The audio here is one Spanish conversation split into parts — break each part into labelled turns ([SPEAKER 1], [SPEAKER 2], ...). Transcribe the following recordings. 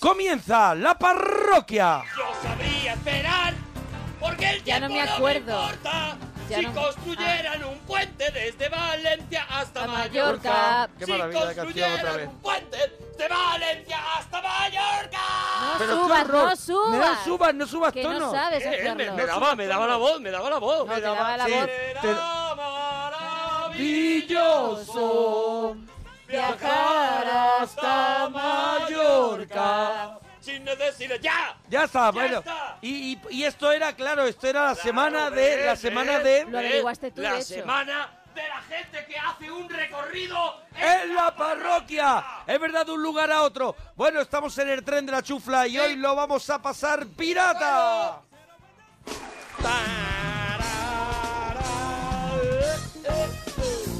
[SPEAKER 1] Comienza la parroquia.
[SPEAKER 2] Yo sabría esperar, porque el
[SPEAKER 3] Ya
[SPEAKER 2] tiempo
[SPEAKER 3] no me acuerdo.
[SPEAKER 2] importa.
[SPEAKER 3] Ya
[SPEAKER 2] si
[SPEAKER 3] no- Ah.
[SPEAKER 2] construyeran un puente este desde Valencia hasta
[SPEAKER 3] A
[SPEAKER 2] Mallorca.
[SPEAKER 3] Mallorca.
[SPEAKER 1] Qué
[SPEAKER 2] si
[SPEAKER 1] maravilla de canción
[SPEAKER 2] construyeran
[SPEAKER 1] otra vez.
[SPEAKER 2] un puente de Valencia hasta Mallorca.
[SPEAKER 3] No
[SPEAKER 1] Pero
[SPEAKER 3] subas,
[SPEAKER 1] qué horror.
[SPEAKER 3] no subas.
[SPEAKER 1] No subas, no subas
[SPEAKER 3] Que
[SPEAKER 1] tono.
[SPEAKER 3] no sabes
[SPEAKER 2] Eh, me,
[SPEAKER 3] hacerlo.
[SPEAKER 2] me daba, me daba la voz, me daba la voz.
[SPEAKER 3] No,
[SPEAKER 2] me
[SPEAKER 3] te daba la
[SPEAKER 1] sí.
[SPEAKER 3] voz.
[SPEAKER 2] Será maravilloso viajar hasta Mallorca sin decirle ya.
[SPEAKER 1] Ya está,
[SPEAKER 2] Ya
[SPEAKER 1] bueno.
[SPEAKER 2] está.
[SPEAKER 1] Y, y- y esto era, claro, esto era la semana de. La
[SPEAKER 2] ¿ves?
[SPEAKER 1] semana
[SPEAKER 2] ¿ves?
[SPEAKER 1] de.
[SPEAKER 3] Lo averiguaste tú,
[SPEAKER 2] La
[SPEAKER 3] de hecho.
[SPEAKER 2] semana de la gente que hace un recorrido
[SPEAKER 1] ¡En la parroquia! Es verdad, de un lugar a otro. Bueno, estamos en el tren de la chufla y hoy lo vamos a pasar pirata.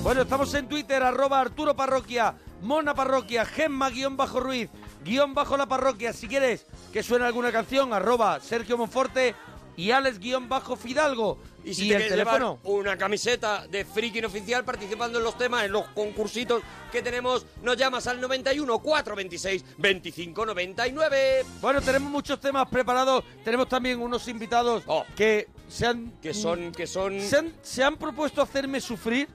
[SPEAKER 1] Bueno, estamos en Twitter, arroba Arturo Parroquia, Mona Parroquia, Gemma guión bajo Ruiz, guión bajo la parroquia. Si quieres que suene alguna canción, arroba Sergio Monforte y Alex guión bajo Fidalgo.
[SPEAKER 2] Y si
[SPEAKER 1] ¿Y
[SPEAKER 2] te
[SPEAKER 1] el
[SPEAKER 2] quieres llevar
[SPEAKER 1] teléfono.
[SPEAKER 2] una camiseta de freaking oficial participando en los temas, en los concursitos que tenemos, nos llamas al 91 426 2599.
[SPEAKER 1] Bueno, tenemos muchos temas preparados. Tenemos también unos invitados
[SPEAKER 2] Oh.
[SPEAKER 1] que se han
[SPEAKER 2] Que son, que son.
[SPEAKER 1] se han, se han propuesto hacerme sufrir.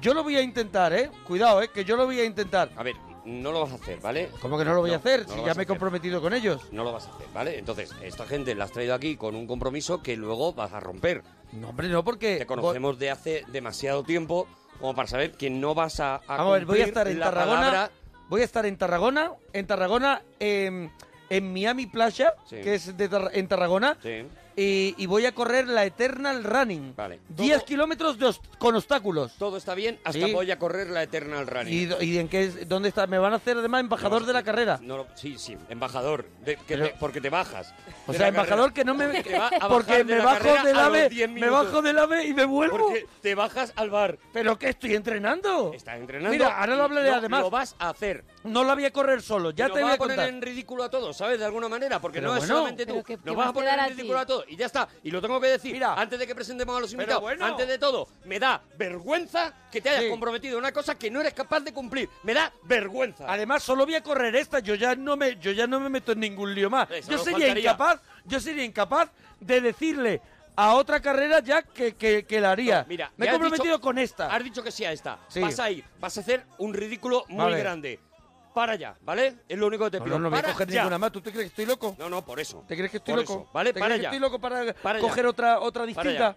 [SPEAKER 1] Yo lo voy a intentar, ¿eh? Cuidado, ¿eh? Que yo lo voy a intentar.
[SPEAKER 2] A ver, no lo vas a hacer, ¿vale?
[SPEAKER 1] ¿Cómo que no lo voy a
[SPEAKER 2] No,
[SPEAKER 1] hacer?
[SPEAKER 2] no
[SPEAKER 1] si
[SPEAKER 2] lo
[SPEAKER 1] ya me
[SPEAKER 2] vas
[SPEAKER 1] he
[SPEAKER 2] a hacer.
[SPEAKER 1] comprometido con ellos.
[SPEAKER 2] No lo vas a hacer, ¿vale? Entonces, esta gente la has traído aquí con un compromiso que luego vas a romper.
[SPEAKER 1] No, hombre, no, porque...
[SPEAKER 2] Te conocemos de hace demasiado tiempo como para saber que no vas a.
[SPEAKER 1] Voy- vamos a ver, voy a
[SPEAKER 2] cumplir
[SPEAKER 1] estar en
[SPEAKER 2] la
[SPEAKER 1] Tarragona.
[SPEAKER 2] palabra.
[SPEAKER 1] Voy a estar en Tarragona, en Tarragona, em, en Miami Playa,
[SPEAKER 2] Sí.
[SPEAKER 1] que es de Tar- en Tarragona.
[SPEAKER 2] Sí.
[SPEAKER 1] Y, y voy a correr la Eternal Running.
[SPEAKER 2] Vale.
[SPEAKER 1] 10
[SPEAKER 2] Todo-
[SPEAKER 1] kilómetros de os- con obstáculos.
[SPEAKER 2] Todo está bien, hasta
[SPEAKER 1] Sí.
[SPEAKER 2] voy a correr la Eternal Running.
[SPEAKER 1] ¿Y, do- y en qué es- dónde está? Me van a hacer además embajador de la carrera.
[SPEAKER 2] No, lo- sí, sí, embajador, de- que
[SPEAKER 1] Pero-
[SPEAKER 2] te- porque te bajas.
[SPEAKER 1] O
[SPEAKER 2] de
[SPEAKER 1] sea,
[SPEAKER 2] la
[SPEAKER 1] embajador
[SPEAKER 2] carrera.
[SPEAKER 1] que no me
[SPEAKER 2] Te va a bajar
[SPEAKER 1] porque
[SPEAKER 2] de
[SPEAKER 1] me
[SPEAKER 2] la
[SPEAKER 1] bajo
[SPEAKER 2] carrera
[SPEAKER 1] del
[SPEAKER 2] a los
[SPEAKER 1] ave,
[SPEAKER 2] 10
[SPEAKER 1] me
[SPEAKER 2] minutos.
[SPEAKER 1] bajo del ave y me vuelvo.
[SPEAKER 2] Porque te bajas al bar.
[SPEAKER 1] Pero que estoy entrenando.
[SPEAKER 2] Estás entrenando.
[SPEAKER 1] Mira, ahora lo
[SPEAKER 2] y
[SPEAKER 1] hablaré
[SPEAKER 2] no
[SPEAKER 1] además.
[SPEAKER 2] Lo vas a hacer.
[SPEAKER 1] No la voy a correr solo, ya
[SPEAKER 2] Y nos
[SPEAKER 1] te
[SPEAKER 2] va
[SPEAKER 1] voy a
[SPEAKER 2] poner
[SPEAKER 1] contar.
[SPEAKER 2] en ridículo a todos, ¿sabes? De alguna manera, porque
[SPEAKER 1] Pero
[SPEAKER 2] no es
[SPEAKER 1] bueno.
[SPEAKER 2] solamente tú.
[SPEAKER 3] Pero que- que
[SPEAKER 2] nos vas
[SPEAKER 3] más
[SPEAKER 2] a
[SPEAKER 3] te
[SPEAKER 2] poner
[SPEAKER 3] dará
[SPEAKER 2] en
[SPEAKER 3] a ti.
[SPEAKER 2] ridículo a todos. Y ya está. Y lo tengo que decir.
[SPEAKER 1] Mira.
[SPEAKER 2] Antes de que presentemos a los
[SPEAKER 1] Pero
[SPEAKER 2] invitados,
[SPEAKER 1] bueno.
[SPEAKER 2] antes de todo, me da vergüenza que te hayas
[SPEAKER 1] Sí.
[SPEAKER 2] comprometido a una cosa que no eres capaz de cumplir. Me da vergüenza.
[SPEAKER 1] Además, solo voy a correr esta, yo ya no me yo ya no me meto en ningún lío más.
[SPEAKER 2] Eso
[SPEAKER 1] yo
[SPEAKER 2] nos
[SPEAKER 1] sería
[SPEAKER 2] faltaría.
[SPEAKER 1] incapaz, yo sería incapaz de decirle a otra carrera ya que, que- que la haría.
[SPEAKER 2] No, mira,
[SPEAKER 1] me he
[SPEAKER 2] ya has
[SPEAKER 1] comprometido
[SPEAKER 2] dicho-
[SPEAKER 1] con esta.
[SPEAKER 2] Has dicho que sí a esta.
[SPEAKER 1] Sí.
[SPEAKER 2] Vas a ir, vas a hacer un ridículo muy
[SPEAKER 1] Vale.
[SPEAKER 2] grande. Para ya, ¿vale? Es lo único que te
[SPEAKER 1] No,
[SPEAKER 2] pido.
[SPEAKER 1] no, no voy a
[SPEAKER 2] Para
[SPEAKER 1] coger
[SPEAKER 2] ya.
[SPEAKER 1] ninguna más, ¿tú te crees que estoy loco?
[SPEAKER 2] No, no, por eso.
[SPEAKER 1] ¿Te crees que estoy
[SPEAKER 2] Por
[SPEAKER 1] loco?
[SPEAKER 2] eso, ¿Vale?
[SPEAKER 1] ¿Te
[SPEAKER 2] Para
[SPEAKER 1] crees que
[SPEAKER 2] ya.
[SPEAKER 1] estoy loco para,
[SPEAKER 2] Para ya.
[SPEAKER 1] coger otra otra
[SPEAKER 2] Para
[SPEAKER 1] distinta?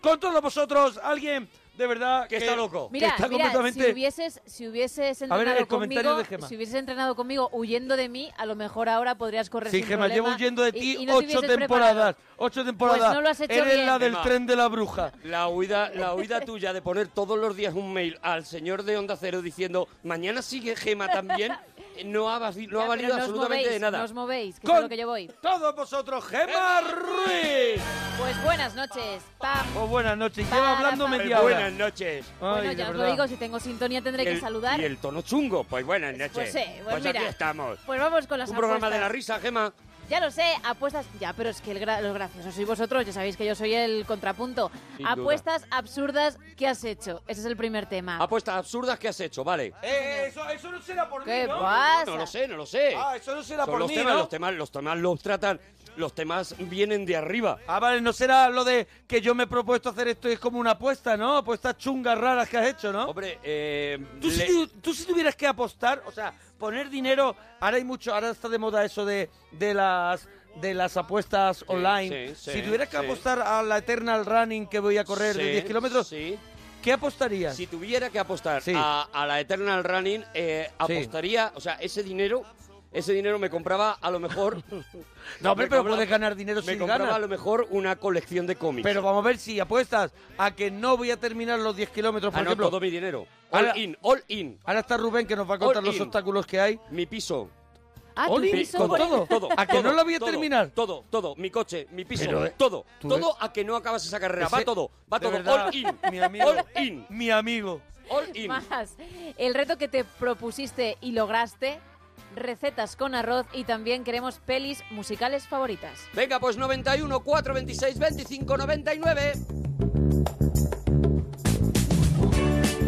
[SPEAKER 1] Con todos vosotros, alguien de verdad
[SPEAKER 2] Que está loco.
[SPEAKER 1] que
[SPEAKER 3] Mira,
[SPEAKER 1] está
[SPEAKER 3] mira,
[SPEAKER 1] completamente
[SPEAKER 3] si hubieses, si hubieses
[SPEAKER 1] ver, el
[SPEAKER 3] entrenado
[SPEAKER 1] comentario
[SPEAKER 3] conmigo,
[SPEAKER 1] de Gemma.
[SPEAKER 3] si hubieses entrenado conmigo huyendo de mí, a lo mejor ahora podrías correr
[SPEAKER 1] Sí,
[SPEAKER 3] sin
[SPEAKER 1] Gemma, llevo
[SPEAKER 3] problema
[SPEAKER 1] huyendo de
[SPEAKER 3] y-
[SPEAKER 1] ti
[SPEAKER 3] y
[SPEAKER 1] ocho
[SPEAKER 3] no te hubieses
[SPEAKER 1] temporadas.
[SPEAKER 3] preparado.
[SPEAKER 1] Ocho temporadas.
[SPEAKER 3] no lo has hecho
[SPEAKER 1] Eres
[SPEAKER 3] bien.
[SPEAKER 1] la del
[SPEAKER 2] Gemma.
[SPEAKER 1] tren de la bruja.
[SPEAKER 2] La huida, la huida tuya de poner todos los días un mail al señor de Onda Cero diciendo mañana sigue Gema también eh, no ha, vaci- no
[SPEAKER 3] Ya,
[SPEAKER 2] ha
[SPEAKER 3] pero
[SPEAKER 2] valido
[SPEAKER 3] no os
[SPEAKER 2] absolutamente
[SPEAKER 3] movéis,
[SPEAKER 2] de nada.
[SPEAKER 3] No os movéis, que es
[SPEAKER 1] Con
[SPEAKER 3] a lo que yo voy.
[SPEAKER 1] Todos vosotros, Gemma Ruiz.
[SPEAKER 3] Pues buenas noches. Pam.
[SPEAKER 1] Oh, buenas noches.
[SPEAKER 3] Pa,
[SPEAKER 1] Lleva
[SPEAKER 3] pa,
[SPEAKER 1] hablando
[SPEAKER 3] pa.
[SPEAKER 1] media hora.
[SPEAKER 2] buenas noches.
[SPEAKER 1] Ay,
[SPEAKER 3] bueno,
[SPEAKER 1] de
[SPEAKER 3] ya os lo
[SPEAKER 1] verdad.
[SPEAKER 3] digo, si tengo sintonía tendré
[SPEAKER 2] El-
[SPEAKER 3] que saludar.
[SPEAKER 2] Y el tono chungo, pues buenas noches.
[SPEAKER 3] Pues sí, pues
[SPEAKER 2] aquí
[SPEAKER 3] mira.
[SPEAKER 2] estamos.
[SPEAKER 3] Pues vamos con las
[SPEAKER 2] Un programa
[SPEAKER 3] apuestas.
[SPEAKER 2] de la risa, Gema.
[SPEAKER 3] Ya lo sé, apuestas. Ya, pero es que el gra- los graciosos sois vosotros, ya sabéis que yo soy el contrapunto.
[SPEAKER 2] Sin duda.
[SPEAKER 3] apuestas absurdas que has hecho. Ese es el primer tema.
[SPEAKER 2] Apuestas absurdas que has hecho, vale.
[SPEAKER 1] Eh, eh, eso, eso no será por
[SPEAKER 3] ¿Qué
[SPEAKER 1] mí, ¿no?
[SPEAKER 3] pasa?
[SPEAKER 2] No lo sé, no lo sé.
[SPEAKER 1] Ah, eso no será
[SPEAKER 2] Son
[SPEAKER 1] por
[SPEAKER 2] los
[SPEAKER 1] mí,
[SPEAKER 2] temas,
[SPEAKER 1] ¿no?
[SPEAKER 2] los temas, los temas los tratan, los temas vienen de arriba.
[SPEAKER 1] Ah, vale, no será lo de que yo me he propuesto hacer esto y es como una apuesta, ¿no? Apuestas chungas raras que has hecho, ¿no?
[SPEAKER 2] Hombre, eh,
[SPEAKER 1] Tú,
[SPEAKER 2] le-
[SPEAKER 1] si, tu- tú si tuvieras que apostar, o sea, poner dinero, ahora hay mucho, ahora está de moda eso de, de las de las apuestas online.
[SPEAKER 2] sí, sí,
[SPEAKER 1] si tuvieras que
[SPEAKER 2] sí.
[SPEAKER 1] apostar a la Eternal Running que voy a correr de
[SPEAKER 2] Sí,
[SPEAKER 1] 10 kilómetros,
[SPEAKER 2] sí.
[SPEAKER 1] ¿qué apostarías?
[SPEAKER 2] Si tuviera que apostar
[SPEAKER 1] Sí.
[SPEAKER 2] a, a la Eternal Running, eh, apostaría, o sea, ese dinero, ese dinero me compraba a lo mejor.
[SPEAKER 1] no, hombre,
[SPEAKER 2] me
[SPEAKER 1] pero
[SPEAKER 2] compraba-
[SPEAKER 1] puedes ganar dinero
[SPEAKER 2] Me
[SPEAKER 1] sin
[SPEAKER 2] compraba a
[SPEAKER 1] ganas.
[SPEAKER 2] lo mejor una colección de cómics.
[SPEAKER 1] Pero vamos a ver si apuestas a que no voy a terminar los 10 kilómetros, por
[SPEAKER 2] Ah, no,
[SPEAKER 1] ejemplo.
[SPEAKER 2] todo mi dinero. All
[SPEAKER 1] Ahora-
[SPEAKER 2] in, all in.
[SPEAKER 1] Ahora está Rubén que nos va a contar
[SPEAKER 2] All
[SPEAKER 1] los
[SPEAKER 2] in.
[SPEAKER 1] obstáculos que hay.
[SPEAKER 2] Mi piso.
[SPEAKER 3] Ah, tú
[SPEAKER 1] Oli,
[SPEAKER 3] piso,
[SPEAKER 1] con
[SPEAKER 3] por-
[SPEAKER 1] todo. ¿A que no la voy a
[SPEAKER 2] todo,
[SPEAKER 1] terminar?
[SPEAKER 2] Todo, todo. Mi coche, mi piso,
[SPEAKER 1] Pero, eh,
[SPEAKER 2] todo.
[SPEAKER 1] tú
[SPEAKER 2] Todo a que no acabas esa carrera.
[SPEAKER 1] Ese-
[SPEAKER 2] va todo, va
[SPEAKER 1] de
[SPEAKER 2] todo.
[SPEAKER 1] verdad,
[SPEAKER 2] all in.
[SPEAKER 1] mi amigo.
[SPEAKER 2] All in.
[SPEAKER 1] Mi amigo.
[SPEAKER 2] All in.
[SPEAKER 3] Más, el reto que te propusiste y lograste, recetas con arroz y también queremos pelis musicales favoritas.
[SPEAKER 2] Venga, pues 91, 4, 26, 25, 99.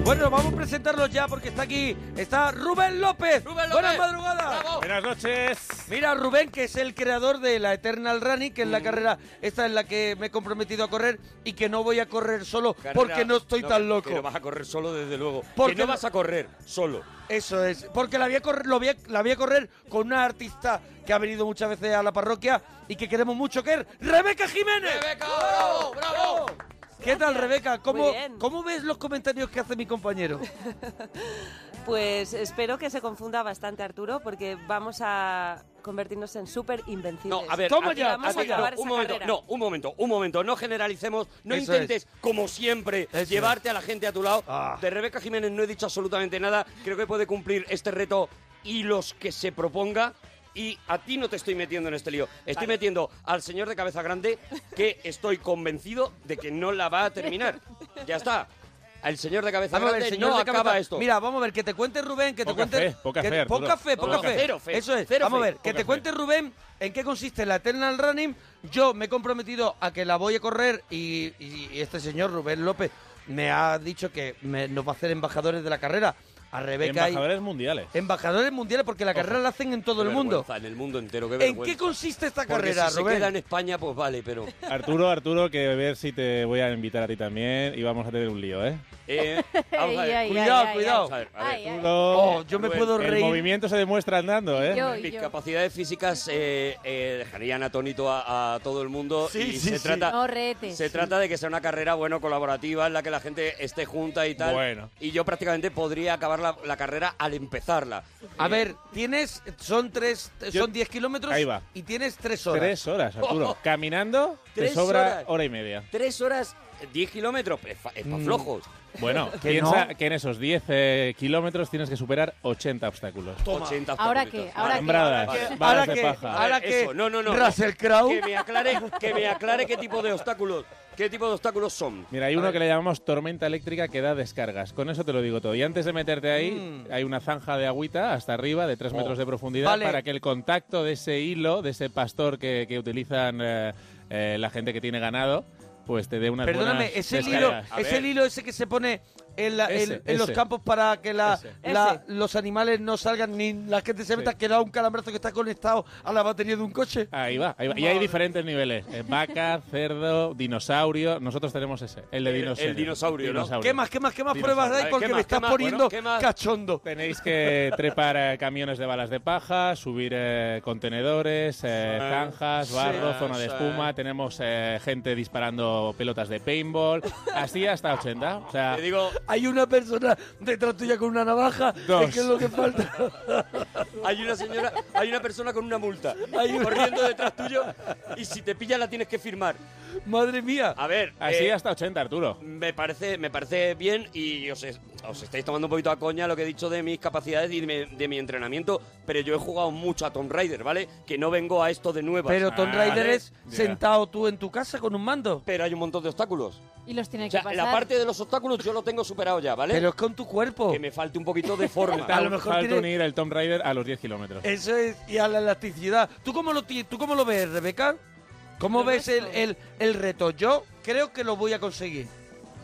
[SPEAKER 1] Bueno, vamos a presentarlos ya porque está aquí. Está Rubén López.
[SPEAKER 2] Rubén López.
[SPEAKER 1] Buenas madrugadas.
[SPEAKER 4] Buenas noches.
[SPEAKER 1] Mira, Rubén, que es el creador de la Eternal Running, que es
[SPEAKER 2] Mm.
[SPEAKER 1] la carrera esta en la que me he comprometido a correr y que no voy a correr solo porque no estoy tan loco.
[SPEAKER 2] Pero vas a correr solo, desde luego.
[SPEAKER 1] Porque
[SPEAKER 2] Porque no
[SPEAKER 1] no-
[SPEAKER 2] vas a correr solo.
[SPEAKER 1] Eso es, porque la voy, a correr, lo voy a- la voy a correr con una artista que ha venido muchas veces a la parroquia y que queremos mucho, que es Rebeca Jiménez.
[SPEAKER 2] ¡Rebeca, bravo, bravo!
[SPEAKER 1] ¿Qué tal, Rebeca? ¿Cómo,
[SPEAKER 5] Muy bien.
[SPEAKER 1] ¿Cómo ves los comentarios que hace mi compañero?
[SPEAKER 5] Pues espero que se confunda bastante Arturo porque vamos a convertirnos en súper
[SPEAKER 2] No,
[SPEAKER 5] invencibles.
[SPEAKER 2] a ver,
[SPEAKER 1] Toma
[SPEAKER 2] a-
[SPEAKER 1] ya,
[SPEAKER 2] a-
[SPEAKER 1] vamos
[SPEAKER 2] a-
[SPEAKER 1] a acabar
[SPEAKER 2] no,
[SPEAKER 5] esa
[SPEAKER 2] un momento,
[SPEAKER 5] carrera.
[SPEAKER 2] no, un momento, un momento, no generalicemos, no
[SPEAKER 1] Eso
[SPEAKER 2] intentes, como siempre,
[SPEAKER 1] Eso
[SPEAKER 2] llevarte a la gente a tu lado.
[SPEAKER 1] Ah.
[SPEAKER 2] De Rebeca Jiménez no he dicho absolutamente nada, creo que puede cumplir este reto y los que se proponga. Y a ti no te estoy metiendo en este lío. Estoy metiendo al señor de cabeza grande que estoy convencido de que no la va a terminar. Ya está. Al señor de cabeza grande no
[SPEAKER 1] de cabeza-
[SPEAKER 2] acaba esto.
[SPEAKER 1] Mira, vamos a ver, que te cuente Rubén, que
[SPEAKER 4] Poca
[SPEAKER 1] te cuente.
[SPEAKER 4] fe, poca
[SPEAKER 1] que-
[SPEAKER 4] fe, Arturo.
[SPEAKER 1] poca fe, poca
[SPEAKER 2] Poca
[SPEAKER 1] fe.
[SPEAKER 2] fe. Cero fe,
[SPEAKER 1] Eso es.
[SPEAKER 2] cero
[SPEAKER 1] vamos a
[SPEAKER 2] fe.
[SPEAKER 1] ver, que
[SPEAKER 4] Poca
[SPEAKER 1] te
[SPEAKER 4] fe.
[SPEAKER 1] cuente Rubén en qué consiste la Eternal Running. Yo me he comprometido a que la voy a correr y, y- y este señor Rubén López me ha dicho que me- nos va a hacer embajadores de la carrera. A Rebeca y-
[SPEAKER 4] Embajadores mundiales.
[SPEAKER 1] Embajadores mundiales, porque la carrera la hacen en todo
[SPEAKER 2] Qué
[SPEAKER 1] el mundo.
[SPEAKER 2] vergüenza, En el mundo entero, qué
[SPEAKER 1] ¿En qué
[SPEAKER 2] vergüenza.
[SPEAKER 1] consiste esta
[SPEAKER 2] Porque
[SPEAKER 1] carrera,
[SPEAKER 2] si
[SPEAKER 1] Rubén?
[SPEAKER 2] se queda en España, pues vale, pero...
[SPEAKER 4] Arturo, Arturo, que a ver si te voy a invitar a ti también y vamos a tener un lío, ¿eh?
[SPEAKER 2] eh, vamos a
[SPEAKER 3] Ay,
[SPEAKER 2] ver.
[SPEAKER 3] ay,
[SPEAKER 1] Cuidado,
[SPEAKER 3] ay, ay,
[SPEAKER 1] cuidado.
[SPEAKER 3] ay.
[SPEAKER 2] A ver, a ver.
[SPEAKER 3] Ay, ay.
[SPEAKER 4] Arturo,
[SPEAKER 1] Oh, yo me
[SPEAKER 2] Rubén,
[SPEAKER 1] puedo
[SPEAKER 4] pues, el
[SPEAKER 1] reír.
[SPEAKER 4] movimiento se demuestra andando, ¿eh?
[SPEAKER 3] Yo,
[SPEAKER 2] Mis
[SPEAKER 3] yo.
[SPEAKER 2] capacidades físicas eh, eh, dejarían atónito a, a todo el mundo
[SPEAKER 1] Sí,
[SPEAKER 2] y
[SPEAKER 1] sí,
[SPEAKER 2] se
[SPEAKER 1] sí.
[SPEAKER 2] trata
[SPEAKER 3] No retes.
[SPEAKER 2] se trata de que sea una carrera bueno colaborativa en la que la gente esté junta y tal
[SPEAKER 4] Bueno.
[SPEAKER 2] y yo prácticamente podría acabar la, la carrera al empezarla
[SPEAKER 1] A
[SPEAKER 2] Eh,
[SPEAKER 1] ver, tienes. Son tres.
[SPEAKER 4] Yo-
[SPEAKER 1] son 10 kilómetros.
[SPEAKER 4] Ahí va.
[SPEAKER 1] Y tienes tres horas. Oh.
[SPEAKER 4] Tres horas, Arturo. Caminando te
[SPEAKER 2] Tres
[SPEAKER 4] sobra
[SPEAKER 2] horas.
[SPEAKER 4] hora y media.
[SPEAKER 2] tres horas eh, 10 kilómetros es para
[SPEAKER 1] Mm.
[SPEAKER 2] flojos
[SPEAKER 4] Bueno,
[SPEAKER 1] ¿Que
[SPEAKER 4] piensa
[SPEAKER 1] no?
[SPEAKER 4] que en esos 10 eh, kilómetros tienes que superar 80 obstáculos.
[SPEAKER 2] 80
[SPEAKER 3] ¿Ahora
[SPEAKER 2] favoritos.
[SPEAKER 3] qué? ¿Ahora qué?
[SPEAKER 4] Alambradas,
[SPEAKER 2] Ahora que-
[SPEAKER 4] balas
[SPEAKER 1] ahora
[SPEAKER 4] de
[SPEAKER 1] que-
[SPEAKER 4] paja.
[SPEAKER 2] A ver,
[SPEAKER 1] ahora que
[SPEAKER 2] eso, no, no, no.
[SPEAKER 1] Russell Crowe-
[SPEAKER 2] Que me aclare, que me aclare qué tipo de obstáculos, qué tipo de obstáculos son.
[SPEAKER 4] Mira, hay
[SPEAKER 1] A
[SPEAKER 4] uno
[SPEAKER 1] ver.
[SPEAKER 4] que le llamamos tormenta eléctrica que da descargas. Con eso te lo digo todo. Y antes de meterte ahí, hay una zanja de agüita hasta arriba de 3 metros de profundidad
[SPEAKER 1] Mm. Oh. Vale.
[SPEAKER 4] para que el contacto de ese hilo, de ese pastor que, que utilizan eh, eh, la gente que tiene ganado, pues te dé unas
[SPEAKER 1] Perdóname,
[SPEAKER 4] buenas
[SPEAKER 1] es el, hilo,
[SPEAKER 4] descargas. Eh,
[SPEAKER 2] A
[SPEAKER 1] es
[SPEAKER 2] ver.
[SPEAKER 1] el hilo ese que se pone en, la- en-
[SPEAKER 4] Ese,
[SPEAKER 1] en los
[SPEAKER 4] ese.
[SPEAKER 1] campos para que la-
[SPEAKER 4] Ese.
[SPEAKER 1] la-
[SPEAKER 5] Ese.
[SPEAKER 1] los animales no salgan ni la gente se meta,
[SPEAKER 4] Sí.
[SPEAKER 1] que da un calambrazo que está conectado a la batería de un coche.
[SPEAKER 4] Ahí va, ahí va. Y hay diferentes niveles. Eh, Vaca, cerdo, dinosaurio. Nosotros tenemos ese, el de
[SPEAKER 2] El- el
[SPEAKER 4] dinosaurio.
[SPEAKER 2] dinosaurio, ¿no?
[SPEAKER 1] ¿Qué más, qué más, qué más
[SPEAKER 4] Dinosaurio.
[SPEAKER 1] pruebas
[SPEAKER 2] A
[SPEAKER 1] hay?
[SPEAKER 2] ver,
[SPEAKER 1] Porque
[SPEAKER 2] ¿qué
[SPEAKER 1] me
[SPEAKER 2] más,
[SPEAKER 1] estás
[SPEAKER 2] qué más?
[SPEAKER 1] poniendo
[SPEAKER 2] Bueno, ¿qué más?
[SPEAKER 1] cachondo.
[SPEAKER 4] Tenéis que trepar eh, camiones de balas de paja, subir eh, contenedores, eh,
[SPEAKER 2] Sí.
[SPEAKER 4] zanjas, barro,
[SPEAKER 2] Sí,
[SPEAKER 4] zona de
[SPEAKER 2] sí.
[SPEAKER 4] espuma. Tenemos eh, gente disparando pelotas de paintball. Así hasta 80. O sea,
[SPEAKER 2] Te digo,
[SPEAKER 1] Hay una persona detrás tuya con una navaja.
[SPEAKER 4] Dos.
[SPEAKER 1] Es que es lo que falta.
[SPEAKER 2] hay una señora, hay una persona con una multa
[SPEAKER 1] Hay una-
[SPEAKER 2] corriendo detrás tuyo y si te pilla la tienes que firmar.
[SPEAKER 1] Madre mía.
[SPEAKER 2] A ver,
[SPEAKER 4] así
[SPEAKER 2] eh,
[SPEAKER 4] hasta 80, Arturo.
[SPEAKER 2] me parece, me parece bien y os, es- os estáis tomando un poquito a coña lo que he dicho de mis capacidades y de mi, de mi entrenamiento, pero yo he jugado mucho a Tomb Raider, ¿vale? Que no vengo a esto de nuevas.
[SPEAKER 1] Pero Tomb
[SPEAKER 4] Ah,
[SPEAKER 1] Raider
[SPEAKER 2] vale.
[SPEAKER 1] es sentado tú en tu casa con un mando.
[SPEAKER 2] Pero hay un montón de obstáculos.
[SPEAKER 3] Y los tiene
[SPEAKER 2] O sea,
[SPEAKER 3] que pasar.
[SPEAKER 2] la parte de los obstáculos yo lo tengo superado ya, ¿vale?
[SPEAKER 1] Pero es con tu cuerpo.
[SPEAKER 2] que me falte un poquito de forma.
[SPEAKER 1] A lo mejor
[SPEAKER 4] Falta
[SPEAKER 1] tiene-
[SPEAKER 4] unir el Tomb Raider a los 10 kilómetros.
[SPEAKER 1] Eso es, y a la elasticidad. ¿Tú cómo lo, ti- tú cómo lo ves, Rebeca? ¿Cómo
[SPEAKER 5] ¿Lo
[SPEAKER 1] ves el,
[SPEAKER 5] resto?
[SPEAKER 1] el- el reto? Yo creo que lo voy a conseguir.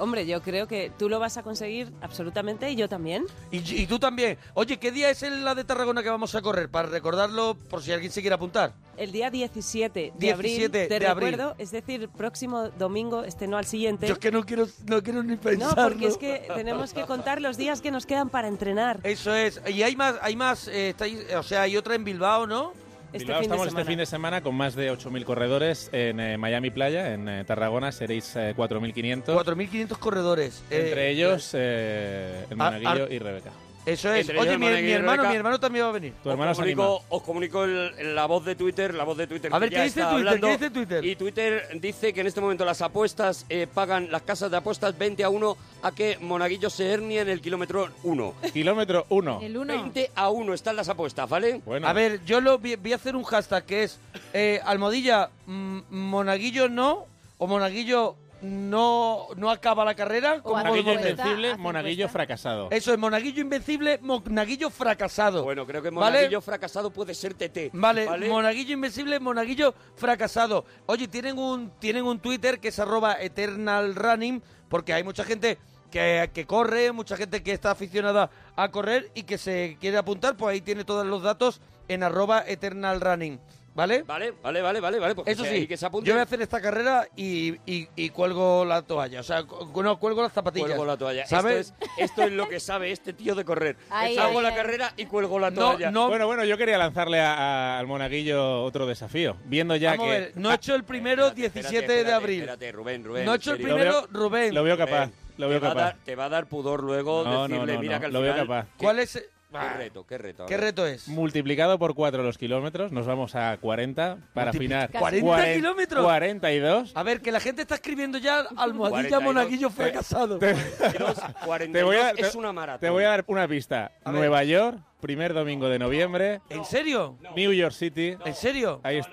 [SPEAKER 5] Hombre, yo creo que tú lo vas a conseguir absolutamente y yo también.
[SPEAKER 1] Y, y tú también. Oye, ¿qué día es el- la de Tarragona que vamos a correr? Para recordarlo, por si alguien se quiere apuntar.
[SPEAKER 5] El día 17 de
[SPEAKER 1] 17
[SPEAKER 5] abril, te
[SPEAKER 1] de abril.
[SPEAKER 5] recuerdo, es decir, próximo domingo, este no al siguiente.
[SPEAKER 1] Yo es que no quiero, no quiero ni
[SPEAKER 5] no,
[SPEAKER 1] pensarlo.
[SPEAKER 5] porque es que tenemos que contar los días que nos quedan para entrenar
[SPEAKER 1] Eso es. Y hay más, hay más, eh, estáis- o sea, hay otra en Bilbao, ¿no?
[SPEAKER 5] este
[SPEAKER 4] Bilbao,
[SPEAKER 5] fin de
[SPEAKER 4] estamos
[SPEAKER 5] semana.
[SPEAKER 4] este fin de semana con más de 8.000 corredores en eh, Miami Playa, en eh, Tarragona seréis eh, 4.500.
[SPEAKER 1] 4.500 corredores. Eh, Ah,
[SPEAKER 4] Entre ellos, eh, el
[SPEAKER 1] Ar-
[SPEAKER 4] Monaguillo y Rebeca.
[SPEAKER 1] Eso es.
[SPEAKER 2] Entre ellos
[SPEAKER 1] Oye,
[SPEAKER 2] el
[SPEAKER 1] mi,
[SPEAKER 2] Monaguillo
[SPEAKER 1] mi
[SPEAKER 2] y
[SPEAKER 1] hermano,
[SPEAKER 2] Rebeca.
[SPEAKER 1] mi hermano también va a venir.
[SPEAKER 4] Tu hermano
[SPEAKER 2] os
[SPEAKER 4] se anima.
[SPEAKER 2] comunico, os comunico el- la voz de Twitter, la voz de Twitter.
[SPEAKER 1] A
[SPEAKER 2] que
[SPEAKER 1] ver,
[SPEAKER 2] ya
[SPEAKER 1] ¿qué dice
[SPEAKER 2] está
[SPEAKER 1] Twitter?
[SPEAKER 2] hablando.
[SPEAKER 1] ¿Qué dice Twitter?
[SPEAKER 2] Y Twitter dice que en este momento las apuestas eh, pagan, las casas de apuestas 20 a 1 a que Monaguillo se hernie en el kilómetro 1.
[SPEAKER 4] Kilómetro 1.
[SPEAKER 3] El uno.
[SPEAKER 2] 20 a 1 están las apuestas, ¿vale?
[SPEAKER 4] Bueno,
[SPEAKER 1] A ver, yo lo vi- voy a hacer un hashtag que es eh, Almodilla, mm, Monaguillo no o Monaguillo no no acaba la carrera.
[SPEAKER 3] O
[SPEAKER 1] ¿Cómo
[SPEAKER 4] Monaguillo
[SPEAKER 1] podemos
[SPEAKER 3] encuesta,
[SPEAKER 4] invencible,
[SPEAKER 3] hace
[SPEAKER 4] Monaguillo
[SPEAKER 3] encuesta.
[SPEAKER 4] fracasado.
[SPEAKER 1] decir? Eso es Monaguillo invencible, Monaguillo fracasado.
[SPEAKER 2] Bueno, creo que
[SPEAKER 1] ¿Vale?
[SPEAKER 2] Monaguillo fracasado puede ser TT.
[SPEAKER 1] Vale, Monaguillo Invencible, Monaguillo Fracasado. Oye, tienen un, tienen un Twitter que es arroba Eternal Running, porque hay mucha gente que, que corre, mucha gente que está aficionada a correr y que se quiere apuntar, pues ahí tiene todos los datos en arroba Eternal Running. ¿Vale?
[SPEAKER 2] Vale, vale, vale, vale, vale. pues
[SPEAKER 1] Eso
[SPEAKER 2] que-
[SPEAKER 1] sí,
[SPEAKER 2] que se apunte.
[SPEAKER 1] yo voy a hacer esta carrera y, y- y cuelgo la toalla. O sea, cu- no, cuelgo las zapatillas.
[SPEAKER 2] Cuelgo la toalla.
[SPEAKER 1] ¿Sabes?
[SPEAKER 2] Esto es, esto es lo que sabe este tío de correr.
[SPEAKER 3] Ahí,
[SPEAKER 2] Hago
[SPEAKER 3] ahí,
[SPEAKER 2] la
[SPEAKER 3] ahí.
[SPEAKER 2] carrera y cuelgo la
[SPEAKER 1] No,
[SPEAKER 2] toalla.
[SPEAKER 1] no.
[SPEAKER 4] Bueno, bueno, yo quería lanzarle a- a- al monaguillo otro desafío. Viendo ya
[SPEAKER 1] Vamos
[SPEAKER 4] que.
[SPEAKER 1] a ver, no he hecho el primero
[SPEAKER 2] Espérate,
[SPEAKER 1] 17
[SPEAKER 2] espérate,
[SPEAKER 1] de abril.
[SPEAKER 2] Espérate, Rubén, Rubén.
[SPEAKER 1] no he
[SPEAKER 2] en
[SPEAKER 1] hecho el
[SPEAKER 2] serio.
[SPEAKER 4] Lo
[SPEAKER 1] primero,
[SPEAKER 4] veo-
[SPEAKER 1] Rubén.
[SPEAKER 4] Lo veo capaz.
[SPEAKER 2] Rubén,
[SPEAKER 4] Lo veo
[SPEAKER 2] te va a
[SPEAKER 4] capaz.
[SPEAKER 2] dar- te va a dar pudor luego
[SPEAKER 4] No, no,
[SPEAKER 2] decirle,
[SPEAKER 4] no,
[SPEAKER 2] mira
[SPEAKER 4] no,
[SPEAKER 2] que al
[SPEAKER 4] lo veo
[SPEAKER 2] final-
[SPEAKER 4] capaz.
[SPEAKER 1] ¿Cuál es?
[SPEAKER 2] Qué
[SPEAKER 1] Ah,
[SPEAKER 2] reto, qué reto. a
[SPEAKER 1] ¿Qué
[SPEAKER 2] ver.
[SPEAKER 1] reto es?
[SPEAKER 4] Multiplicado por 4 los kilómetros, nos vamos a 40 para afinar.
[SPEAKER 1] ¿40
[SPEAKER 4] Cuaren-
[SPEAKER 1] kilómetros?
[SPEAKER 4] 42.
[SPEAKER 1] A ver, que la gente está escribiendo ya almohadilla
[SPEAKER 2] 42.
[SPEAKER 1] monaguillo
[SPEAKER 2] eh,
[SPEAKER 1] fracasado.
[SPEAKER 2] Kilos, 42
[SPEAKER 4] Te voy, a,
[SPEAKER 2] es
[SPEAKER 4] te-
[SPEAKER 2] una maratón.
[SPEAKER 4] te voy a dar una pista.
[SPEAKER 1] A ver.
[SPEAKER 4] Nueva York, primer domingo de noviembre.
[SPEAKER 1] ¿En serio?
[SPEAKER 4] New York City.
[SPEAKER 1] ¿En serio?
[SPEAKER 4] Ahí, es-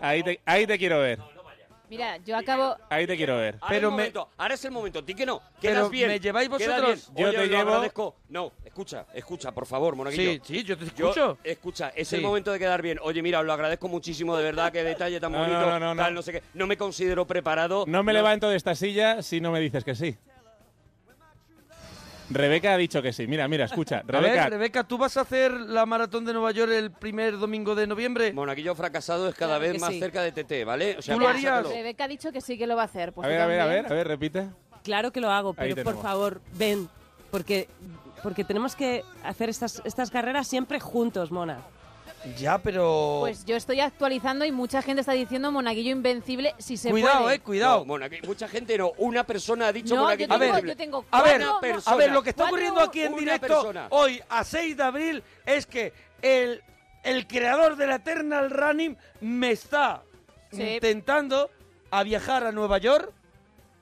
[SPEAKER 4] ahí, te, ahí te quiero ver.
[SPEAKER 3] Mira, yo acabo...
[SPEAKER 4] Ahí te quiero ver.
[SPEAKER 2] Ahora,
[SPEAKER 1] Pero
[SPEAKER 2] es
[SPEAKER 1] me-
[SPEAKER 2] el momento, ahora es el momento, di que no,
[SPEAKER 1] Pero
[SPEAKER 2] quedas bien.
[SPEAKER 1] ¿me lleváis
[SPEAKER 2] quedas
[SPEAKER 1] vosotros?
[SPEAKER 2] bien.
[SPEAKER 4] Yo
[SPEAKER 2] Oye,
[SPEAKER 4] te
[SPEAKER 2] lo
[SPEAKER 4] llevo-
[SPEAKER 2] agradezco. No, escucha, escucha, por favor, monaguillo.
[SPEAKER 1] Sí, sí, yo te
[SPEAKER 2] Yo-
[SPEAKER 1] escucho.
[SPEAKER 2] escucha, es
[SPEAKER 1] Sí.
[SPEAKER 2] el momento de quedar bien. Oye, mira, os lo agradezco muchísimo, de verdad, qué detalle tan
[SPEAKER 4] No,
[SPEAKER 2] bonito.
[SPEAKER 4] no, no, no, no.
[SPEAKER 2] tal, no sé qué. No me considero preparado.
[SPEAKER 4] No me levanto de esta silla si no me dices que sí. Rebeca ha dicho que sí. Mira, mira, escucha.
[SPEAKER 1] A ver,
[SPEAKER 4] Rebeca,
[SPEAKER 1] Rebeca, ¿tú vas a hacer la maratón de Nueva York el primer domingo de noviembre?
[SPEAKER 2] Monaguillo fracasado es cada
[SPEAKER 5] Claro que
[SPEAKER 2] vez más
[SPEAKER 5] sí.
[SPEAKER 2] cerca de TT, ¿vale? O
[SPEAKER 1] ¿Tú lo harías?
[SPEAKER 2] piénsatelo.
[SPEAKER 3] Rebeca ha dicho que sí que lo va a hacer. Pues
[SPEAKER 4] a
[SPEAKER 3] tú
[SPEAKER 4] ver, a ver, a
[SPEAKER 3] también.
[SPEAKER 4] ver, a ver, repite.
[SPEAKER 5] Claro que lo hago,
[SPEAKER 4] Ahí
[SPEAKER 5] pero por
[SPEAKER 4] tenemos.
[SPEAKER 5] favor, ven, porque, porque tenemos que hacer estas, estas carreras siempre juntos, Mona.
[SPEAKER 1] Ya, pero...
[SPEAKER 3] Pues yo estoy actualizando y mucha gente está diciendo Monaguillo Invencible si se
[SPEAKER 1] cuidado,
[SPEAKER 3] puede.
[SPEAKER 1] eh, cuidado.
[SPEAKER 2] No, Monagui- mucha gente no, una persona ha dicho
[SPEAKER 3] No,
[SPEAKER 2] Monaguillo.
[SPEAKER 3] yo
[SPEAKER 1] tengo-
[SPEAKER 2] Invencible.
[SPEAKER 3] yo tengo
[SPEAKER 1] A ver,
[SPEAKER 3] Una
[SPEAKER 1] no, no.
[SPEAKER 2] persona.
[SPEAKER 1] a ver, lo que está
[SPEAKER 3] Cuatro,
[SPEAKER 1] ocurriendo aquí en
[SPEAKER 2] una
[SPEAKER 1] directo
[SPEAKER 2] persona.
[SPEAKER 1] hoy a 6 de abril es que el, el creador de la Eternal Running me está
[SPEAKER 3] Sí.
[SPEAKER 1] intentando a viajar a Nueva York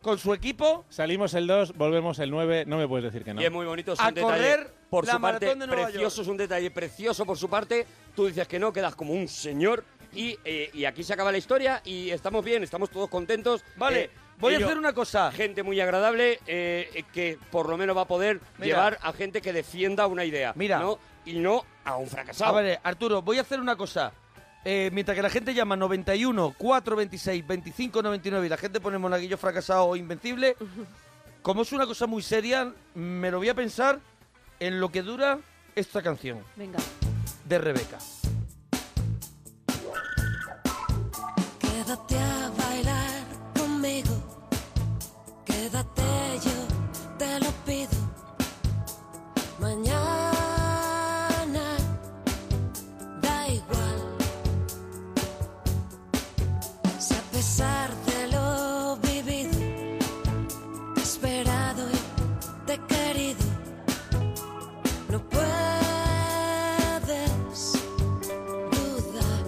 [SPEAKER 1] con su equipo.
[SPEAKER 4] Salimos el 2, volvemos el 9. No me puedes decir que no.
[SPEAKER 2] Y es muy bonito, es
[SPEAKER 1] A
[SPEAKER 2] un detalle
[SPEAKER 1] correr
[SPEAKER 2] por
[SPEAKER 1] la
[SPEAKER 2] su parte
[SPEAKER 1] maratón de Nueva
[SPEAKER 2] precioso,
[SPEAKER 1] York.
[SPEAKER 2] es un detalle precioso por su parte. Tú dices que no, quedas como un señor y, eh, y aquí se acaba la historia y estamos bien, estamos todos contentos.
[SPEAKER 1] Vale,
[SPEAKER 2] Eh,
[SPEAKER 1] voy a
[SPEAKER 2] ello,
[SPEAKER 1] hacer una cosa.
[SPEAKER 2] gente muy agradable eh, eh, que por lo menos va a poder
[SPEAKER 1] Mira.
[SPEAKER 2] llevar a gente que defienda una idea,
[SPEAKER 1] Mira.
[SPEAKER 2] ¿no? Y no a un
[SPEAKER 1] A
[SPEAKER 2] fracasado.
[SPEAKER 1] ver, Arturo, voy a hacer una cosa. Eh, mientras que la gente llama 91 426 25 99 y la gente pone monaguillo fracasado o invencible, como es una cosa muy seria, me lo voy a pensar en lo que dura esta canción
[SPEAKER 3] Venga.
[SPEAKER 1] de Rebeca.
[SPEAKER 6] Quédate a bailar conmigo, quédate yo, te lo pido. Mañana, da igual. Si a pesar de lo vivido, te he esperado y te he querido, no puedes dudar.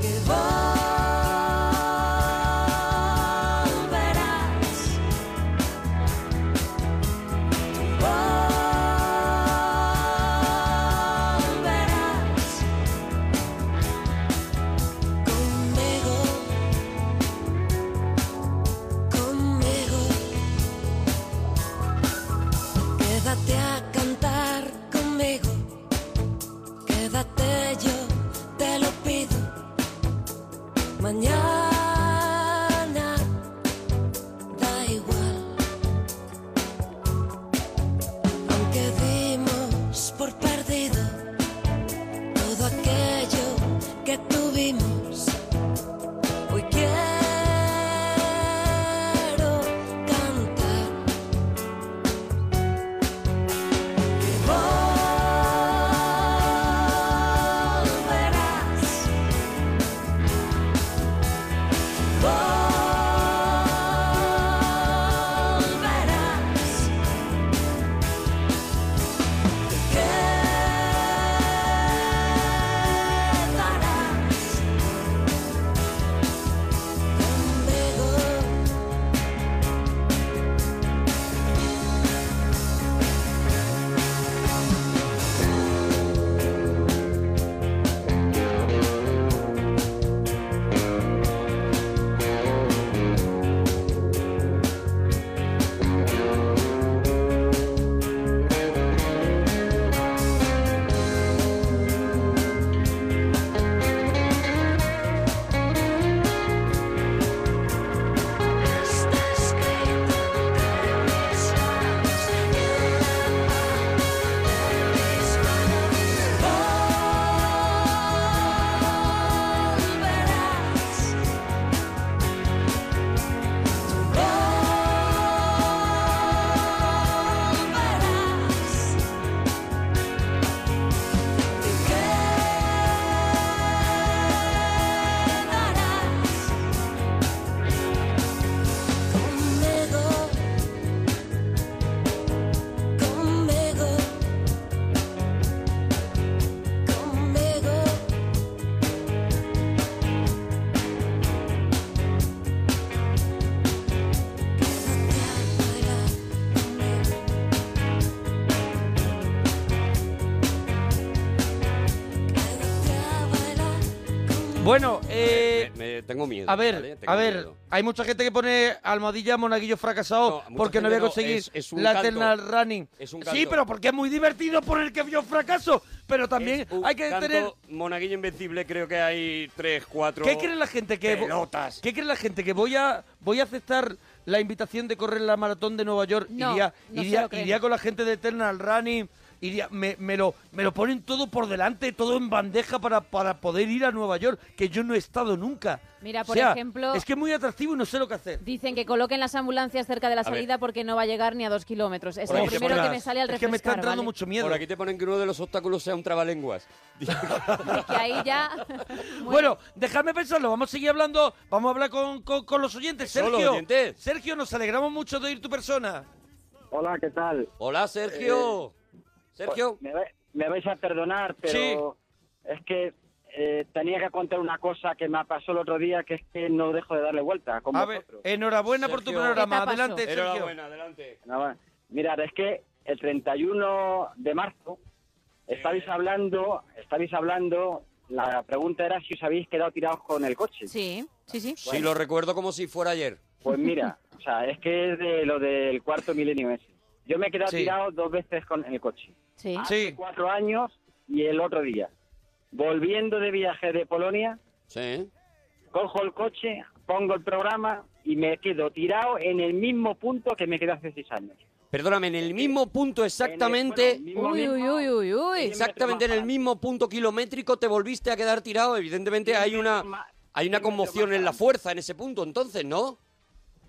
[SPEAKER 6] que volverás
[SPEAKER 1] Bueno, eh,
[SPEAKER 2] Me, me- tengo miedo.
[SPEAKER 1] a ver,
[SPEAKER 2] ¿vale? Tengo
[SPEAKER 1] a ver,
[SPEAKER 2] miedo.
[SPEAKER 1] hay mucha gente que pone almohadilla monaguillo fracasado
[SPEAKER 2] No, mucha
[SPEAKER 1] porque no
[SPEAKER 2] gente
[SPEAKER 1] voy a
[SPEAKER 2] no,
[SPEAKER 1] conseguir
[SPEAKER 2] es- es un
[SPEAKER 1] lateral running.
[SPEAKER 2] Es un
[SPEAKER 1] sí,
[SPEAKER 2] canto.
[SPEAKER 1] pero porque es muy divertido poner que yo fracaso, pero también
[SPEAKER 2] Es un
[SPEAKER 1] hay que
[SPEAKER 2] canto
[SPEAKER 1] tener
[SPEAKER 2] Monaguillo Invencible, creo que hay tres, cuatro.
[SPEAKER 1] ¿Qué cree la gente que vo-
[SPEAKER 2] pelotas.
[SPEAKER 1] ¿Qué cree la gente que voy a voy a aceptar la invitación de correr la maratón de Nueva York?
[SPEAKER 3] No,
[SPEAKER 1] iría,
[SPEAKER 3] no se
[SPEAKER 1] iría,
[SPEAKER 3] lo creen.
[SPEAKER 1] iría con la gente de Eternal Running. Iría, me, me lo, me lo ponen todo por delante, todo en bandeja para, para poder ir a Nueva York, que yo no he estado nunca.
[SPEAKER 3] Mira,
[SPEAKER 1] O
[SPEAKER 3] por
[SPEAKER 1] sea,
[SPEAKER 3] ejemplo-
[SPEAKER 1] Es que es muy atractivo y no sé lo que hacer.
[SPEAKER 3] Dicen que coloquen las ambulancias cerca de la
[SPEAKER 2] A ver.
[SPEAKER 3] salida porque no va a llegar ni a dos kilómetros. Es
[SPEAKER 1] Por
[SPEAKER 3] lo
[SPEAKER 1] aquí te
[SPEAKER 3] primero que
[SPEAKER 1] ponen-
[SPEAKER 3] me sale
[SPEAKER 1] Es
[SPEAKER 3] al
[SPEAKER 1] que
[SPEAKER 3] refrescar,
[SPEAKER 1] me está entrando
[SPEAKER 3] ¿vale?
[SPEAKER 1] mucho miedo.
[SPEAKER 2] Por aquí te ponen que uno de los obstáculos sea un trabalenguas.
[SPEAKER 3] Que ahí ya...
[SPEAKER 1] Bueno, dejadme pensarlo, vamos a seguir hablando, vamos a hablar con, con- con los oyentes.
[SPEAKER 2] Eso, los
[SPEAKER 1] Sergio,
[SPEAKER 2] oyentes.
[SPEAKER 1] Sergio, nos alegramos mucho de oír tu persona. Eh,
[SPEAKER 7] Hola, ¿qué tal?
[SPEAKER 2] Hola, Sergio. Sergio.
[SPEAKER 7] Pues, Me, ve- me vais a perdonar, pero
[SPEAKER 1] Sí.
[SPEAKER 7] es que eh, tenía que contar una cosa que me pasó el otro día, que es que no dejo de darle vuelta con
[SPEAKER 1] A ver,
[SPEAKER 7] vosotros.
[SPEAKER 1] Eh, enhorabuena por tu
[SPEAKER 2] Sergio.
[SPEAKER 1] programa.
[SPEAKER 3] ¿Qué te pasó?
[SPEAKER 1] Adelante, Sergio.
[SPEAKER 2] Enhorabuena, adelante.
[SPEAKER 7] Nada más. Mirad, es que el 31 de marzo
[SPEAKER 1] Eh.
[SPEAKER 7] estabais hablando, estabais hablando, la pregunta era si os habéis quedado tirados con el coche.
[SPEAKER 3] Sí, sí, sí.
[SPEAKER 2] Sí, lo recuerdo como si fuera ayer.
[SPEAKER 7] Pues mira, o sea, es que es de lo del cuarto milenio ese. Yo me he quedado
[SPEAKER 1] Sí.
[SPEAKER 7] tirado dos veces con el coche.
[SPEAKER 3] Sí.
[SPEAKER 7] Hace
[SPEAKER 1] Sí.
[SPEAKER 7] cuatro años y el otro día. Volviendo de viaje de Polonia,
[SPEAKER 2] Sí.
[SPEAKER 7] cojo el coche, pongo el programa y me quedo tirado en el mismo punto que me quedé hace seis años.
[SPEAKER 2] Perdóname, en el mismo punto
[SPEAKER 7] En
[SPEAKER 2] exactamente.
[SPEAKER 7] el- bueno,
[SPEAKER 3] Uy,
[SPEAKER 7] mismo-
[SPEAKER 3] uy, uy, uy, uy.
[SPEAKER 2] Exactamente en el mismo punto kilométrico te volviste a quedar tirado. Evidentemente hay una hay una conmoción en la fuerza en ese punto, entonces, ¿no?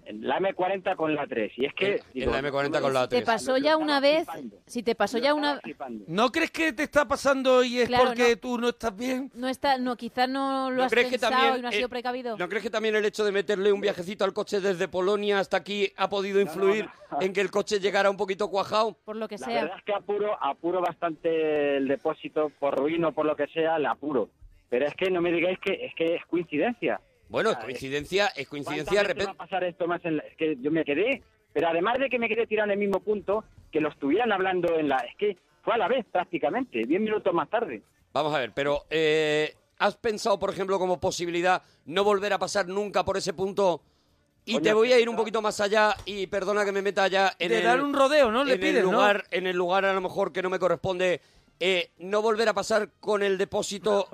[SPEAKER 7] La M40 con la 3. Y es que...
[SPEAKER 2] En, en la M40 con la
[SPEAKER 3] Te
[SPEAKER 2] 3.
[SPEAKER 3] pasó ya una vez...
[SPEAKER 7] flipando.
[SPEAKER 3] Si te pasó ya una...
[SPEAKER 1] ¿No crees que te está pasando y es
[SPEAKER 3] Claro,
[SPEAKER 1] porque
[SPEAKER 3] no.
[SPEAKER 1] tú no estás bien?
[SPEAKER 3] No está, no, quizás no lo
[SPEAKER 2] ¿No
[SPEAKER 3] has
[SPEAKER 2] crees que
[SPEAKER 3] pensado
[SPEAKER 2] también,
[SPEAKER 3] y no has
[SPEAKER 2] eh,
[SPEAKER 3] sido precavido.
[SPEAKER 2] ¿No crees que también el hecho de meterle un viajecito al coche desde Polonia hasta aquí ha podido influir en que el coche llegara un poquito cuajado?
[SPEAKER 3] por lo que
[SPEAKER 7] La
[SPEAKER 3] sea.
[SPEAKER 7] verdad es que apuro, apuro bastante el depósito por ruino, por lo que sea, la apuro. Pero es que no me digáis que es que es coincidencia.
[SPEAKER 2] Bueno, es
[SPEAKER 7] A ver.
[SPEAKER 2] coincidencia, es coincidencia de
[SPEAKER 7] ¿Cuántas veces va
[SPEAKER 2] repente.
[SPEAKER 7] a pasar esto más? En la- es que yo me quedé, pero además de que me quedé tirado en el mismo punto, que lo estuvieran hablando en la... Es que fue a la vez prácticamente, 10 minutos más tarde.
[SPEAKER 2] Vamos a ver, pero eh, ¿has pensado, por ejemplo, como posibilidad no volver a pasar nunca por ese punto? Y
[SPEAKER 7] Coño,
[SPEAKER 2] te voy a ir
[SPEAKER 7] quizá-
[SPEAKER 2] un poquito más allá y perdona que me meta allá en
[SPEAKER 1] de
[SPEAKER 2] el,
[SPEAKER 1] dar un rodeo, ¿no? Le
[SPEAKER 2] en
[SPEAKER 1] pides,
[SPEAKER 2] el
[SPEAKER 1] ¿no?
[SPEAKER 2] lugar, en el lugar a lo mejor que no me corresponde, eh, no volver a pasar con el depósito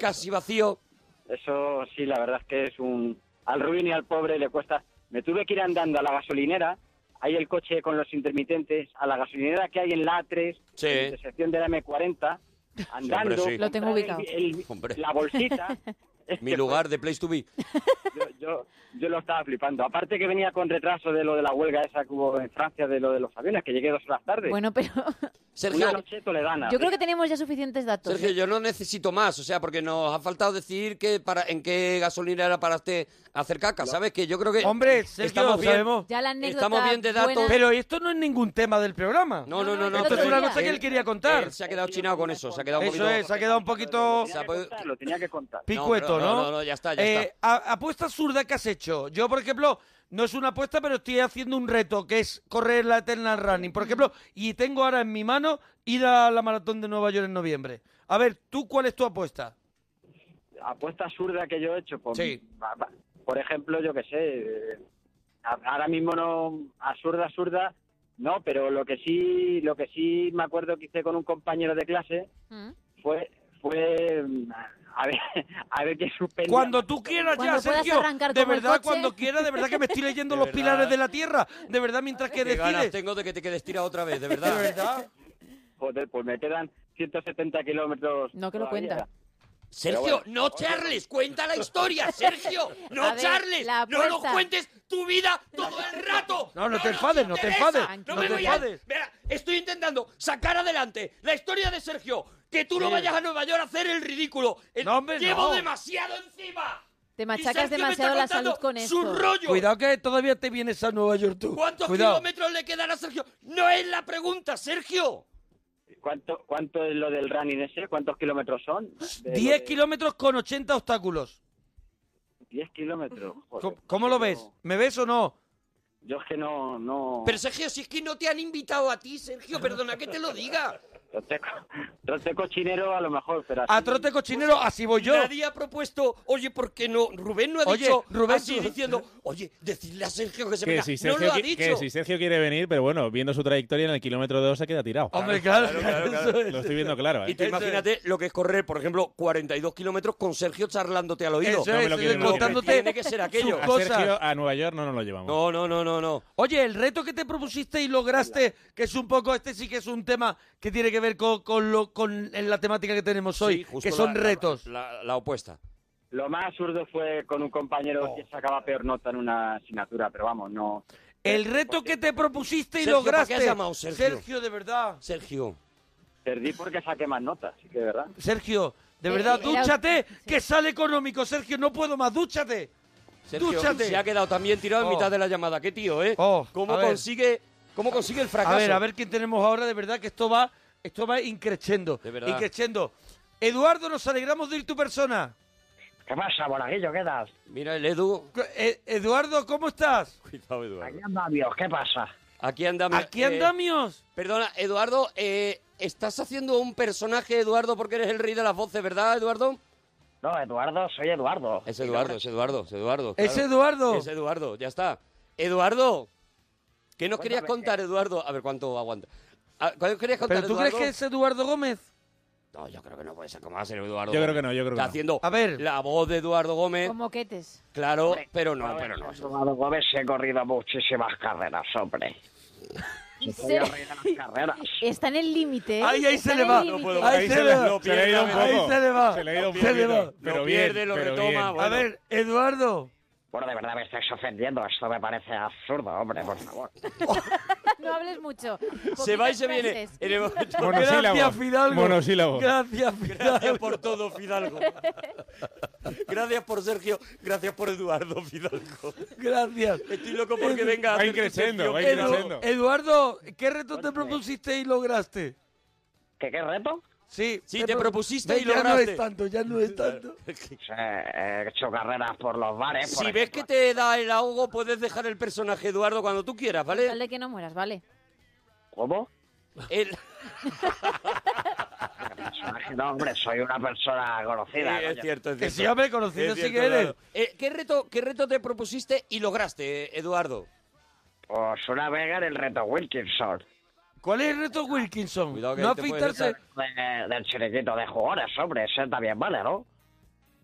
[SPEAKER 2] casi vacío.
[SPEAKER 7] Eso sí, la verdad es que es un... Al ruin y al pobre le cuesta... Me tuve que ir andando a la gasolinera, hay el coche con los intermitentes, a la gasolinera que hay en la A3,
[SPEAKER 2] Sí.
[SPEAKER 7] en la intersección de la M40, andando...
[SPEAKER 2] sí.
[SPEAKER 3] Lo tengo
[SPEAKER 7] comprar el- el-
[SPEAKER 2] Hombre.
[SPEAKER 7] La bolsita... Es
[SPEAKER 2] Mi
[SPEAKER 7] que
[SPEAKER 2] lugar de place to be.
[SPEAKER 7] yo, yo, yo lo estaba flipando. Aparte que venía con retraso de lo de la huelga esa que hubo en Francia, de lo de los aviones, que llegué dos horas tarde.
[SPEAKER 3] Bueno, pero
[SPEAKER 2] Sergio,
[SPEAKER 7] Una noche toledana.
[SPEAKER 3] yo creo que tenemos ya suficientes datos.
[SPEAKER 2] Sergio, yo no necesito más, o sea, porque nos ha faltado decir que para en qué gasolina era para este hacer caca, ¿sabes? Que yo creo que
[SPEAKER 1] Hombre, Sergio,
[SPEAKER 2] estamos
[SPEAKER 1] lo
[SPEAKER 2] bien.
[SPEAKER 1] sabemos.
[SPEAKER 3] Ya la anécdota
[SPEAKER 2] Estamos bien de datos.
[SPEAKER 3] buena-
[SPEAKER 1] Pero esto no es ningún tema del programa.
[SPEAKER 2] No, no, eh, no, no.
[SPEAKER 3] El
[SPEAKER 1] Esto es
[SPEAKER 3] otro
[SPEAKER 1] una
[SPEAKER 3] día.
[SPEAKER 1] cosa que él quería contar.
[SPEAKER 2] Él se ha quedado chinado con eso, se ha quedado un
[SPEAKER 1] Eso
[SPEAKER 2] poquito.
[SPEAKER 1] es, ha quedado un
[SPEAKER 7] Lo
[SPEAKER 1] poquito
[SPEAKER 7] tenía que contar, lo tenía que contar.
[SPEAKER 1] picueto, ¿no?
[SPEAKER 2] No, no, no, no, ya está, ya
[SPEAKER 1] Eh,
[SPEAKER 2] está.
[SPEAKER 1] a- apuesta absurda que has hecho. Yo, por ejemplo, no es una apuesta, pero estoy haciendo un reto, que es correr la Eternal Running, por ejemplo, y tengo ahora en mi mano ir a la maratón de Nueva York en noviembre. A ver, ¿tú cuál es tu apuesta?
[SPEAKER 7] Apuesta absurda que yo he hecho. Por,
[SPEAKER 1] Sí.
[SPEAKER 7] va- va- por ejemplo, yo que sé, eh, a- ahora mismo no, absurda, absurda, no, pero lo que sí, lo que sí me acuerdo que hice con un compañero de clase
[SPEAKER 3] Mm.
[SPEAKER 7] fue, fue, mm, a ver, a ver qué suspendía.
[SPEAKER 1] Cuando tú quieras
[SPEAKER 3] Cuando
[SPEAKER 1] ya,
[SPEAKER 3] puedas
[SPEAKER 1] Sergio.
[SPEAKER 3] arrancar
[SPEAKER 1] De
[SPEAKER 3] como el
[SPEAKER 1] verdad,
[SPEAKER 3] coche.
[SPEAKER 1] cuando quieras, de verdad que me estoy leyendo
[SPEAKER 2] De
[SPEAKER 1] los
[SPEAKER 2] verdad.
[SPEAKER 1] pilares de la tierra. De verdad, mientras que
[SPEAKER 2] Qué ganas
[SPEAKER 1] decides.
[SPEAKER 2] tengo de que te quedes tirado otra vez, de
[SPEAKER 1] De
[SPEAKER 2] verdad.
[SPEAKER 1] verdad.
[SPEAKER 7] Joder, pues me quedan 170 kilómetros.
[SPEAKER 3] No, que lo
[SPEAKER 7] todavía.
[SPEAKER 3] cuenta.
[SPEAKER 2] Sergio, no charles, cuenta la historia, Sergio.
[SPEAKER 3] A
[SPEAKER 2] No
[SPEAKER 3] ver,
[SPEAKER 2] charles,
[SPEAKER 3] la
[SPEAKER 2] no nos
[SPEAKER 3] apuesta.
[SPEAKER 2] cuentes tu vida todo el rato.
[SPEAKER 1] No, no te
[SPEAKER 2] nos
[SPEAKER 1] enfades, no te
[SPEAKER 2] interesa.
[SPEAKER 1] enfades,
[SPEAKER 2] No
[SPEAKER 1] no
[SPEAKER 2] me
[SPEAKER 1] te
[SPEAKER 2] voy a-
[SPEAKER 1] enfades.
[SPEAKER 2] Verá, estoy intentando sacar adelante la historia de Sergio. Que tú no
[SPEAKER 1] Sí.
[SPEAKER 2] vayas a Nueva York a hacer el ridículo. Eh,
[SPEAKER 1] No, hombre,
[SPEAKER 2] Llevo
[SPEAKER 1] no.
[SPEAKER 2] demasiado encima.
[SPEAKER 3] Te
[SPEAKER 2] Y
[SPEAKER 3] machacas
[SPEAKER 2] Sergio me está
[SPEAKER 3] demasiado la
[SPEAKER 2] contando
[SPEAKER 3] salud con
[SPEAKER 2] su
[SPEAKER 3] esto.
[SPEAKER 2] rollo.
[SPEAKER 1] Cuidado que todavía te vienes a Nueva York tú.
[SPEAKER 2] ¿Cuántos
[SPEAKER 1] Cuidado.
[SPEAKER 2] kilómetros le quedan a Sergio? No es la pregunta, Sergio.
[SPEAKER 7] ¿Cuánto, ¿Cuánto es lo del running ese? ¿Cuántos kilómetros son? De-
[SPEAKER 1] 10
[SPEAKER 7] de-
[SPEAKER 1] kilómetros con 80 obstáculos.
[SPEAKER 7] 10 kilómetros. joder.
[SPEAKER 1] ¿Cómo, cómo lo ves?
[SPEAKER 7] Yo-
[SPEAKER 1] ¿Me ves o no?
[SPEAKER 7] Yo es que no... no...
[SPEAKER 2] Pero Sergio, si es que no te han invitado a ti, Sergio, perdona que te lo diga.
[SPEAKER 7] Trote, co- trote cochinero a lo mejor, pero así-
[SPEAKER 1] A trote cochinero, Ah, así voy yo.
[SPEAKER 2] Nadie ha propuesto, oye, ¿por qué no? Rubén no ha
[SPEAKER 1] Oye,
[SPEAKER 2] dicho
[SPEAKER 1] Rubén,
[SPEAKER 2] así
[SPEAKER 1] tú-
[SPEAKER 2] diciendo, oye, decirle a Sergio que se
[SPEAKER 4] Que
[SPEAKER 2] venga.
[SPEAKER 4] si,
[SPEAKER 2] no
[SPEAKER 4] Sergio,
[SPEAKER 2] lo ha
[SPEAKER 4] qui-
[SPEAKER 2] dicho.
[SPEAKER 4] que si Sergio quiere venir, pero bueno, viendo su trayectoria en el kilómetro 2 se queda tirado.
[SPEAKER 1] Hombre, claro. eso es.
[SPEAKER 4] Lo estoy viendo claro. ¿eh?
[SPEAKER 2] Y tú
[SPEAKER 1] Eso es.
[SPEAKER 2] imagínate lo que es correr, por ejemplo, 42 kilómetros con Sergio charlándote al oído.
[SPEAKER 1] Eso
[SPEAKER 4] No me
[SPEAKER 1] es,
[SPEAKER 4] lo quiero
[SPEAKER 1] eh,
[SPEAKER 4] imaginar.
[SPEAKER 1] contándote
[SPEAKER 2] Tiene que ser aquello.
[SPEAKER 1] sus
[SPEAKER 4] A
[SPEAKER 1] cosas.
[SPEAKER 4] Sergio a Nueva York no nos lo llevamos.
[SPEAKER 2] No, no, no, no, no.
[SPEAKER 1] Oye, el reto que te propusiste y lograste, que es un poco, este sí que es un tema que tiene que ver con, con lo, con la temática que tenemos
[SPEAKER 2] Sí,
[SPEAKER 1] hoy,
[SPEAKER 2] justo
[SPEAKER 1] que son
[SPEAKER 2] la- la-
[SPEAKER 1] retos.
[SPEAKER 2] La, la opuesta.
[SPEAKER 7] Lo más absurdo fue con un compañero que sacaba peor nota en una asignatura, pero vamos, no.
[SPEAKER 1] el reto que te propusiste y
[SPEAKER 2] Sergio, ¿para qué
[SPEAKER 1] lograste.
[SPEAKER 2] has llamado, Sergio?
[SPEAKER 1] de verdad.
[SPEAKER 2] Sergio.
[SPEAKER 7] Perdí porque saqué más notas, sí que de verdad.
[SPEAKER 1] Sergio, de
[SPEAKER 3] Eh,
[SPEAKER 1] verdad,
[SPEAKER 3] era-
[SPEAKER 1] dúchate, que sale económico, Sergio, no puedo más, dúchate.
[SPEAKER 2] Sergio
[SPEAKER 1] Dúchate.
[SPEAKER 2] se ha quedado también tirado en
[SPEAKER 1] Oh.
[SPEAKER 2] mitad de la llamada. Qué tío, ¿eh?
[SPEAKER 1] Oh,
[SPEAKER 2] ¿Cómo
[SPEAKER 1] a ver.
[SPEAKER 2] consigue, cómo consigue el fracaso?
[SPEAKER 1] A ver, a ver quién tenemos ahora, de verdad que esto va, esto va increchendo.
[SPEAKER 2] De verdad.
[SPEAKER 1] Increchendo. Eduardo, nos alegramos de ir tu persona.
[SPEAKER 8] ¿Qué pasa, monaguillo? ¿Qué tal?
[SPEAKER 2] Mira el Edu.
[SPEAKER 1] Eh, Eduardo, ¿cómo estás?
[SPEAKER 2] Cuidado, Eduardo.
[SPEAKER 8] Aquí andamios, ¿qué pasa?
[SPEAKER 2] Aquí andamos. eh,
[SPEAKER 1] Aquí andamios.
[SPEAKER 2] Perdona, Eduardo, eh, estás haciendo un personaje, Eduardo, porque eres el rey de las voces, ¿verdad, Eduardo?
[SPEAKER 8] No, Eduardo, soy Eduardo.
[SPEAKER 2] Es Eduardo, es Eduardo, es Eduardo.
[SPEAKER 1] Es
[SPEAKER 2] claro.
[SPEAKER 1] Eduardo.
[SPEAKER 2] Es Eduardo, ya está. Eduardo, ¿qué nos querías
[SPEAKER 8] Cuéntame,
[SPEAKER 2] contar, Eduardo? A ver cuánto aguanta. A- ¿Cuál nos querías contar,
[SPEAKER 1] ¿Pero tú
[SPEAKER 2] Eduardo?
[SPEAKER 1] crees que es Eduardo Gómez?
[SPEAKER 2] No, yo creo que no puede ser. ¿Cómo va a ser Eduardo?
[SPEAKER 4] Yo creo
[SPEAKER 2] Gómez?
[SPEAKER 4] que no, yo creo que
[SPEAKER 2] Está
[SPEAKER 4] no.
[SPEAKER 2] haciendo
[SPEAKER 1] A ver.
[SPEAKER 2] la voz de Eduardo Gómez,
[SPEAKER 3] Con moquetes.
[SPEAKER 2] claro, pero no, pero no.
[SPEAKER 8] Eduardo Gómez he corrido muchísimas carreras, hombre.
[SPEAKER 3] Se-
[SPEAKER 8] Carreras.
[SPEAKER 3] Está en el límite. ¿eh?
[SPEAKER 1] Ahí, ahí
[SPEAKER 3] Está
[SPEAKER 1] se
[SPEAKER 3] en
[SPEAKER 1] le
[SPEAKER 3] el
[SPEAKER 1] va.
[SPEAKER 3] límite.
[SPEAKER 2] puedo.
[SPEAKER 1] Ahí
[SPEAKER 4] Ahí
[SPEAKER 1] se
[SPEAKER 4] se
[SPEAKER 1] le
[SPEAKER 4] le-
[SPEAKER 1] va.
[SPEAKER 2] se le ha ido un
[SPEAKER 1] Ahí
[SPEAKER 4] poco.
[SPEAKER 1] se le va.
[SPEAKER 4] Se le ha ido un
[SPEAKER 1] Se le va.
[SPEAKER 4] poquito. Pero
[SPEAKER 2] lo
[SPEAKER 4] bien,
[SPEAKER 2] pierde, lo
[SPEAKER 4] pero
[SPEAKER 2] retoma.
[SPEAKER 4] bien.
[SPEAKER 2] bueno.
[SPEAKER 1] A ver, Eduardo.
[SPEAKER 8] Bueno, de verdad me estáis ofendiendo. Esto me parece absurdo, hombre, por favor.
[SPEAKER 3] No hables mucho.
[SPEAKER 2] Se va y
[SPEAKER 3] Poquitas
[SPEAKER 2] se viene.
[SPEAKER 3] frases.
[SPEAKER 2] En el momento.
[SPEAKER 4] Monosílabo.
[SPEAKER 1] Gracias, Fidalgo.
[SPEAKER 4] Monosílabo.
[SPEAKER 1] Gracias, Fidalgo.
[SPEAKER 2] Gracias por todo, Fidalgo. Gracias por Sergio. Gracias por Eduardo, Fidalgo.
[SPEAKER 1] Gracias.
[SPEAKER 2] Estoy loco porque venga. a
[SPEAKER 4] Va
[SPEAKER 2] hacer este tu
[SPEAKER 4] increciendo,
[SPEAKER 2] sección.
[SPEAKER 4] va
[SPEAKER 2] Edu-
[SPEAKER 4] increciendo.
[SPEAKER 1] Edu- Eduardo, ¿qué reto te propusiste y lograste?
[SPEAKER 8] ¿Qué, qué reto?
[SPEAKER 1] Sí,
[SPEAKER 2] Sí, te
[SPEAKER 1] pro-
[SPEAKER 2] propusiste
[SPEAKER 1] Ve,
[SPEAKER 2] y
[SPEAKER 1] Ya no
[SPEAKER 2] lograste.
[SPEAKER 1] es tanto, ya no es tanto.
[SPEAKER 8] Sí, he hecho carreras por los bares. por
[SPEAKER 2] Si ves que
[SPEAKER 8] ejemplo.
[SPEAKER 2] te da el ahogo, puedes dejar el personaje, Eduardo, cuando tú quieras,
[SPEAKER 3] Tal
[SPEAKER 2] ¿vale?
[SPEAKER 3] de que no mueras, vale.
[SPEAKER 8] ¿Cómo?
[SPEAKER 2] El-
[SPEAKER 8] ¿Qué personaje? No, hombre, soy una persona conocida.
[SPEAKER 2] Sí, es
[SPEAKER 8] coño.
[SPEAKER 2] cierto, es
[SPEAKER 1] Que
[SPEAKER 2] cierto.
[SPEAKER 1] sí, hombre,
[SPEAKER 2] Es
[SPEAKER 1] conocido sí
[SPEAKER 2] cierto,
[SPEAKER 1] que eres.
[SPEAKER 2] Eduardo. Eh, ¿qué, reto, ¿Qué reto te propusiste y lograste, eh, Eduardo?
[SPEAKER 8] Pues una vega en el reto Wilkinson.
[SPEAKER 1] ¿Cuál es el reto Wilkinson?
[SPEAKER 2] Cuidado que
[SPEAKER 1] no
[SPEAKER 2] ahí te puedes
[SPEAKER 1] afeitarse.
[SPEAKER 8] De- Eh, del chiringuito de jugadores, hombre. Ese también vale, ¿no?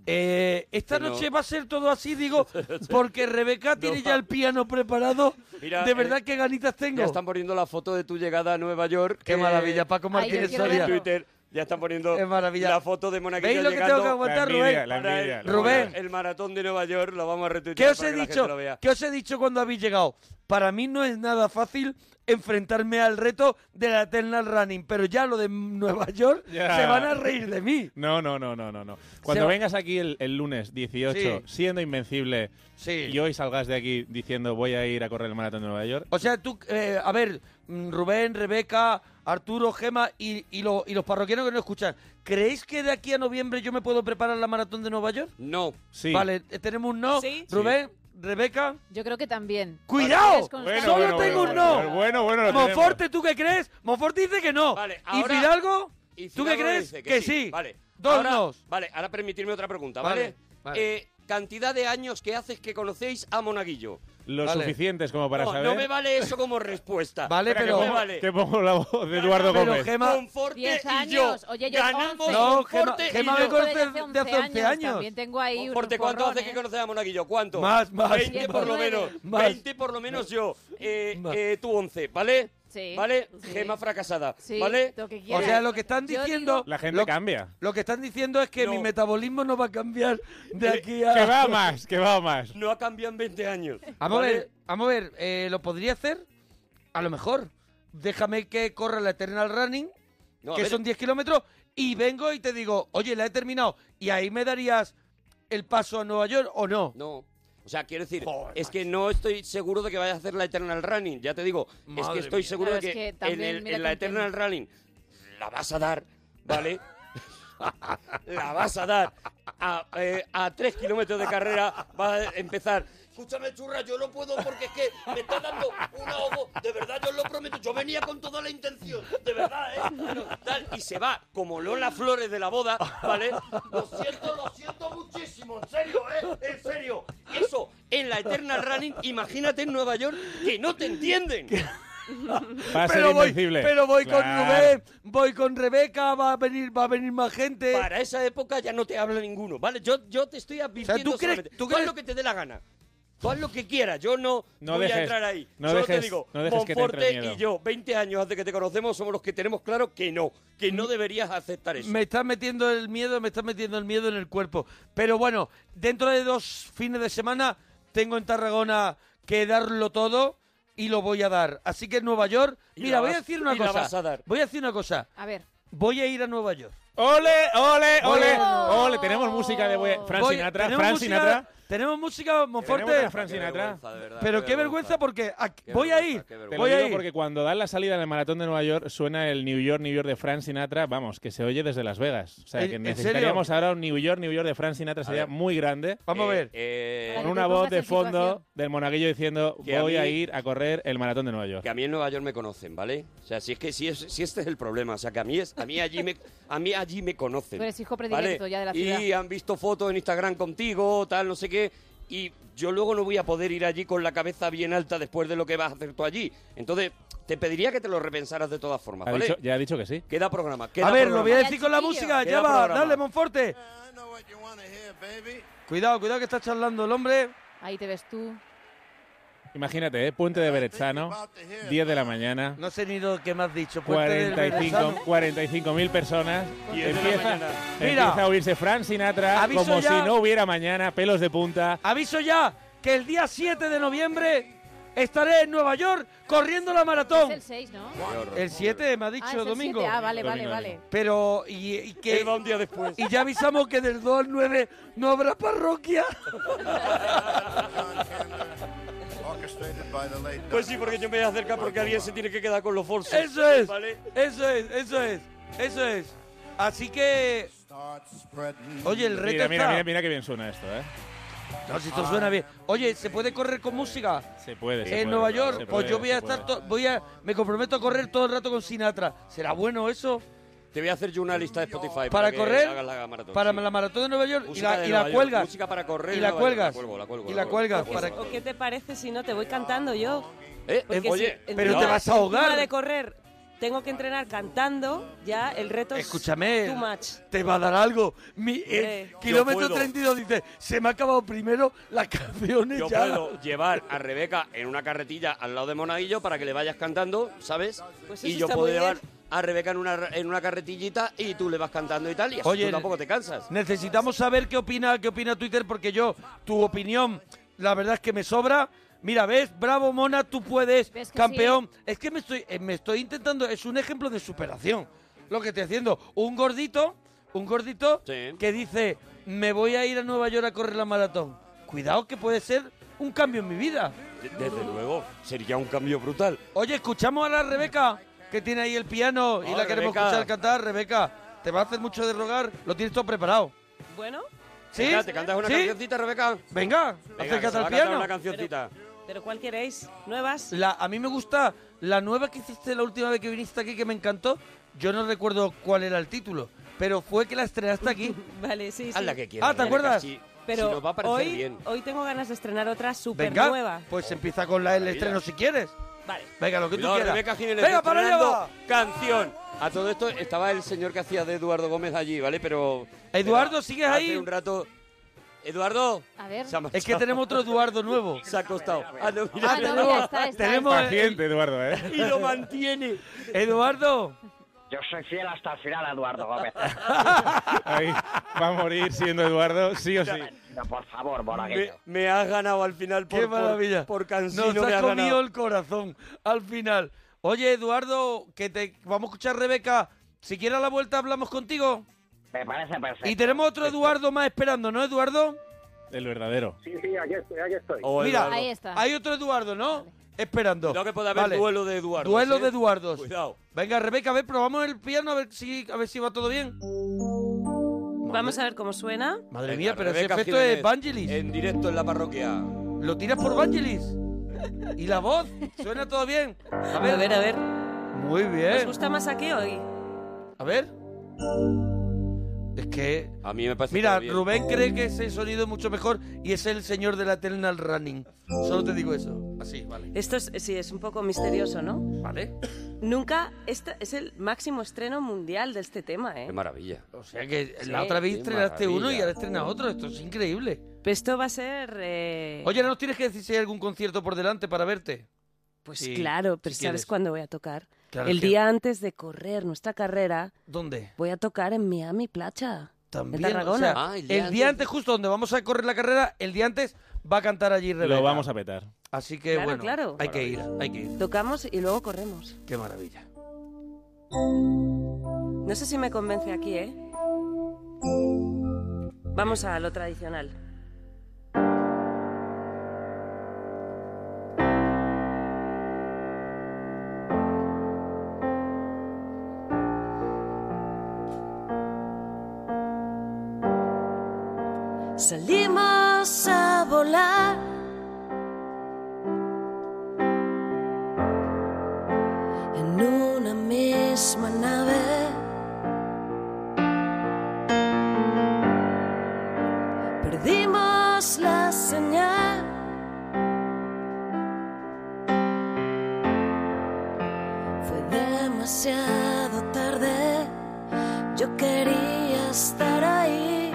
[SPEAKER 1] Eh, esta
[SPEAKER 2] Que no.
[SPEAKER 1] noche va a ser todo así, digo, porque Rebeca tiene ya el piano preparado.
[SPEAKER 2] Mira,
[SPEAKER 1] de verdad,
[SPEAKER 2] eh,
[SPEAKER 1] qué ganitas tengo.
[SPEAKER 2] Ya están poniendo la foto de tu llegada a Nueva York.
[SPEAKER 1] Qué
[SPEAKER 2] eh,
[SPEAKER 1] maravilla, Paco
[SPEAKER 3] Ay, yo
[SPEAKER 1] Martínez
[SPEAKER 3] quiero
[SPEAKER 2] En
[SPEAKER 1] Soria.
[SPEAKER 3] verlo.
[SPEAKER 2] Twitter ya están poniendo
[SPEAKER 1] Es maravilla.
[SPEAKER 2] la foto de Monaguillo
[SPEAKER 1] ¿Veis lo que
[SPEAKER 2] llegando
[SPEAKER 1] tengo que
[SPEAKER 4] La
[SPEAKER 1] aguantar,
[SPEAKER 4] envidia,
[SPEAKER 1] Rubén?
[SPEAKER 4] la
[SPEAKER 2] para
[SPEAKER 4] envidia.
[SPEAKER 2] el,
[SPEAKER 4] la
[SPEAKER 1] Rubén.
[SPEAKER 4] envidia.
[SPEAKER 2] el maratón de Nueva York. Lo vamos a retuitear
[SPEAKER 1] ¿Qué os
[SPEAKER 2] para
[SPEAKER 1] he
[SPEAKER 2] que la gente
[SPEAKER 1] dicho?
[SPEAKER 2] lo vea.
[SPEAKER 1] ¿Qué os he dicho cuando habéis llegado? Para mí no es nada fácil enfrentarme al reto de la Eternal Running, pero ya lo de Nueva York
[SPEAKER 4] Ya.
[SPEAKER 1] se van a reír de mí.
[SPEAKER 4] No, no, no, no, no. no. Cuando
[SPEAKER 1] Se-
[SPEAKER 4] vengas aquí el, el lunes 18
[SPEAKER 1] Sí.
[SPEAKER 4] siendo invencible
[SPEAKER 1] Sí.
[SPEAKER 4] y hoy salgas de aquí diciendo voy a ir a correr el maratón de Nueva York,
[SPEAKER 1] O sea, tú, eh, a ver, mm, Rubén, Rebeca, Arturo, Gema y, y lo- y los parroquianos que no escuchan, ¿creéis que de aquí a noviembre yo me puedo preparar la maratón de Nueva York?
[SPEAKER 2] No.
[SPEAKER 4] sí.
[SPEAKER 1] Vale, eh, tenemos un no.
[SPEAKER 5] Sí.
[SPEAKER 1] Rubén, Rebeca.
[SPEAKER 3] Yo creo que también.
[SPEAKER 1] ¡Cuidado!
[SPEAKER 3] Eres constante.
[SPEAKER 1] Solo tengo un no.
[SPEAKER 4] Bueno, bueno, bueno, lo tenemos.
[SPEAKER 1] Monforte, ¿tú qué crees? Monforte dice que no.
[SPEAKER 2] Vale,
[SPEAKER 1] ¿Y
[SPEAKER 2] ahora-
[SPEAKER 1] Fidalgo?
[SPEAKER 2] Y
[SPEAKER 1] ¿Tú
[SPEAKER 2] Fidalgo
[SPEAKER 1] qué crees?
[SPEAKER 2] dice
[SPEAKER 1] Que, sí.
[SPEAKER 2] Vale.
[SPEAKER 1] Dos
[SPEAKER 2] ahora,
[SPEAKER 1] nos.
[SPEAKER 2] Vale, ahora permitirme otra pregunta, ¿vale?
[SPEAKER 1] Vale, vale.
[SPEAKER 2] Eh, cantidad de años que haces que conocéis a Monaguillo.
[SPEAKER 4] Lo
[SPEAKER 1] Vale.
[SPEAKER 4] suficientes como para
[SPEAKER 2] no,
[SPEAKER 4] saber.
[SPEAKER 2] no me vale eso como respuesta.
[SPEAKER 1] Vale,
[SPEAKER 4] Espera, que
[SPEAKER 1] pero-
[SPEAKER 2] No me
[SPEAKER 4] pongo,
[SPEAKER 2] vale.
[SPEAKER 4] que pongo la voz de Eduardo
[SPEAKER 1] Pero
[SPEAKER 4] Gómez.
[SPEAKER 1] Gema-
[SPEAKER 2] Conforte
[SPEAKER 3] Diez
[SPEAKER 2] y yo.
[SPEAKER 3] años. Oye, yo
[SPEAKER 2] Ganamos
[SPEAKER 3] once.
[SPEAKER 1] No, Gema-
[SPEAKER 2] Conforte
[SPEAKER 1] Gema
[SPEAKER 2] y
[SPEAKER 1] me
[SPEAKER 2] yo.
[SPEAKER 1] conoce
[SPEAKER 3] Desde hace
[SPEAKER 1] de hace 11 años.
[SPEAKER 3] También tengo ahí un
[SPEAKER 2] Conforte, ¿cuánto
[SPEAKER 3] porrón,
[SPEAKER 2] hace que
[SPEAKER 3] ¿eh?
[SPEAKER 2] conoces a Monaguillo? ¿Cuánto?
[SPEAKER 1] Más, más,
[SPEAKER 2] 20 por lo
[SPEAKER 3] más.
[SPEAKER 2] menos.
[SPEAKER 1] Más.
[SPEAKER 2] 20 por lo menos yo. Eh,
[SPEAKER 1] Más.
[SPEAKER 2] eh, tú 11, ¿vale?
[SPEAKER 3] Sí,
[SPEAKER 2] ¿Vale?
[SPEAKER 3] sí.
[SPEAKER 2] Gema fracasada,
[SPEAKER 3] Sí,
[SPEAKER 2] ¿vale?
[SPEAKER 3] lo que
[SPEAKER 1] O
[SPEAKER 3] quieras.
[SPEAKER 1] sea, lo que están
[SPEAKER 3] Yo
[SPEAKER 1] diciendo.
[SPEAKER 4] La gente
[SPEAKER 1] lo,
[SPEAKER 4] cambia.
[SPEAKER 1] lo que están diciendo es que
[SPEAKER 2] No. Eh,
[SPEAKER 1] mi metabolismo no va a cambiar de aquí
[SPEAKER 4] Que
[SPEAKER 1] a.
[SPEAKER 4] va más, que va más.
[SPEAKER 2] No ha cambiado en 20 años.
[SPEAKER 1] Vamos a
[SPEAKER 2] ¿vale?
[SPEAKER 1] ver, vamos a ver, eh, ¿lo podría hacer? A lo mejor. Déjame que corra la Eternal Running,
[SPEAKER 2] No, a
[SPEAKER 1] que
[SPEAKER 2] ver,
[SPEAKER 1] son 10 kilómetros, y vengo y te digo, oye, la he terminado. Y ahí me darías el paso a Nueva York o no.
[SPEAKER 2] No. O sea, quiero decir, es que no estoy seguro de que vaya a hacer la Eternal Running, ya te digo. es que
[SPEAKER 1] Madre
[SPEAKER 2] estoy
[SPEAKER 1] mía.
[SPEAKER 2] seguro
[SPEAKER 3] Claro,
[SPEAKER 2] de
[SPEAKER 3] es que
[SPEAKER 2] que, en,
[SPEAKER 3] también
[SPEAKER 2] el-
[SPEAKER 3] mira
[SPEAKER 2] en la
[SPEAKER 3] con quién.
[SPEAKER 2] Eternal Running la vas a dar, ¿vale? la vas a dar. A, eh, a tres kilómetros de carrera vas a empezar. Escúchame, churra, yo no puedo porque es que me está dando un ahogo. De verdad, yo os lo prometo. Yo venía con toda la intención. De verdad, ¿eh? bueno, tal, y se va como Lola Flores de la boda, ¿vale? Lo siento, lo siento muchísimo, en serio, ¿eh? En serio. Eso, en la Eternal Running, imagínate en Nueva York que no te entienden.
[SPEAKER 4] Va a ser
[SPEAKER 1] pero voy,
[SPEAKER 4] invencible.
[SPEAKER 1] pero voy con
[SPEAKER 4] Claro.
[SPEAKER 1] Rubén, voy con Rebeca, va a venir, va a venir más gente.
[SPEAKER 2] Para esa época ya no te habla ninguno, ¿vale? Yo, yo te estoy advirtiendo
[SPEAKER 1] ¿tú crees-
[SPEAKER 2] solamente.
[SPEAKER 1] tú
[SPEAKER 2] Tú haz
[SPEAKER 1] crees-
[SPEAKER 2] lo que te dé la gana. Tú haz lo que quieras, yo no,
[SPEAKER 4] No
[SPEAKER 2] voy
[SPEAKER 4] dejes-
[SPEAKER 2] a entrar ahí.
[SPEAKER 4] no
[SPEAKER 2] Solo te
[SPEAKER 4] dejes-
[SPEAKER 2] digo,
[SPEAKER 4] no dejes que te entre
[SPEAKER 2] Monforte
[SPEAKER 4] miedo.
[SPEAKER 2] y yo, 20 años antes que te conocemos, somos los que tenemos claro que no, que
[SPEAKER 4] Mm.
[SPEAKER 2] no deberías aceptar eso.
[SPEAKER 1] Me estás metiendo el miedo, me estás metiendo el miedo en el cuerpo. Pero bueno, dentro de dos fines de semana tengo en Tarragona que darlo todo y lo voy a dar. Así que en Nueva York,
[SPEAKER 2] Y
[SPEAKER 1] mira,
[SPEAKER 2] la
[SPEAKER 1] voy a
[SPEAKER 2] vas-
[SPEAKER 1] decir una
[SPEAKER 2] y la
[SPEAKER 1] cosa.
[SPEAKER 2] vas a dar.
[SPEAKER 1] Voy a decir una cosa.
[SPEAKER 3] A ver.
[SPEAKER 1] Voy a ir a Nueva York.
[SPEAKER 4] ¡Ole, ole, ole!
[SPEAKER 3] Bueno.
[SPEAKER 4] ¡Ole! Tenemos música de... bue- Fran
[SPEAKER 1] Voy-
[SPEAKER 4] Sinatra,
[SPEAKER 1] tenemos
[SPEAKER 4] Fran
[SPEAKER 1] música-
[SPEAKER 4] Sinatra.
[SPEAKER 1] Tenemos música,
[SPEAKER 4] Tenemos
[SPEAKER 1] Monforte.
[SPEAKER 4] a Fran Sinatra.
[SPEAKER 1] Pero qué vergüenza porque aquí-
[SPEAKER 2] Qué
[SPEAKER 1] voy a
[SPEAKER 2] vergüenza,
[SPEAKER 1] ir.
[SPEAKER 2] Ah, qué
[SPEAKER 4] Te
[SPEAKER 2] vergüenza.
[SPEAKER 4] lo
[SPEAKER 1] Voy a
[SPEAKER 4] digo
[SPEAKER 1] ir.
[SPEAKER 4] porque cuando dan la salida en el Maratón de Nueva York suena el New York, New York de Fran Sinatra, vamos, que se oye desde Las Vegas. O sea,
[SPEAKER 1] ¿En-
[SPEAKER 4] que
[SPEAKER 1] en serio?
[SPEAKER 4] necesitaríamos ahora un New York, New York de Fran Sinatra, sería
[SPEAKER 2] ver.
[SPEAKER 4] muy grande.
[SPEAKER 1] Vamos a
[SPEAKER 2] Eh,
[SPEAKER 1] ver.
[SPEAKER 2] eh,
[SPEAKER 3] Para
[SPEAKER 4] Con
[SPEAKER 3] que
[SPEAKER 4] una
[SPEAKER 3] te
[SPEAKER 4] voz
[SPEAKER 3] pongas
[SPEAKER 4] de
[SPEAKER 3] en
[SPEAKER 4] fondo
[SPEAKER 3] situación.
[SPEAKER 4] del monaguillo diciendo
[SPEAKER 2] Que a
[SPEAKER 4] voy a
[SPEAKER 2] mí-
[SPEAKER 4] ir a correr el Maratón de Nueva York.
[SPEAKER 2] Que a mí en Nueva York me conocen, ¿vale? O sea, si es que si, es, si este es el problema, o sea, que a mí es a mí allí me a mí allí me conocen.
[SPEAKER 3] Tú eres hijo predilecto ya de la
[SPEAKER 2] Y
[SPEAKER 3] ciudad.
[SPEAKER 2] han visto fotos en Instagram contigo, tal, no sé qué, y yo luego no voy a poder ir allí con la cabeza bien alta después de lo que vas a hacer tú allí. Entonces, te pediría que te lo repensaras de todas formas,
[SPEAKER 4] Ha
[SPEAKER 2] ¿vale?
[SPEAKER 4] dicho- ya ha dicho que sí.
[SPEAKER 2] Queda programa, queda
[SPEAKER 1] A ver,
[SPEAKER 2] programa.
[SPEAKER 1] lo voy a
[SPEAKER 3] Vaya
[SPEAKER 1] decir con la
[SPEAKER 3] chiquillo.
[SPEAKER 1] música.
[SPEAKER 2] Queda
[SPEAKER 1] Ya va,
[SPEAKER 2] programa.
[SPEAKER 1] dale, Monforte. Cuidado, cuidado que está charlando el hombre.
[SPEAKER 3] Ahí te ves tú.
[SPEAKER 4] Imagínate, ¿eh? Puente de Berezano, 10 de la mañana,
[SPEAKER 1] No sé ni lo que me has dicho. Puente del
[SPEAKER 4] 45
[SPEAKER 1] Berezano.
[SPEAKER 4] 45.000 personas.
[SPEAKER 2] Diez de la
[SPEAKER 4] Empieza,
[SPEAKER 2] mañana.
[SPEAKER 1] Mira.
[SPEAKER 4] empieza a oírse Fran Sinatra
[SPEAKER 1] Aviso
[SPEAKER 4] como
[SPEAKER 1] ya.
[SPEAKER 4] si no hubiera mañana, pelos de punta.
[SPEAKER 1] Aviso ya que el día 7 de noviembre estaré en Nueva York corriendo la maratón.
[SPEAKER 3] Es el 6, ¿no?
[SPEAKER 1] El 7 me ha dicho
[SPEAKER 3] ah, es el
[SPEAKER 1] domingo.
[SPEAKER 3] 7. Ah, vale, vale,
[SPEAKER 4] Domingo,
[SPEAKER 3] vale.
[SPEAKER 1] Pero, y, y que.
[SPEAKER 2] Él va un día después.
[SPEAKER 1] Y ya avisamos que del 2 al 9 no habrá parroquia.
[SPEAKER 2] Pues sí, porque yo me voy a acercar porque alguien se tiene que quedar con los bolsos.
[SPEAKER 1] Eso es.
[SPEAKER 2] ¿Vale?
[SPEAKER 1] Eso es, eso es, eso es. Así que. Oye, el reto
[SPEAKER 4] Mira, mira,
[SPEAKER 1] está-
[SPEAKER 4] mira, mira qué bien suena esto, ¿eh?
[SPEAKER 1] No, si esto suena bien. Oye, ¿se puede correr con música?
[SPEAKER 4] Ah, Se puede. se
[SPEAKER 1] en
[SPEAKER 4] puede,
[SPEAKER 1] Nueva
[SPEAKER 4] se
[SPEAKER 1] York,
[SPEAKER 4] puede,
[SPEAKER 1] pues yo voy a
[SPEAKER 4] se puede.
[SPEAKER 1] estar, to- voy a, me comprometo a correr todo el rato con Sinatra. ¿Será bueno eso?
[SPEAKER 2] Te voy a hacer yo una lista de Spotify Eh, para,
[SPEAKER 1] Para
[SPEAKER 2] que
[SPEAKER 1] correr,
[SPEAKER 2] hagas la maratón,
[SPEAKER 1] para
[SPEAKER 2] sí.
[SPEAKER 1] la maratón de Nueva York y
[SPEAKER 2] Música
[SPEAKER 1] la,
[SPEAKER 2] de
[SPEAKER 1] y
[SPEAKER 2] Nueva
[SPEAKER 1] la
[SPEAKER 2] York,
[SPEAKER 1] cuelgas.
[SPEAKER 2] música para correr
[SPEAKER 1] Y
[SPEAKER 2] de
[SPEAKER 1] la
[SPEAKER 2] Nueva York.
[SPEAKER 1] cuelgas.
[SPEAKER 2] La cuelgo, la cuelgo,
[SPEAKER 1] Y
[SPEAKER 2] la
[SPEAKER 1] la
[SPEAKER 2] cuelgo.
[SPEAKER 1] cuelgas.
[SPEAKER 5] ¿O qué-
[SPEAKER 1] para-
[SPEAKER 5] ¿O qué te parece si no te voy cantando yo?
[SPEAKER 2] Eh,
[SPEAKER 5] Porque
[SPEAKER 2] eh, oye,
[SPEAKER 5] si en
[SPEAKER 1] pero
[SPEAKER 5] una-
[SPEAKER 1] te vas a ahogar.
[SPEAKER 5] encima de correr, tengo que entrenar cantando, ya el reto es
[SPEAKER 1] Escúchame,
[SPEAKER 5] too much.
[SPEAKER 1] te va a dar algo. Mi, eh,
[SPEAKER 5] Yo
[SPEAKER 1] kilómetro
[SPEAKER 2] puedo.
[SPEAKER 1] 32 dice, se me ha acabado primero las canciones
[SPEAKER 2] yo
[SPEAKER 1] ya.
[SPEAKER 2] puedo llevar a Rebeca en una carretilla al lado de Monaguillo para que le vayas cantando, ¿sabes?
[SPEAKER 5] Pues
[SPEAKER 2] y
[SPEAKER 5] eso
[SPEAKER 2] yo
[SPEAKER 5] está
[SPEAKER 2] puedo
[SPEAKER 5] muy bien.
[SPEAKER 2] llevar a Rebeca en una, en una carretillita y tú le vas cantando y tal, y así
[SPEAKER 1] Oye,
[SPEAKER 2] tú tampoco te cansas.
[SPEAKER 1] Necesitamos saber qué opina, qué opina Twitter, porque yo, tu opinión, la verdad es que me sobra. Mira, ves, bravo Mona, tú puedes,
[SPEAKER 3] ¿Ves que
[SPEAKER 1] campeón. Es que me estoy, eh, me estoy intentando, es un ejemplo de superación. Lo que estoy haciendo, un gordito, un gordito
[SPEAKER 2] Sí.
[SPEAKER 1] que dice, me voy a ir a Nueva York a correr la maratón. Cuidado que puede ser un cambio en mi vida.
[SPEAKER 2] Desde luego, sería un cambio brutal.
[SPEAKER 1] Oye, escuchamos a la Rebeca, que tiene ahí el piano y
[SPEAKER 2] Oh,
[SPEAKER 1] la queremos
[SPEAKER 2] Rebeca.
[SPEAKER 1] escuchar cantar. Rebeca, te va a hacer mucho de rogar, lo tienes todo preparado.
[SPEAKER 5] Bueno,
[SPEAKER 1] ¿Sí?
[SPEAKER 2] Venga, ¿Te cantas una
[SPEAKER 1] ¿Sí?
[SPEAKER 2] cancioncita, Rebeca?
[SPEAKER 1] Venga,
[SPEAKER 2] Venga, que
[SPEAKER 1] acércate
[SPEAKER 2] se va
[SPEAKER 1] al
[SPEAKER 2] a cantar una
[SPEAKER 1] piano.
[SPEAKER 2] cancioncita.
[SPEAKER 5] pero ¿cuál queréis? ¿Nuevas?
[SPEAKER 1] La, a mí me gusta la nueva que hiciste la última vez que viniste aquí, que me encantó. Yo no recuerdo cuál era el título, pero fue que la estrenaste aquí.
[SPEAKER 5] Vale, sí, sí.
[SPEAKER 2] Haz la que quieras.
[SPEAKER 1] Ah, ¿te
[SPEAKER 2] Rebeca,
[SPEAKER 1] acuerdas?
[SPEAKER 2] Si,
[SPEAKER 5] Pero
[SPEAKER 2] si nos va a parecer
[SPEAKER 5] hoy,
[SPEAKER 2] bien.
[SPEAKER 5] hoy tengo ganas de estrenar otra súper
[SPEAKER 1] Venga,
[SPEAKER 5] nueva.
[SPEAKER 1] pues empieza con la, el estreno si quieres.
[SPEAKER 5] Vale.
[SPEAKER 1] Venga, lo que
[SPEAKER 2] Cuidado,
[SPEAKER 1] tú quieras.
[SPEAKER 2] Rebeca Jiménez
[SPEAKER 1] Venga, para allá
[SPEAKER 2] estrenando
[SPEAKER 1] va.
[SPEAKER 2] Canción. A todo esto estaba el señor que hacía de Eduardo Gómez allí, ¿vale? Pero.
[SPEAKER 1] Eduardo,
[SPEAKER 2] pero
[SPEAKER 1] ¿sigues
[SPEAKER 2] hace
[SPEAKER 1] ahí?
[SPEAKER 2] un rato. Eduardo.
[SPEAKER 3] A ver.
[SPEAKER 2] Se ha marchado.
[SPEAKER 1] Es que tenemos otro Eduardo nuevo.
[SPEAKER 2] Se ha acostado. Ah, no, mira,
[SPEAKER 3] Ah, no, mira, está, está.
[SPEAKER 1] tenemos-
[SPEAKER 4] Paciente, Eduardo, ¿eh?
[SPEAKER 2] Y lo mantiene.
[SPEAKER 1] Eduardo,
[SPEAKER 8] Yo soy fiel hasta el final a Eduardo Gómez.
[SPEAKER 4] Ahí va a morir siendo Eduardo, sí o sí.
[SPEAKER 8] No, por favor,
[SPEAKER 2] Me,
[SPEAKER 8] monaguillo.
[SPEAKER 2] me has ganado al final por,
[SPEAKER 1] qué
[SPEAKER 2] por-
[SPEAKER 1] maravilla.
[SPEAKER 2] por, cansino.
[SPEAKER 1] Nos
[SPEAKER 2] me
[SPEAKER 1] has
[SPEAKER 2] has
[SPEAKER 1] comido
[SPEAKER 2] ganado.
[SPEAKER 1] el corazón al final. Oye, Eduardo, que te vamos a escuchar Rebeca. Si quieres a la vuelta hablamos contigo.
[SPEAKER 8] Me parece perfecto.
[SPEAKER 1] Y tenemos otro Eduardo más esperando, ¿no, Eduardo?
[SPEAKER 4] El verdadero.
[SPEAKER 9] Sí, sí, aquí estoy, aquí estoy.
[SPEAKER 2] Oh,
[SPEAKER 1] Mira,
[SPEAKER 2] Eduardo.
[SPEAKER 3] Ahí está.
[SPEAKER 1] Hay otro Eduardo, ¿no? Esperando.
[SPEAKER 2] Cuidado que puede haber
[SPEAKER 1] Vale.
[SPEAKER 2] duelo de Eduardo.
[SPEAKER 1] Duelo de Eduardos.
[SPEAKER 2] Cuidado.
[SPEAKER 1] Venga, Rebeca, a ver, probamos el piano a ver si a ver si va todo bien.
[SPEAKER 5] Vamos a ver cómo suena.
[SPEAKER 1] Madre
[SPEAKER 2] Venga,
[SPEAKER 1] mía, pero ese
[SPEAKER 2] Rebeca
[SPEAKER 1] efecto
[SPEAKER 2] Jiménez,
[SPEAKER 1] es Vangelis.
[SPEAKER 2] En directo en la parroquia.
[SPEAKER 1] Lo tiras por Vangelis. Y la voz, suena todo bien.
[SPEAKER 5] A ver, a ver.
[SPEAKER 1] Muy
[SPEAKER 5] ¿Os
[SPEAKER 1] bien.
[SPEAKER 5] gusta más aquí hoy?
[SPEAKER 1] A ver. Es que.
[SPEAKER 2] A mí me parece.
[SPEAKER 1] Mira,
[SPEAKER 2] todo bien.
[SPEAKER 1] Rubén cree que ese sonido es mucho mejor y es el señor de la Eternal Running. Solo te digo eso. Así, vale.
[SPEAKER 5] Esto es, sí, es un poco misterioso, ¿no?
[SPEAKER 1] Vale.
[SPEAKER 5] Nunca, este es el máximo estreno mundial de este tema, ¿eh?
[SPEAKER 1] Em-
[SPEAKER 2] Qué maravilla.
[SPEAKER 1] O sea que
[SPEAKER 5] Sí.
[SPEAKER 1] la otra vez
[SPEAKER 2] Qué
[SPEAKER 1] estrenaste
[SPEAKER 2] maravilla.
[SPEAKER 1] uno y ahora estrenas otro. Esto es increíble.
[SPEAKER 5] Esto va a ser... eh,
[SPEAKER 1] Oye, ¿no nos tienes que decir si hay algún concierto por delante para verte?
[SPEAKER 5] pues
[SPEAKER 1] sí,
[SPEAKER 5] claro,
[SPEAKER 1] si
[SPEAKER 5] pero
[SPEAKER 1] quieres.
[SPEAKER 5] ¿sabes cuándo voy a tocar?
[SPEAKER 1] Claro
[SPEAKER 5] el
[SPEAKER 1] que-
[SPEAKER 5] día antes de correr nuestra carrera,
[SPEAKER 1] ¿Dónde?
[SPEAKER 5] voy a tocar en Miami Placha.
[SPEAKER 1] También.
[SPEAKER 5] En Tarragona.
[SPEAKER 1] o sea,
[SPEAKER 2] Ah,
[SPEAKER 1] el día, antes... justo donde vamos a correr la carrera, el día antes va a cantar allí Rebeca.
[SPEAKER 4] Lo vamos a petar.
[SPEAKER 1] Así que
[SPEAKER 5] Claro,
[SPEAKER 1] bueno,
[SPEAKER 5] claro.
[SPEAKER 1] hay que ir, hay que ir.
[SPEAKER 5] Tocamos y luego corremos.
[SPEAKER 1] Qué maravilla.
[SPEAKER 5] No sé si me convence aquí, ¿eh? Vamos a lo tradicional.
[SPEAKER 6] Salimos a volar. En una misma nave. Perdimos la señal. Fue demasiado tarde. Yo quería estar ahí.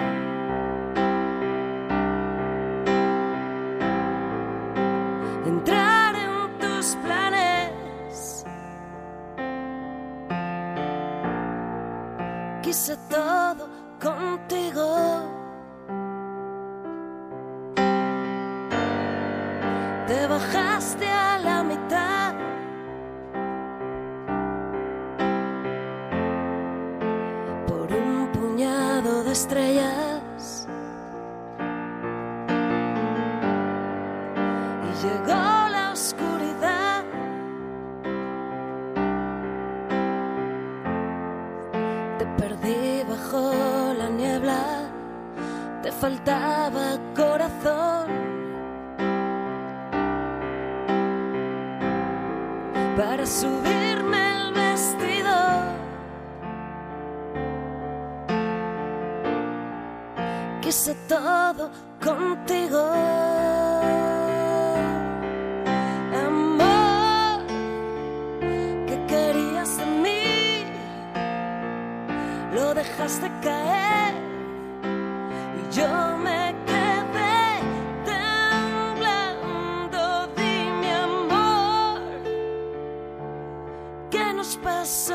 [SPEAKER 6] entrar en tus planes. Quise todo contigo. Te bajaste a la mitad. Por un puñado de estrellas. y llegó la oscuridad. Te perdí bajo la niebla, te faltaba corazón. Para subirme el vestido, quise todo contigo amor que querías de mí, lo dejaste caer y yo me quedé temblando. Dime, amor, ¿qué nos pasó?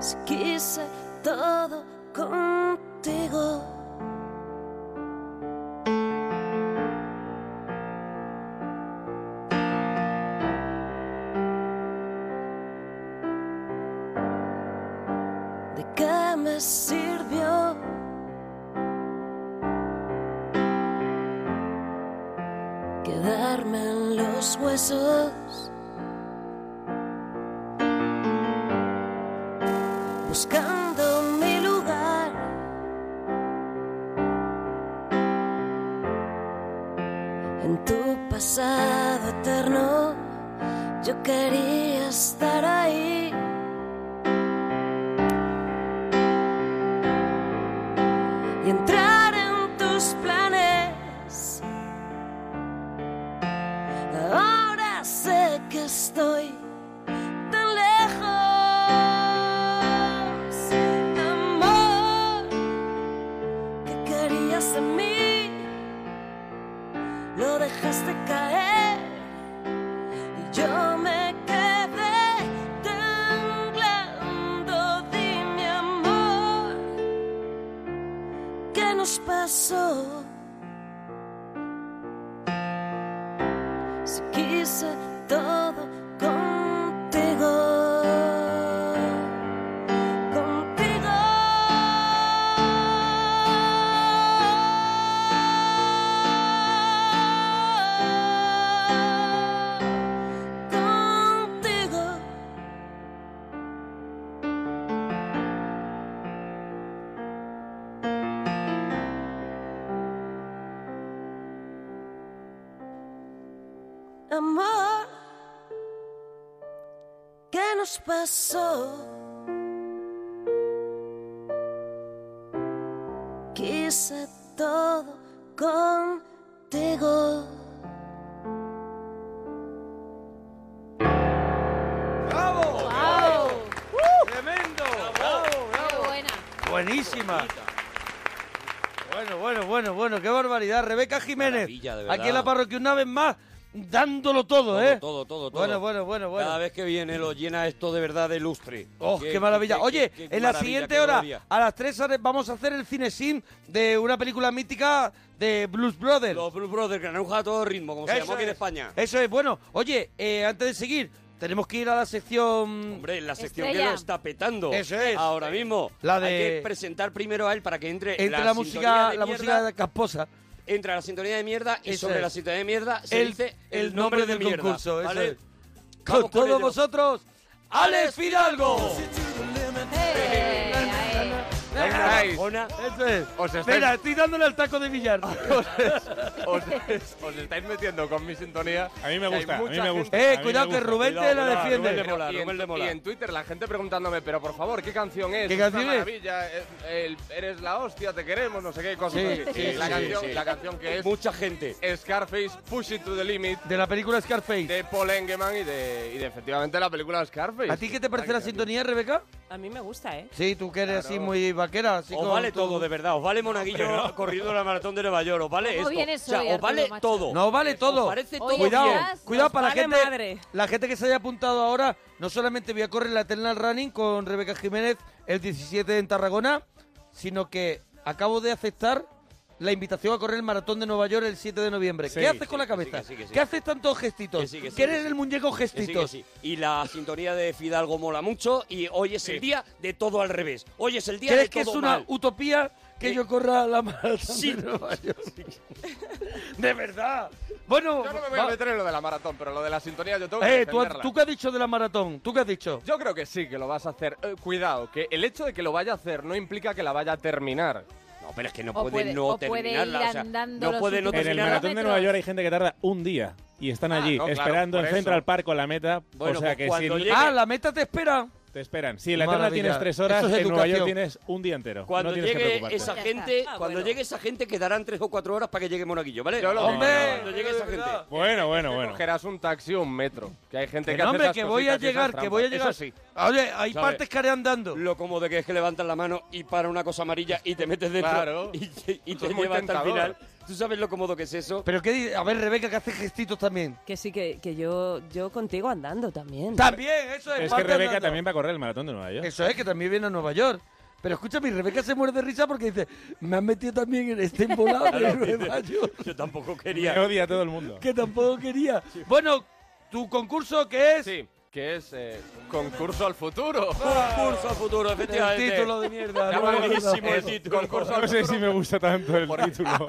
[SPEAKER 6] Si quise todo contigo. ¿De qué me sirvió? Quedarme en los huesos. Buscando mi lugar. En tu pasado eterno, yo quería estar ahí. y entrar en tus planes. Ahora sé que estoy tan lejos, amor, que querías de mí, lo dejaste caer y yo me quedé temblando. Dime, amor, ¿Qué nos pasó? Si quise todo contigo, contigo. Contigo. Amor, nos pasó. Quise todo contigo.
[SPEAKER 1] ¡Bravo!
[SPEAKER 3] ¡Guau!
[SPEAKER 1] ¡Tremendo! ¡Bravo, bravo!
[SPEAKER 3] ¡Qué buena!
[SPEAKER 1] Buenísima. Bueno, bueno, bueno, bueno, qué barbaridad. Rebeca Jiménez,
[SPEAKER 2] Maravilla, de verdad.
[SPEAKER 1] aquí en la parroquia una vez más, dándolo todo, ¿eh?
[SPEAKER 2] Todo, todo, todo.
[SPEAKER 1] Bueno, bueno, bueno, bueno.
[SPEAKER 2] Cada vez que viene lo llena esto de verdad de lustre.
[SPEAKER 1] ¡Oh, qué, maravilla!
[SPEAKER 2] qué-
[SPEAKER 1] Oye,
[SPEAKER 2] qué- qué
[SPEAKER 1] en la
[SPEAKER 2] maravilla,
[SPEAKER 1] siguiente
[SPEAKER 2] qué
[SPEAKER 1] hora,
[SPEAKER 2] gloria.
[SPEAKER 1] a las 3 vamos a hacer el cinesín de una película mítica de Blues Brothers.
[SPEAKER 2] Los Blue Brothers, granuja a todo ritmo, como se
[SPEAKER 1] Eso
[SPEAKER 2] llamó aquí en
[SPEAKER 1] es.
[SPEAKER 2] España.
[SPEAKER 1] Eso es, bueno. Oye, eh, antes de seguir, tenemos que ir a la sección...
[SPEAKER 2] Hombre, la sección que
[SPEAKER 3] Estrella.
[SPEAKER 2] lo está petando.
[SPEAKER 1] Eso es.
[SPEAKER 2] Ahora mismo.
[SPEAKER 1] La de-
[SPEAKER 2] Hay que presentar primero a él para que entre,
[SPEAKER 1] entre la,
[SPEAKER 2] sintonía
[SPEAKER 1] música,
[SPEAKER 2] de
[SPEAKER 1] la
[SPEAKER 2] mierda,
[SPEAKER 1] música casposa.
[SPEAKER 2] Entra la sintonía de mierda y
[SPEAKER 1] Eso
[SPEAKER 2] sobre
[SPEAKER 1] es.
[SPEAKER 2] la sintonía de mierda se
[SPEAKER 1] El-
[SPEAKER 2] dice el,
[SPEAKER 1] el
[SPEAKER 2] nombre,
[SPEAKER 1] nombre
[SPEAKER 2] de
[SPEAKER 1] del
[SPEAKER 2] mierda,
[SPEAKER 1] concurso, eso
[SPEAKER 2] ¿vale?
[SPEAKER 1] es.
[SPEAKER 2] Vamos
[SPEAKER 1] Con todos
[SPEAKER 2] ello.
[SPEAKER 1] vosotros, Alex Fidalgo.
[SPEAKER 3] ¡Eh, ahí!
[SPEAKER 4] Estáis-
[SPEAKER 2] Arjona,
[SPEAKER 1] Eso es.
[SPEAKER 4] Os estáis-
[SPEAKER 1] Espera, estoy dándole al taco de billar.
[SPEAKER 9] Os, os estáis metiendo con mi sintonía.
[SPEAKER 4] A mí me
[SPEAKER 9] Que hay
[SPEAKER 4] gusta, a mí
[SPEAKER 9] mucha
[SPEAKER 4] me
[SPEAKER 9] gente-
[SPEAKER 4] gusta. a mí
[SPEAKER 1] eh,
[SPEAKER 4] me
[SPEAKER 1] cuidado que
[SPEAKER 4] gusta.
[SPEAKER 1] Rubén te la
[SPEAKER 2] cuidado,
[SPEAKER 1] defiende.
[SPEAKER 2] Rubén de Mola,
[SPEAKER 9] y, en,
[SPEAKER 2] Rubén de Mola.
[SPEAKER 9] y en Twitter la gente preguntándome, pero por favor, ¿qué canción es?
[SPEAKER 1] ¿Qué
[SPEAKER 9] Es
[SPEAKER 1] canción
[SPEAKER 9] una
[SPEAKER 1] es?
[SPEAKER 9] maravilla, es- el- eres la hostia, te queremos, no sé qué, cosas
[SPEAKER 1] Sí,
[SPEAKER 9] así.
[SPEAKER 1] sí,
[SPEAKER 9] Y la,
[SPEAKER 2] sí,
[SPEAKER 9] canción,
[SPEAKER 2] sí.
[SPEAKER 9] la canción que
[SPEAKER 2] mucha gente.
[SPEAKER 9] es Scarface, Push It to the Limit,
[SPEAKER 1] De la película Scarface.
[SPEAKER 9] de Paul Engeman y de, y de, efectivamente la película Scarface.
[SPEAKER 1] ¿A ti qué te parece la
[SPEAKER 9] Aquí, aquí.
[SPEAKER 1] sintonía, Rebeca?
[SPEAKER 5] A mí me gusta, ¿eh?
[SPEAKER 1] Sí, tú que eres así muy vaquera. Así
[SPEAKER 2] Os
[SPEAKER 1] con
[SPEAKER 2] vale
[SPEAKER 1] tu-
[SPEAKER 2] todo, de verdad. Os vale Monaguillo corriendo la maratón de Nueva York. Os vale
[SPEAKER 3] ¿Cómo
[SPEAKER 2] esto.
[SPEAKER 3] vienes
[SPEAKER 2] o sea,
[SPEAKER 3] hoy,
[SPEAKER 2] os vale
[SPEAKER 3] Arturo, macho?
[SPEAKER 2] todo.
[SPEAKER 1] No, vale todo.
[SPEAKER 2] Os parece
[SPEAKER 3] Oye,
[SPEAKER 2] todo
[SPEAKER 1] Cuidado,
[SPEAKER 2] bien.
[SPEAKER 3] Nos
[SPEAKER 1] cuidado para
[SPEAKER 5] vale
[SPEAKER 1] la gente,
[SPEAKER 5] madre.
[SPEAKER 1] la gente que se haya apuntado ahora. No solamente voy a correr la Eternal Running con Rebeca Jiménez el 17 en Tarragona, sino que acabo de aceptar la invitación a correr el maratón de Nueva York el 7 de noviembre.
[SPEAKER 4] Sí,
[SPEAKER 1] ¿Qué haces
[SPEAKER 4] sí,
[SPEAKER 1] con la
[SPEAKER 2] que
[SPEAKER 1] cabeza?
[SPEAKER 2] sí, que sí, que sí.
[SPEAKER 1] ¿Qué haces tantos gestitos?
[SPEAKER 2] Que sí, que
[SPEAKER 1] ¿Qué
[SPEAKER 2] sí, que
[SPEAKER 1] eres
[SPEAKER 2] sí.
[SPEAKER 1] el muñeco
[SPEAKER 2] Que sí,
[SPEAKER 1] gestitos?
[SPEAKER 2] que sí. Y la sintonía de Fidalgo mola mucho. Y hoy es el día de todo al revés. Hoy es el día de
[SPEAKER 1] ¿Crees
[SPEAKER 2] todo
[SPEAKER 1] que es una
[SPEAKER 2] mal.
[SPEAKER 1] utopía que
[SPEAKER 2] Eh,
[SPEAKER 1] yo corra la maratón
[SPEAKER 2] sí.
[SPEAKER 1] de Nueva York? de verdad. Bueno,
[SPEAKER 9] Yo no me voy a
[SPEAKER 1] va-
[SPEAKER 9] meter en lo de la maratón, pero lo de la sintonía yo tengo que
[SPEAKER 1] eh, tú,
[SPEAKER 9] defenderla.
[SPEAKER 1] tú qué has dicho de la maratón, tú qué has dicho.
[SPEAKER 9] Yo creo que sí, que lo vas a hacer. Eh, cuidado, que el hecho de que lo vaya a hacer no implica que la vaya a terminar.
[SPEAKER 2] No, pero es que no
[SPEAKER 3] O
[SPEAKER 2] puede,
[SPEAKER 3] puede-
[SPEAKER 2] no
[SPEAKER 3] o puede
[SPEAKER 2] terminarla.
[SPEAKER 3] ir
[SPEAKER 2] o sea,
[SPEAKER 3] andando
[SPEAKER 2] no
[SPEAKER 3] los
[SPEAKER 2] puede no
[SPEAKER 3] últimos
[SPEAKER 4] En el
[SPEAKER 2] terminarla.
[SPEAKER 4] maratón de Nueva York hay gente que tarda un día y
[SPEAKER 1] Ah,
[SPEAKER 4] están allí
[SPEAKER 9] no, claro,
[SPEAKER 4] esperando
[SPEAKER 9] por
[SPEAKER 4] en
[SPEAKER 9] eso.
[SPEAKER 4] Central Park con la meta.
[SPEAKER 2] Bueno,
[SPEAKER 4] o sea
[SPEAKER 2] pues
[SPEAKER 4] que si
[SPEAKER 2] cuando llegue-
[SPEAKER 1] Ah, la meta te espera.
[SPEAKER 4] te esperan. Si en la Eterna
[SPEAKER 1] Maravilla.
[SPEAKER 4] tienes tres horas,
[SPEAKER 1] Eso es
[SPEAKER 4] en Nueva York
[SPEAKER 1] educación.
[SPEAKER 4] tienes un día entero.
[SPEAKER 2] Cuando
[SPEAKER 4] no tienes que
[SPEAKER 2] llegue
[SPEAKER 4] preocuparte.
[SPEAKER 2] esa
[SPEAKER 3] Ya
[SPEAKER 2] gente,
[SPEAKER 5] está. Ah,
[SPEAKER 2] cuando
[SPEAKER 5] bueno.
[SPEAKER 2] llegue esa gente quedarán tres o cuatro horas para que llegue Monaguillo, ¿vale?
[SPEAKER 9] Yo lo
[SPEAKER 1] ¡Hombre!
[SPEAKER 9] creo.
[SPEAKER 2] Cuando llegue esa gente.
[SPEAKER 4] Bueno, bueno, bueno.
[SPEAKER 9] Cogerás un taxi o un metro. Que hay gente
[SPEAKER 1] Que
[SPEAKER 9] que,
[SPEAKER 1] no,
[SPEAKER 9] hace
[SPEAKER 1] hombre,
[SPEAKER 9] esas
[SPEAKER 1] que
[SPEAKER 2] Pues
[SPEAKER 1] voy a
[SPEAKER 9] cositas y esas
[SPEAKER 1] llegar, que
[SPEAKER 9] trampas.
[SPEAKER 1] voy a llegar.
[SPEAKER 9] Eso sí.
[SPEAKER 1] Oye, hay
[SPEAKER 2] ¿Sabes?
[SPEAKER 1] partes que haré andando.
[SPEAKER 2] Lo cómodo de que es que levantas la mano y para una cosa amarilla y te metes dentro
[SPEAKER 9] Claro.
[SPEAKER 2] y, te- y
[SPEAKER 9] Eso
[SPEAKER 2] te
[SPEAKER 9] es muy
[SPEAKER 2] lleva hasta el
[SPEAKER 9] tentador.
[SPEAKER 2] final. ¿Tú sabes lo cómodo que es eso?
[SPEAKER 1] Pero qué di- a ver, Rebeca, que hace gestitos también.
[SPEAKER 5] Que sí, que, que yo, yo contigo andando también.
[SPEAKER 1] También, eso es.
[SPEAKER 4] Es que
[SPEAKER 1] parte
[SPEAKER 4] Rebeca
[SPEAKER 1] andando.
[SPEAKER 4] también va a correr el maratón de Nueva York.
[SPEAKER 1] Eso es, que también viene a Nueva York. Pero escúchame, Rebeca se muere de risa porque dice, me han metido también en este embolado de Nueva York,
[SPEAKER 2] Yo tampoco
[SPEAKER 4] Me
[SPEAKER 2] quería.
[SPEAKER 4] odia a todo el mundo.
[SPEAKER 1] que tampoco quería. Bueno, tu concurso que es
[SPEAKER 9] Sí, que es eh, concurso al futuro.
[SPEAKER 2] Concurso a futuro,
[SPEAKER 1] Ah. el
[SPEAKER 2] efectivamente.
[SPEAKER 1] título de mierda.
[SPEAKER 9] Ya
[SPEAKER 1] ¿no?
[SPEAKER 2] buenísimo el
[SPEAKER 9] Es
[SPEAKER 2] título.
[SPEAKER 9] concurso al
[SPEAKER 4] No sé
[SPEAKER 9] futuro.
[SPEAKER 4] si me gusta tanto el título.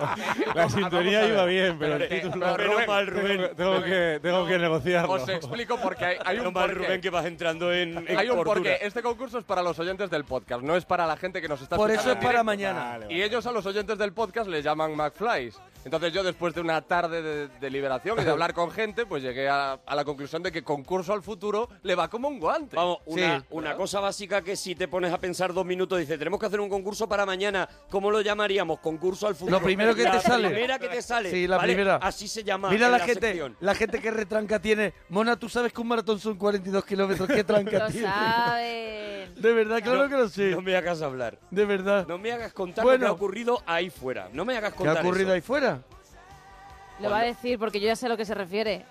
[SPEAKER 4] La sintonía iba bien, pero el
[SPEAKER 9] Espérate,
[SPEAKER 4] título.
[SPEAKER 9] pero Rubén,
[SPEAKER 2] eh, mal, Rubén.
[SPEAKER 4] Tengo- Tengo que, tengo que negociarlo.
[SPEAKER 9] Os explico porque hay, hay
[SPEAKER 2] Menos
[SPEAKER 9] un
[SPEAKER 2] mal,
[SPEAKER 9] porqué.
[SPEAKER 2] Rubén, que vas entrando en, en
[SPEAKER 9] Hay un
[SPEAKER 2] cordura.
[SPEAKER 9] porqué. Este concurso es para los oyentes del podcast, no es para la gente que nos está
[SPEAKER 1] Por eso
[SPEAKER 9] escuchando
[SPEAKER 1] es
[SPEAKER 9] en
[SPEAKER 1] para
[SPEAKER 9] directo.
[SPEAKER 1] mañana.
[SPEAKER 9] Y ellos a los oyentes del podcast le llaman McFlys. Entonces yo después de una tarde de deliberación y de hablar con gente, pues llegué a, a la conclusión de que concurso al futuro le va como un guante.
[SPEAKER 2] Vamos, una,
[SPEAKER 1] Sí.
[SPEAKER 2] una cosa básica que si te pones a pensar dos minutos, dice, tenemos que hacer un concurso para mañana. ¿Cómo lo llamaríamos? Concurso al futuro.
[SPEAKER 1] Lo primero que
[SPEAKER 2] La
[SPEAKER 1] te sale.
[SPEAKER 2] primera que te sale.
[SPEAKER 1] Sí, la
[SPEAKER 2] ¿vale?
[SPEAKER 1] primera.
[SPEAKER 2] Así se llama.
[SPEAKER 1] Mira
[SPEAKER 2] en
[SPEAKER 1] la,
[SPEAKER 2] la
[SPEAKER 1] gente,
[SPEAKER 2] sección.
[SPEAKER 1] la gente que retranca tiene. Mona, tú sabes que un maratón son 42 kilómetros, qué tranca
[SPEAKER 3] Lo
[SPEAKER 1] tiene.
[SPEAKER 3] saben.
[SPEAKER 1] De verdad, claro
[SPEAKER 2] No,
[SPEAKER 1] que lo sé.
[SPEAKER 2] No me hagas hablar.
[SPEAKER 1] De verdad.
[SPEAKER 2] No me hagas contar
[SPEAKER 1] Bueno.
[SPEAKER 2] lo que ha ocurrido ahí fuera. No me hagas
[SPEAKER 1] ¿Qué
[SPEAKER 2] contar
[SPEAKER 1] ha ocurrido
[SPEAKER 2] eso.
[SPEAKER 1] ahí fuera?
[SPEAKER 3] Lo va a decir porque yo ya sé a lo que se refiere.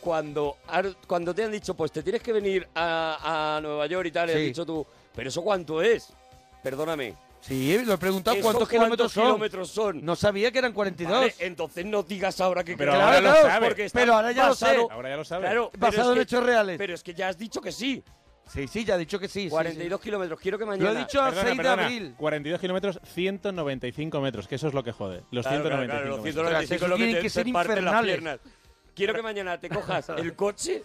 [SPEAKER 2] Cuando, ar- cuando te han dicho, pues te tienes que venir a, a Nueva York y tal, y has
[SPEAKER 1] Sí.
[SPEAKER 2] dicho tú, pero ¿eso cuánto es? Perdóname.
[SPEAKER 1] Sí, lo he preguntado
[SPEAKER 2] ¿eso
[SPEAKER 1] cuántos kilómetros son.
[SPEAKER 2] kilómetros son?
[SPEAKER 1] No sabía que eran 42.
[SPEAKER 2] Vale, entonces no digas ahora que...
[SPEAKER 4] Pero
[SPEAKER 2] que-
[SPEAKER 4] ahora lo
[SPEAKER 1] claro,
[SPEAKER 4] sabe.
[SPEAKER 2] porque está
[SPEAKER 1] pero ahora ya lo sé.
[SPEAKER 2] basado-
[SPEAKER 4] Ahora ya lo sabe.
[SPEAKER 2] Claro, pero
[SPEAKER 1] Basado
[SPEAKER 2] es
[SPEAKER 1] en
[SPEAKER 2] que-
[SPEAKER 1] hechos reales.
[SPEAKER 2] Pero es que ya has dicho que sí.
[SPEAKER 1] Sí, sí, ya ha dicho que sí. sí, sí.
[SPEAKER 2] 42 kilómetros. Quiero que mañana.
[SPEAKER 1] Lo he dicho a
[SPEAKER 4] Perdona,
[SPEAKER 1] 6 de
[SPEAKER 4] perdona.
[SPEAKER 1] abril.
[SPEAKER 4] 42 kilómetros, 195 metros, que eso es lo que jode. Los
[SPEAKER 2] Claro, claro,
[SPEAKER 4] 195
[SPEAKER 2] claro, los
[SPEAKER 4] metros.
[SPEAKER 2] 195
[SPEAKER 1] Ostras,
[SPEAKER 2] lo
[SPEAKER 1] tienen
[SPEAKER 2] que
[SPEAKER 1] que
[SPEAKER 2] te,
[SPEAKER 1] ser
[SPEAKER 2] te parten las
[SPEAKER 1] infernales.
[SPEAKER 2] piernas. Quiero que mañana te cojas el coche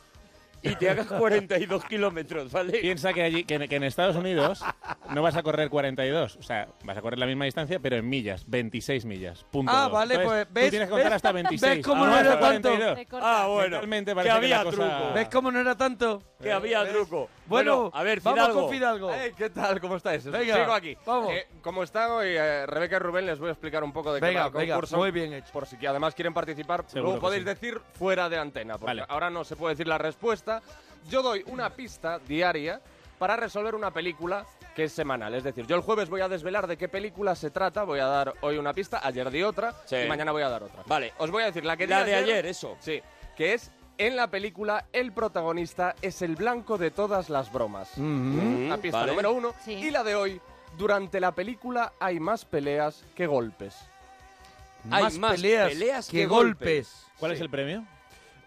[SPEAKER 2] y te hagas 42 kilómetros, ¿vale?
[SPEAKER 4] Piensa que, allí, que, en- que en Estados Unidos no vas a correr 42, o sea, vas a correr la misma distancia, pero en millas, 26 millas, punto.
[SPEAKER 1] Ah,
[SPEAKER 4] dos.
[SPEAKER 1] vale,
[SPEAKER 4] Entonces,
[SPEAKER 1] pues, ¿ves?
[SPEAKER 4] Tú tienes que contar
[SPEAKER 1] ¿ves?
[SPEAKER 4] hasta 26.
[SPEAKER 1] ¿Ves cómo
[SPEAKER 4] Ah,
[SPEAKER 2] no
[SPEAKER 4] hasta
[SPEAKER 2] era
[SPEAKER 1] tanto?
[SPEAKER 4] 42.
[SPEAKER 3] Te corta.
[SPEAKER 2] Ah, bueno.
[SPEAKER 4] Mentalmente
[SPEAKER 2] que
[SPEAKER 4] parece que
[SPEAKER 2] había
[SPEAKER 4] la cosa-
[SPEAKER 2] truco.
[SPEAKER 1] ¿Ves cómo no era tanto?
[SPEAKER 2] Que había truco.
[SPEAKER 1] Bueno,
[SPEAKER 9] a ver,
[SPEAKER 1] vamos
[SPEAKER 9] Fidalgo.
[SPEAKER 1] con Fidalgo.
[SPEAKER 9] Eh, ¿Qué tal? ¿Cómo estáis?
[SPEAKER 1] Venga,
[SPEAKER 9] Sigo aquí.
[SPEAKER 1] vamos.
[SPEAKER 9] Eh, como están hoy, eh, Rebeca y Rubén, les voy a explicar un poco de qué
[SPEAKER 1] Venga,
[SPEAKER 9] va el
[SPEAKER 1] venga,
[SPEAKER 9] concurso.
[SPEAKER 1] muy bien hecho.
[SPEAKER 9] Por si que además quieren participar,
[SPEAKER 4] Seguro
[SPEAKER 9] luego
[SPEAKER 4] que
[SPEAKER 9] podéis
[SPEAKER 4] sí.
[SPEAKER 9] decir fuera de antena, porque
[SPEAKER 4] Vale.
[SPEAKER 9] ahora no se puede decir la respuesta. Yo doy una pista diaria para resolver una película que es semanal. Es decir, yo el jueves voy a desvelar de qué película se trata, voy a dar hoy una pista, ayer di otra
[SPEAKER 2] Sí.
[SPEAKER 9] y mañana voy a dar otra.
[SPEAKER 2] Vale.
[SPEAKER 9] Os voy a decir la que di
[SPEAKER 2] La de ayer, eso.
[SPEAKER 9] Sí, que es en la película el protagonista es el blanco de todas las bromas. La pista
[SPEAKER 2] vale.
[SPEAKER 9] número uno.
[SPEAKER 3] Sí.
[SPEAKER 9] Y la de hoy, durante la película hay más peleas que golpes.
[SPEAKER 2] Hay
[SPEAKER 1] más,
[SPEAKER 2] más
[SPEAKER 1] peleas,
[SPEAKER 2] peleas
[SPEAKER 1] que,
[SPEAKER 2] que
[SPEAKER 1] golpes.
[SPEAKER 4] ¿Cuál es el premio?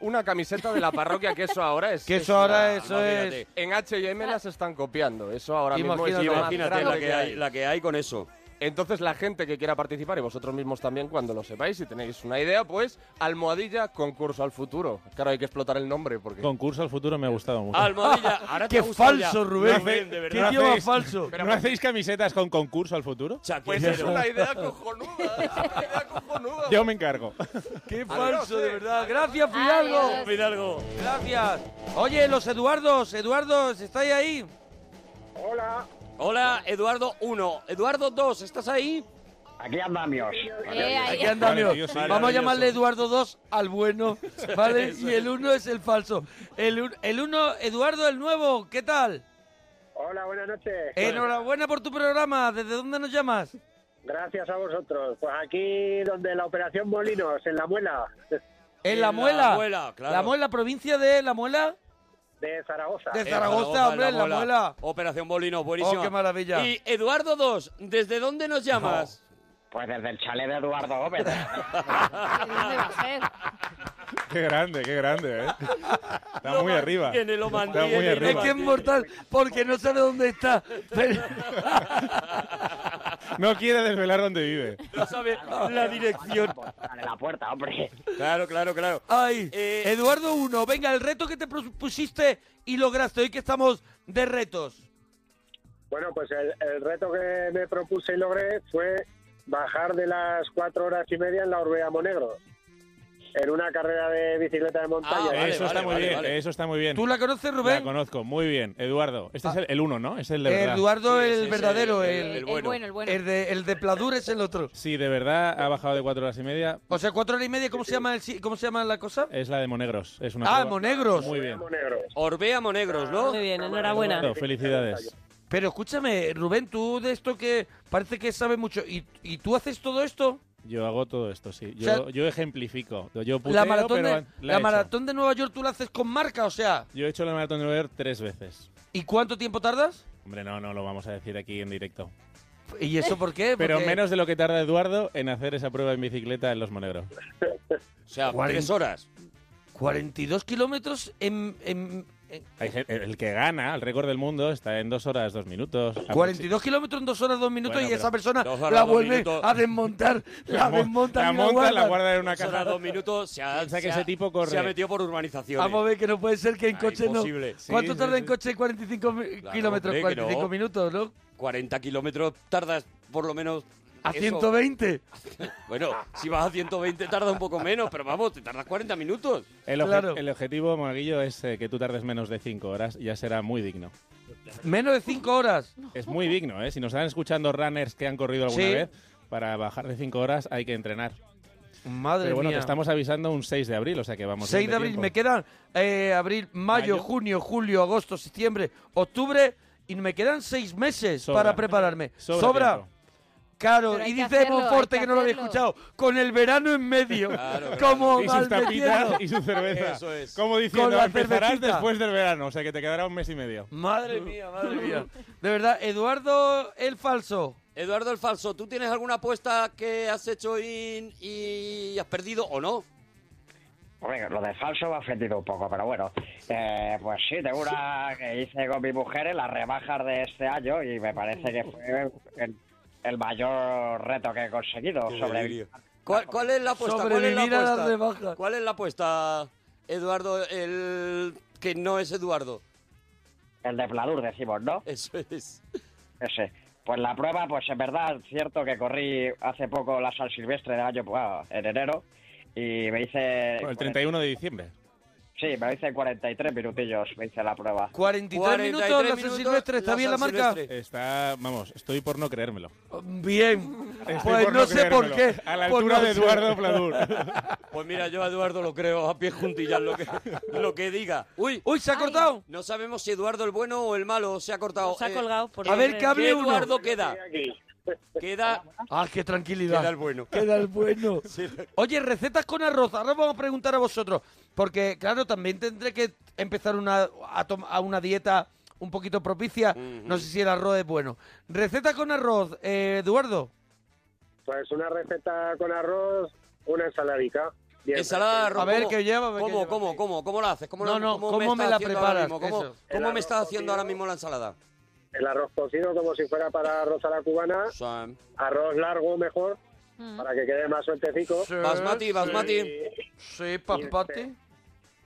[SPEAKER 9] Una camiseta de la parroquia, que eso ahora es...
[SPEAKER 1] Que
[SPEAKER 9] es
[SPEAKER 1] eso ahora,
[SPEAKER 9] una-
[SPEAKER 1] eso
[SPEAKER 9] imagínate.
[SPEAKER 1] es-
[SPEAKER 9] En H&M las están copiando, eso ahora mismo
[SPEAKER 1] Imagínate,
[SPEAKER 9] es... lo más
[SPEAKER 2] Imagínate
[SPEAKER 9] grande
[SPEAKER 2] la que hay, la que hay con eso.
[SPEAKER 9] Entonces la gente que quiera participar y vosotros mismos también cuando lo sepáis, si tenéis una idea, pues almohadilla concurso al futuro. Claro, hay que explotar el nombre porque...
[SPEAKER 4] Concurso al futuro me ha gustado mucho.
[SPEAKER 2] Almohadilla, ahora te
[SPEAKER 1] Qué
[SPEAKER 2] ha gustado
[SPEAKER 1] falso,
[SPEAKER 2] ya.
[SPEAKER 1] Rubén.
[SPEAKER 2] Rubén, de
[SPEAKER 1] Qué
[SPEAKER 2] verdad.
[SPEAKER 1] idioma falso.
[SPEAKER 4] ¿No hacéis camisetas con concurso al futuro?
[SPEAKER 9] Pues
[SPEAKER 2] Chaquetero.
[SPEAKER 9] es una idea cojonuda, es una idea cojonuda.
[SPEAKER 4] Yo me encargo.
[SPEAKER 1] Qué
[SPEAKER 9] Adiós,
[SPEAKER 1] falso, de
[SPEAKER 9] eh.
[SPEAKER 1] verdad. Gracias, Fidalgo.
[SPEAKER 3] Adiós.
[SPEAKER 2] Fidalgo.
[SPEAKER 1] Gracias. Oye, los Eduardos, Eduardos, ¿estáis ahí?
[SPEAKER 2] Hola, Eduardo 1. Eduardo 2, ¿estás ahí?
[SPEAKER 8] Aquí andamios.
[SPEAKER 3] Eh, ahí-
[SPEAKER 1] Aquí andamos.
[SPEAKER 4] Maravilloso,
[SPEAKER 1] Vamos a
[SPEAKER 4] maravilloso.
[SPEAKER 1] llamarle Eduardo 2 al bueno, ¿vale? Y el 1 es el falso. El 1, el uno, Eduardo el nuevo, ¿qué tal?
[SPEAKER 7] Hola, buenas noches.
[SPEAKER 1] Enhorabuena por tu programa. ¿Desde dónde nos llamas?
[SPEAKER 7] Gracias a vosotros. Pues aquí donde la operación Molinos, en la muela
[SPEAKER 1] En La
[SPEAKER 2] En La
[SPEAKER 1] Muela.
[SPEAKER 2] Muela, claro.
[SPEAKER 1] La Muela, provincia de La Muela.
[SPEAKER 7] de Zaragoza.
[SPEAKER 1] De
[SPEAKER 2] En
[SPEAKER 1] Zaragoza, hombre,
[SPEAKER 2] en
[SPEAKER 1] en La Muela.
[SPEAKER 2] Operación Bolino, buenísimo.
[SPEAKER 1] Oh, qué maravilla.
[SPEAKER 2] Y Eduardo 2, ¿desde dónde nos llamas?
[SPEAKER 8] Pues desde el chalet de Eduardo Gómez.
[SPEAKER 3] ¿De dónde va a ser?
[SPEAKER 4] Qué grande, qué grande, ¿eh? Está muy
[SPEAKER 2] Lo
[SPEAKER 4] arriba.
[SPEAKER 2] mantiene, lo
[SPEAKER 4] Está muy
[SPEAKER 2] mantiene, lo
[SPEAKER 1] Es
[SPEAKER 4] arriba.
[SPEAKER 1] que es mortal, porque no sabe dónde está. Pero-
[SPEAKER 4] No quiere desvelar dónde vive.
[SPEAKER 2] No sabe la dirección.
[SPEAKER 8] Dale la puerta, hombre.
[SPEAKER 2] Claro, claro, claro.
[SPEAKER 1] Ay,
[SPEAKER 2] Eh,
[SPEAKER 1] Eduardo 1, venga, el reto que te propusiste y lograste hoy que estamos de retos.
[SPEAKER 7] Bueno, pues el, el reto que me propuse y logré fue bajar de las cuatro horas y media en la Orbea Monegro, en una carrera de bicicleta de montaña.
[SPEAKER 2] Ah, vale,
[SPEAKER 4] eso está
[SPEAKER 2] vale,
[SPEAKER 4] muy
[SPEAKER 2] vale,
[SPEAKER 4] bien,
[SPEAKER 2] vale.
[SPEAKER 4] eso está muy bien.
[SPEAKER 1] ¿Tú la conoces,
[SPEAKER 4] La
[SPEAKER 1] Rubén? Ah.
[SPEAKER 4] conozco, muy bien. Eduardo, este es el- el uno, ¿no? Es el de verdad.
[SPEAKER 1] Eduardo
[SPEAKER 2] Sí, sí,
[SPEAKER 1] el
[SPEAKER 2] sí,
[SPEAKER 1] verdadero,
[SPEAKER 2] el-
[SPEAKER 1] el,
[SPEAKER 2] el
[SPEAKER 3] El
[SPEAKER 2] bueno.
[SPEAKER 3] bueno, el bueno.
[SPEAKER 1] el de, el de Pladur es el otro.
[SPEAKER 4] Sí, de verdad ha bajado de cuatro horas y media.
[SPEAKER 1] O sea, cuatro horas y media, ¿cómo se llama, el, si- cómo se llama la cosa?
[SPEAKER 4] Es la de Monegros. Es una
[SPEAKER 1] Ah,
[SPEAKER 4] prueba-
[SPEAKER 1] Monegros.
[SPEAKER 4] Muy bien.
[SPEAKER 7] Monegro.
[SPEAKER 2] Orbea Monegros, ¿no?
[SPEAKER 5] Muy bien, enhorabuena.
[SPEAKER 4] Perfecto, Felicidades.
[SPEAKER 1] Pero escúchame, Rubén, tú de esto que parece que sabes mucho, ¿y, y tú haces todo esto?
[SPEAKER 4] Yo hago todo esto, sí. Yo,
[SPEAKER 1] O sea,
[SPEAKER 4] yo ejemplifico. Yo puteo,
[SPEAKER 1] la maratón,
[SPEAKER 4] pero
[SPEAKER 1] de,
[SPEAKER 4] an- la
[SPEAKER 1] la
[SPEAKER 4] he hecho.
[SPEAKER 1] maratón de Nueva York tú la haces con marca, o sea,
[SPEAKER 4] Yo he hecho la maratón de Nueva York tres veces.
[SPEAKER 1] ¿y cuánto tiempo tardas?
[SPEAKER 4] Hombre, no, no lo vamos a decir aquí en directo.
[SPEAKER 1] ¿Y eso por qué?
[SPEAKER 4] Pero
[SPEAKER 1] Porque-
[SPEAKER 4] menos de lo que tarda Eduardo en hacer esa prueba en bicicleta en Los Monegros.
[SPEAKER 2] O sea,
[SPEAKER 1] Cuarenta.
[SPEAKER 2] tres horas.
[SPEAKER 1] 42 kilómetros en, en- en-
[SPEAKER 4] Hay gen- el que gana el récord del mundo está en dos horas, dos minutos.
[SPEAKER 1] 42 kilómetros en dos horas, dos minutos
[SPEAKER 4] Ah, pues Bueno,
[SPEAKER 1] y esa
[SPEAKER 4] pero-
[SPEAKER 1] persona
[SPEAKER 2] Dos horas,
[SPEAKER 1] la
[SPEAKER 2] dos
[SPEAKER 1] vuelve
[SPEAKER 2] minutos.
[SPEAKER 1] a desmontar, la,
[SPEAKER 4] mo-
[SPEAKER 1] desmonta,
[SPEAKER 4] la
[SPEAKER 1] y
[SPEAKER 4] monta, la
[SPEAKER 1] guarda.
[SPEAKER 4] guarda en una
[SPEAKER 2] Tres horas,
[SPEAKER 4] caja.
[SPEAKER 2] dos minutos. Se ha,
[SPEAKER 4] Piensa
[SPEAKER 2] se
[SPEAKER 4] que
[SPEAKER 2] ha-
[SPEAKER 4] ese tipo corre.
[SPEAKER 2] se ha metido por urbanizaciones.
[SPEAKER 1] Vamos a ver que no puede ser que en
[SPEAKER 2] Ah,
[SPEAKER 1] coche
[SPEAKER 2] imposible.
[SPEAKER 1] no.
[SPEAKER 4] Sí,
[SPEAKER 1] ¿Cuánto
[SPEAKER 4] sí,
[SPEAKER 1] tarda en
[SPEAKER 4] sí.
[SPEAKER 1] coche 45 mi-
[SPEAKER 2] Claro,
[SPEAKER 1] kilómetros?
[SPEAKER 2] hombre, que
[SPEAKER 1] 45
[SPEAKER 2] no.
[SPEAKER 1] minutos, ¿no?
[SPEAKER 2] 40 kilómetros tardas por lo menos...
[SPEAKER 1] A
[SPEAKER 2] eso.
[SPEAKER 1] 120.
[SPEAKER 2] Bueno, si vas a 120 tarda un poco menos, pero vamos, te tardas 40 minutos.
[SPEAKER 4] El, obje-
[SPEAKER 1] Claro.
[SPEAKER 4] el objetivo, Maguillo, es eh, que tú tardes menos de cinco horas. Ya será muy digno.
[SPEAKER 1] Menos de 5 horas.
[SPEAKER 4] Es muy digno, ¿eh? Si nos están escuchando runners que han corrido alguna
[SPEAKER 1] Sí.
[SPEAKER 4] vez, para bajar de cinco horas hay que entrenar.
[SPEAKER 1] Madre
[SPEAKER 4] Pero bueno,
[SPEAKER 1] mía.
[SPEAKER 4] te estamos avisando un 6 de abril, o sea que vamos
[SPEAKER 1] 6
[SPEAKER 4] bien
[SPEAKER 1] de abril,
[SPEAKER 4] tiempo.
[SPEAKER 1] me quedan eh, abril, mayo,
[SPEAKER 4] Mayo.
[SPEAKER 1] junio, julio, agosto, septiembre, octubre y me quedan 6 meses
[SPEAKER 4] Sobra.
[SPEAKER 1] para prepararme.
[SPEAKER 4] Sobra tiempo.
[SPEAKER 1] Claro,
[SPEAKER 3] Pero hay
[SPEAKER 1] y
[SPEAKER 3] que
[SPEAKER 1] dice
[SPEAKER 3] hacerlo,
[SPEAKER 1] Monforte
[SPEAKER 3] hay
[SPEAKER 1] que,
[SPEAKER 3] que
[SPEAKER 1] no lo había
[SPEAKER 3] hacerlo.
[SPEAKER 1] escuchado. Con el verano en medio.
[SPEAKER 2] Claro, claro.
[SPEAKER 1] como
[SPEAKER 4] Y sus
[SPEAKER 1] maldeciendo.
[SPEAKER 4] tapitas y su cerveza.
[SPEAKER 2] Eso es.
[SPEAKER 4] Como diciendo,
[SPEAKER 1] Con la
[SPEAKER 4] empezarás
[SPEAKER 1] cervecita".
[SPEAKER 4] después del verano, o sea que te quedará un mes y medio.
[SPEAKER 1] Madre mía, madre mía. De verdad, Eduardo el falso.
[SPEAKER 2] Eduardo el Falso, ¿tú tienes alguna apuesta que has hecho y, y has perdido o no?
[SPEAKER 8] Hombre, lo de falso va ofendido un poco, pero bueno. Eh, pues sí, tengo una que hice con mi mujer en las rebajas de este año y me parece que fue el, el mayor reto que he conseguido. Sobrevivir.
[SPEAKER 2] ¿Cuál, cuál es la apuesta? ¿Cuál es la
[SPEAKER 1] Sobrevivir a las
[SPEAKER 2] apuesta?
[SPEAKER 1] rebajas.
[SPEAKER 2] ¿Cuál es la apuesta, Eduardo, el que no es Eduardo?
[SPEAKER 8] El de Pladur, decimos, ¿no?
[SPEAKER 2] Eso es.
[SPEAKER 8] Ese. Pues la prueba, pues en verdad, es cierto que corrí hace poco la pues, San Silvestre del año, bueno, en enero, ah, y me hice...
[SPEAKER 4] Bueno, el 31 de diciembre.
[SPEAKER 8] Sí, me dice 43 minutillos, me hice la prueba.
[SPEAKER 1] 43, minutos, la San Silvestre, ¿está bien la marca?
[SPEAKER 4] Está, vamos, estoy por no creérmelo.
[SPEAKER 1] Bien.
[SPEAKER 4] Estoy
[SPEAKER 1] Pues
[SPEAKER 4] por
[SPEAKER 1] no
[SPEAKER 4] no
[SPEAKER 1] sé por qué.
[SPEAKER 4] creérmelo. A la
[SPEAKER 1] Pues
[SPEAKER 4] altura
[SPEAKER 1] no
[SPEAKER 4] de
[SPEAKER 1] sé.
[SPEAKER 4] Eduardo Pladur.
[SPEAKER 2] Pues mira, yo a Eduardo lo creo a pie juntillas lo que, lo que diga. Uy,
[SPEAKER 1] uy, se ha cortado.
[SPEAKER 2] No sabemos si Eduardo el bueno o el malo se ha cortado.
[SPEAKER 1] Se ha
[SPEAKER 2] Eh,
[SPEAKER 1] colgado, por A ver, favor. que hable uno.
[SPEAKER 2] Eduardo queda. Queda
[SPEAKER 1] Ah, qué tranquilidad.
[SPEAKER 2] Queda el bueno.
[SPEAKER 1] Queda el bueno. Oye, recetas con arroz. Ahora vamos a preguntar a vosotros. Porque, claro, también tendré que empezar una, a, tom- a una dieta un poquito propicia. No sé si el arroz es bueno. Receta con arroz, eh, Eduardo.
[SPEAKER 10] Pues una receta con arroz, una ensaladica. Bien.
[SPEAKER 2] ensalada de arroz.
[SPEAKER 1] A ver,
[SPEAKER 2] ¿cómo-
[SPEAKER 1] ¿qué lleva? A ver, ¿qué
[SPEAKER 2] ¿Cómo,
[SPEAKER 1] lleva?
[SPEAKER 2] cómo, cómo, cómo la haces? ¿Cómo,
[SPEAKER 1] No,
[SPEAKER 2] la-
[SPEAKER 1] no, ¿cómo
[SPEAKER 2] está
[SPEAKER 1] me la
[SPEAKER 2] haciendo ahora
[SPEAKER 1] preparas?
[SPEAKER 2] mismo? ¿Cómo,
[SPEAKER 1] Eso.
[SPEAKER 2] cómo
[SPEAKER 1] El
[SPEAKER 2] me
[SPEAKER 1] arroz
[SPEAKER 2] estás haciendo ahora mismo la ensalada?
[SPEAKER 10] El arroz cocido como si fuera para arroz a la cubana. Arroz largo mejor, para que quede más sueltecico.
[SPEAKER 2] Basmati, basmati.
[SPEAKER 1] Sí,
[SPEAKER 10] papati.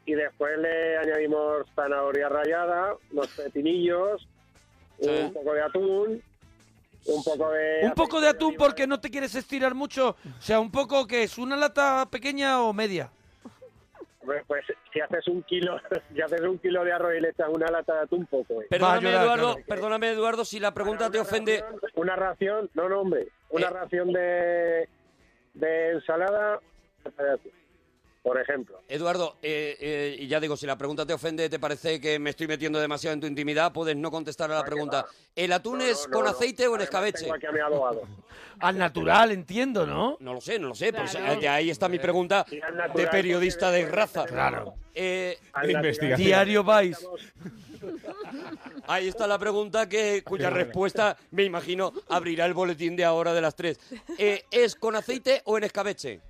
[SPEAKER 10] Y después le añadimos zanahoria rallada, los pepinillos, un poco de atún, un poco de...
[SPEAKER 1] Un poco de atún porque no te quieres estirar mucho. O sea, un poco que es una lata pequeña o media.
[SPEAKER 10] Hombre, Pues si haces un kilo, si haces un kilo de arroz y le echas una lata de atún poco. eh.
[SPEAKER 2] Perdóname, Eduardo, perdóname, Eduardo, si la pregunta te ofende. Eh,
[SPEAKER 10] Una ración, no, no, hombre, una ración de, de ensalada, por ejemplo.
[SPEAKER 2] Eduardo, eh, eh, y ya digo, si la pregunta te ofende, te parece que me estoy metiendo demasiado en tu intimidad, puedes no contestar a la pregunta. ¿El atún es con aceite o en escabeche?
[SPEAKER 1] Al natural, entiendo, ¿no?
[SPEAKER 2] No lo sé, no lo sé. Pues, eh, de ahí está mi pregunta de periodista de raza. Claro. eh,
[SPEAKER 1] De investigación. Diario Vice.
[SPEAKER 2] Ahí está la pregunta que, cuya respuesta, me imagino, abrirá el boletín de ahora de las tres. Eh, ¿Es con aceite o en escabeche?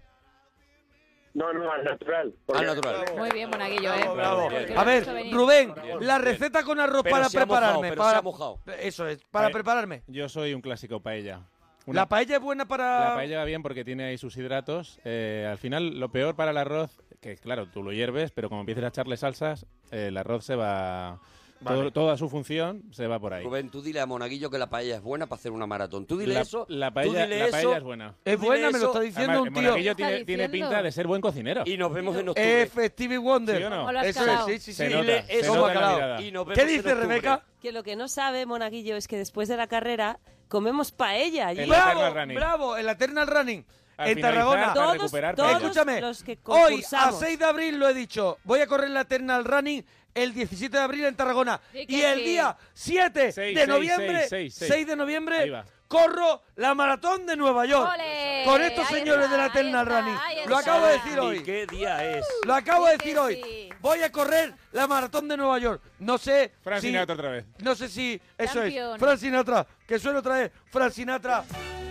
[SPEAKER 10] No, no, al natural.
[SPEAKER 2] Al natural.
[SPEAKER 3] Muy bien, Monaguillo, ¿eh?
[SPEAKER 2] Bravo.
[SPEAKER 3] Creo
[SPEAKER 1] A ver,
[SPEAKER 3] que lo has hecho venir.
[SPEAKER 1] Rubén, la receta con arroz
[SPEAKER 4] Pero
[SPEAKER 1] para
[SPEAKER 4] se ha mojado,
[SPEAKER 1] prepararme.
[SPEAKER 4] pero
[SPEAKER 1] para,
[SPEAKER 4] se ha mojado.
[SPEAKER 1] Eso es, para
[SPEAKER 4] Eh,
[SPEAKER 1] prepararme.
[SPEAKER 4] Yo soy un clásico paella.
[SPEAKER 1] La paella es buena para...
[SPEAKER 4] La paella va bien porque tiene ahí sus hidratos. Eh, al final, lo peor para el arroz, que claro, tú lo hierves, pero como empiezas a echarle salsas, eh, el arroz se va...
[SPEAKER 2] Vale.
[SPEAKER 4] todo- toda su función se va por ahí.
[SPEAKER 2] Rubén, tú dile a Monaguillo que la paella es buena para hacer una maratón. Tú dile
[SPEAKER 4] La-
[SPEAKER 2] eso.
[SPEAKER 4] la
[SPEAKER 2] tú
[SPEAKER 4] paella-
[SPEAKER 2] dile
[SPEAKER 4] la
[SPEAKER 2] eso,
[SPEAKER 4] paella es buena.
[SPEAKER 2] tú
[SPEAKER 1] Es
[SPEAKER 2] dile
[SPEAKER 1] buena, me lo
[SPEAKER 2] eso.
[SPEAKER 1] está diciendo
[SPEAKER 4] Además,
[SPEAKER 1] un tío.
[SPEAKER 4] Monaguillo tiene-
[SPEAKER 1] Está
[SPEAKER 4] tiene
[SPEAKER 1] diciendo.
[SPEAKER 4] pinta de ser buen cocinero.
[SPEAKER 2] Y nos vemos en octubre.
[SPEAKER 1] Effective Wonder.
[SPEAKER 4] ¿Sí o no? ¿Cómo
[SPEAKER 2] lo has
[SPEAKER 1] Eso es,
[SPEAKER 2] calado?
[SPEAKER 1] sí, sí,
[SPEAKER 4] Se
[SPEAKER 1] sí.
[SPEAKER 4] nota,
[SPEAKER 1] Dile
[SPEAKER 4] se
[SPEAKER 1] eso,
[SPEAKER 4] nota la
[SPEAKER 1] bacalao.
[SPEAKER 4] mirada.
[SPEAKER 2] Y nos
[SPEAKER 1] ¿Qué
[SPEAKER 2] vemos en
[SPEAKER 1] dice
[SPEAKER 2] octubre.
[SPEAKER 1] Rebeca?
[SPEAKER 5] Que lo que no sabe, Monaguillo, es que después de la carrera comemos paella. allí.
[SPEAKER 1] Bravo, bravo, el Eternal Running.
[SPEAKER 4] Al
[SPEAKER 1] en
[SPEAKER 4] finalizar,
[SPEAKER 1] Tarragona.
[SPEAKER 4] para Todos- recuperar todos paella.
[SPEAKER 1] Escúchame,
[SPEAKER 5] los que
[SPEAKER 1] hoy a
[SPEAKER 5] concursamos.
[SPEAKER 1] 6 de abril lo he dicho, voy a correr la Eternal Running el 17 de abril en Tarragona.
[SPEAKER 2] Sí que
[SPEAKER 1] y el
[SPEAKER 2] sí.
[SPEAKER 1] día 7
[SPEAKER 4] Seis,
[SPEAKER 1] de
[SPEAKER 4] seis,
[SPEAKER 1] noviembre,
[SPEAKER 4] seis, seis, seis.
[SPEAKER 1] 6 de
[SPEAKER 4] Ahí
[SPEAKER 1] noviembre,
[SPEAKER 4] va.
[SPEAKER 1] corro la maratón de Nueva York.
[SPEAKER 2] ¡Ole!
[SPEAKER 1] Con estos
[SPEAKER 2] Ahí
[SPEAKER 1] señores
[SPEAKER 2] está,
[SPEAKER 1] de la
[SPEAKER 2] ahí
[SPEAKER 1] Eternal
[SPEAKER 2] está,
[SPEAKER 1] Running.
[SPEAKER 2] ahí
[SPEAKER 1] Lo
[SPEAKER 2] está.
[SPEAKER 1] acabo de decir
[SPEAKER 2] Ni
[SPEAKER 1] hoy. Uh,
[SPEAKER 2] ¿Qué día es?
[SPEAKER 1] Lo acabo de decir hoy. Voy a correr la maratón de Nueva York. No sé.
[SPEAKER 4] Fran
[SPEAKER 1] si-
[SPEAKER 4] Sinatra otra vez.
[SPEAKER 1] No sé si. Eso
[SPEAKER 4] Campeón.
[SPEAKER 1] es. Fran Sinatra. Que suelo otra vez. Fran Sinatra.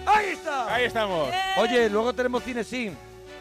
[SPEAKER 1] ¡Ahí está!
[SPEAKER 4] Ahí estamos.
[SPEAKER 1] Oye, luego tenemos cine sin.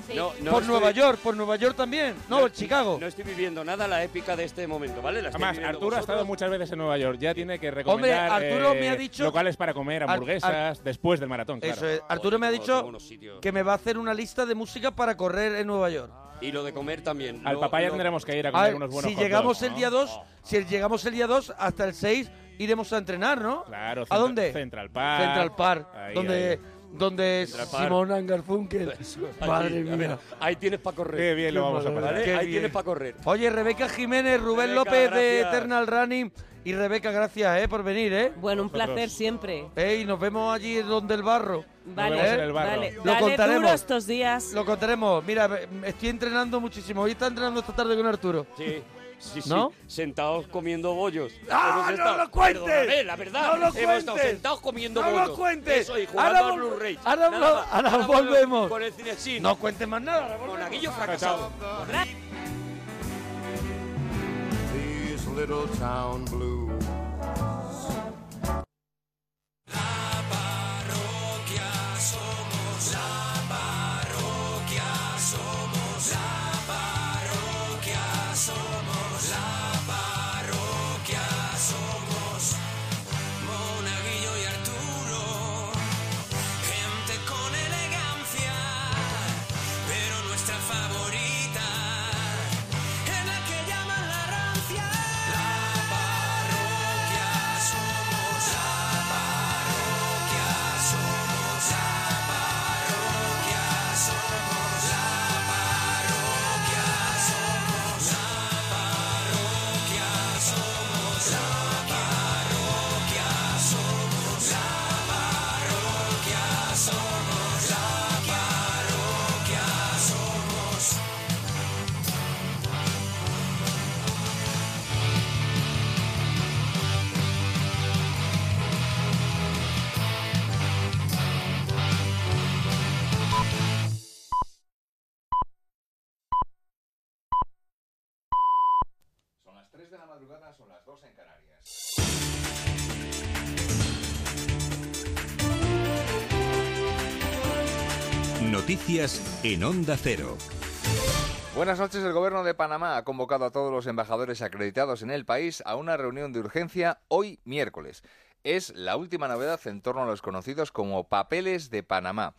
[SPEAKER 2] Sí. No, no
[SPEAKER 1] por
[SPEAKER 2] estoy-
[SPEAKER 1] Nueva York, por Nueva York también. No, Chicago.
[SPEAKER 2] No estoy viviendo nada la épica de este momento, ¿vale? La estoy
[SPEAKER 4] Además,
[SPEAKER 2] viviendo
[SPEAKER 4] Arturo ha
[SPEAKER 2] vosotros.
[SPEAKER 4] estado muchas veces en Nueva York. Ya tiene que recomendar
[SPEAKER 1] Arturo
[SPEAKER 4] eh,
[SPEAKER 1] me ha dicho-
[SPEAKER 4] locales para comer,
[SPEAKER 1] Ar-
[SPEAKER 4] hamburguesas,
[SPEAKER 1] Ar-
[SPEAKER 4] después del maratón, claro.
[SPEAKER 1] Eso es. Arturo me ha
[SPEAKER 2] Tengo- tengo
[SPEAKER 1] dicho
[SPEAKER 2] unos sitios.
[SPEAKER 1] que me va a hacer una lista de música para correr en Nueva York.
[SPEAKER 2] Y lo de comer también.
[SPEAKER 4] Al
[SPEAKER 2] Lo-
[SPEAKER 4] papaya
[SPEAKER 2] lo-
[SPEAKER 4] tendremos que ir a
[SPEAKER 1] A
[SPEAKER 4] comer
[SPEAKER 1] ver,
[SPEAKER 4] unos buenos Ah.
[SPEAKER 1] si
[SPEAKER 4] hot
[SPEAKER 1] llegamos
[SPEAKER 4] dogs,
[SPEAKER 1] el
[SPEAKER 4] ¿no?
[SPEAKER 1] día 2, si llegamos el día 2 hasta el 6 iremos a entrenar, ¿no?
[SPEAKER 4] Claro,
[SPEAKER 1] ¿A
[SPEAKER 4] Centra-
[SPEAKER 1] dónde?
[SPEAKER 4] Central Park.
[SPEAKER 1] Central Park,
[SPEAKER 4] Ahí,
[SPEAKER 1] donde
[SPEAKER 4] ahí.
[SPEAKER 1] donde
[SPEAKER 4] Central Park.
[SPEAKER 1] Simón Angarfunkel.
[SPEAKER 2] Ahí,
[SPEAKER 1] Madre
[SPEAKER 2] a ver,
[SPEAKER 1] mía.
[SPEAKER 2] Ahí tienes para correr.
[SPEAKER 4] Qué bien lo vamos a pasar.
[SPEAKER 2] ¿Vale?
[SPEAKER 1] Qué
[SPEAKER 2] Ahí
[SPEAKER 1] bien.
[SPEAKER 2] tienes para correr.
[SPEAKER 1] Oye, Rebeca Jiménez, Rubén
[SPEAKER 2] Rebeca,
[SPEAKER 1] López de
[SPEAKER 2] gracias.
[SPEAKER 1] Eternal Running y Rebeca, gracias, eh, por venir, eh.
[SPEAKER 5] Bueno, un placer siempre.
[SPEAKER 1] Ey, nos vemos allí donde el barro.
[SPEAKER 5] Vale, vemos en el barro. vale.
[SPEAKER 1] Lo
[SPEAKER 5] Dale
[SPEAKER 1] contaremos.
[SPEAKER 5] duro estos días.
[SPEAKER 1] Lo contaremos. Mira, ve- estoy entrenando muchísimo. Hoy está entrenando esta tarde con Arturo.
[SPEAKER 2] Sí. Sí, sí.
[SPEAKER 1] ¿No?
[SPEAKER 2] Sentados comiendo bollos.
[SPEAKER 1] ¡Ah,
[SPEAKER 2] Hemos
[SPEAKER 1] no
[SPEAKER 2] estado-
[SPEAKER 1] lo cuentes!
[SPEAKER 2] Perdóname, la verdad.
[SPEAKER 1] ¡No lo
[SPEAKER 2] hemos estado
[SPEAKER 1] cuentes!
[SPEAKER 2] sentados comiendo
[SPEAKER 1] ¡No lo
[SPEAKER 2] bollos.
[SPEAKER 1] cuentes!
[SPEAKER 2] Eso y jugando
[SPEAKER 1] Ahora
[SPEAKER 2] al
[SPEAKER 1] vol-
[SPEAKER 2] Blu-ray.
[SPEAKER 1] ahora
[SPEAKER 2] Nada
[SPEAKER 1] vol-
[SPEAKER 2] más.
[SPEAKER 1] ahora volvemos.
[SPEAKER 2] Con el cine sin.
[SPEAKER 1] No cuentes más nada.
[SPEAKER 2] Monaguillo fracasado.
[SPEAKER 11] These little town blues.
[SPEAKER 12] parroquia somos, la parroquia somos, la parroquia somos, la parroquia somos. Monaguillo y Arturo, gente con elegancia, pero nuestra favorita es la que llaman la rancia. La parroquia.
[SPEAKER 13] 3 de la madrugada son las 2 en Canarias.
[SPEAKER 14] Noticias en Onda Cero.
[SPEAKER 13] Buenas noches. El gobierno de Panamá ha convocado a todos los embajadores acreditados en el país a una reunión de urgencia hoy miércoles. Es la última novedad en torno a los conocidos como papeles de Panamá.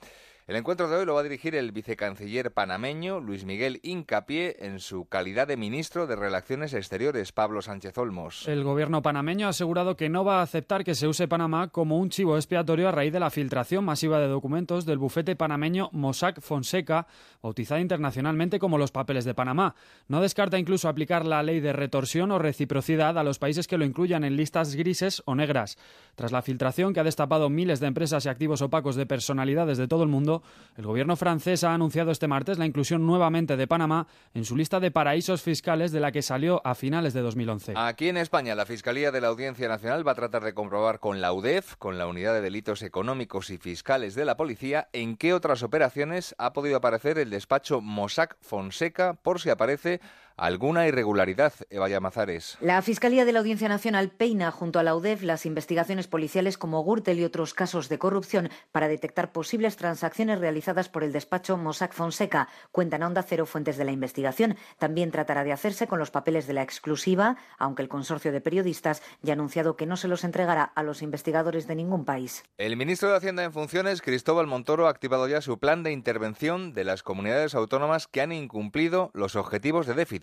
[SPEAKER 13] El encuentro de hoy lo va a dirigir el vicecanciller panameño Luis Miguel Incapié en su calidad de ministro de Relaciones Exteriores, Pablo Sánchez Olmos.
[SPEAKER 15] El gobierno panameño ha asegurado que no va a aceptar que se use Panamá como un chivo expiatorio a raíz de la filtración masiva de documentos del bufete panameño Mossack Fonseca, bautizada internacionalmente como los papeles de Panamá. No descarta incluso aplicar la ley de retorsión o reciprocidad a los países que lo incluyan en listas grises o negras. Tras la filtración que ha destapado miles de empresas y activos opacos de personalidades de todo el mundo, el gobierno francés ha anunciado este martes la inclusión nuevamente de Panamá en su lista de paraísos fiscales de la que salió a finales de 2011.
[SPEAKER 13] Aquí en España, la Fiscalía de la Audiencia Nacional va a tratar de comprobar con la UDEF, con la Unidad de Delitos Económicos y Fiscales de la Policía, en qué otras operaciones ha podido aparecer el despacho Mossack Fonseca por si aparece alguna irregularidad, Eva Llamazares.
[SPEAKER 16] La Fiscalía de la Audiencia Nacional peina junto a la UDEF las investigaciones policiales como Gürtel y otros casos de corrupción para detectar posibles transacciones realizadas por el despacho Mossack Fonseca. Cuentan a Onda Cero fuentes de la investigación. También tratará de hacerse con los papeles de la exclusiva, aunque el consorcio de periodistas ya ha anunciado que no se los entregará a los investigadores de ningún país.
[SPEAKER 13] El ministro de Hacienda en funciones, Cristóbal Montoro, ha activado ya su plan de intervención de las comunidades autónomas que han incumplido los objetivos de déficit.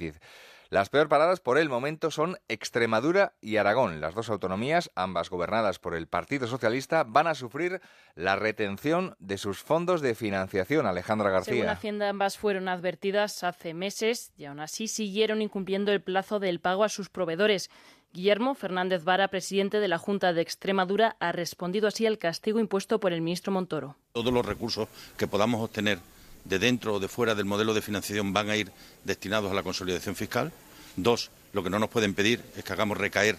[SPEAKER 13] Las peor paradas por el momento son Extremadura y Aragón. Las dos autonomías, ambas gobernadas por el Partido Socialista, van a sufrir la retención de sus fondos de financiación. Alejandra
[SPEAKER 17] Según
[SPEAKER 13] García.
[SPEAKER 17] Hacienda, ambas fueron advertidas hace meses y aún así siguieron incumpliendo el plazo del pago a sus proveedores. Guillermo Fernández Vara, presidente de la Junta de Extremadura, ha respondido así al castigo impuesto por el ministro Montoro.
[SPEAKER 18] Todos los recursos que podamos obtener de dentro o de fuera del modelo de financiación van a ir destinados a la consolidación fiscal. Dos, lo que no nos pueden pedir es que hagamos recaer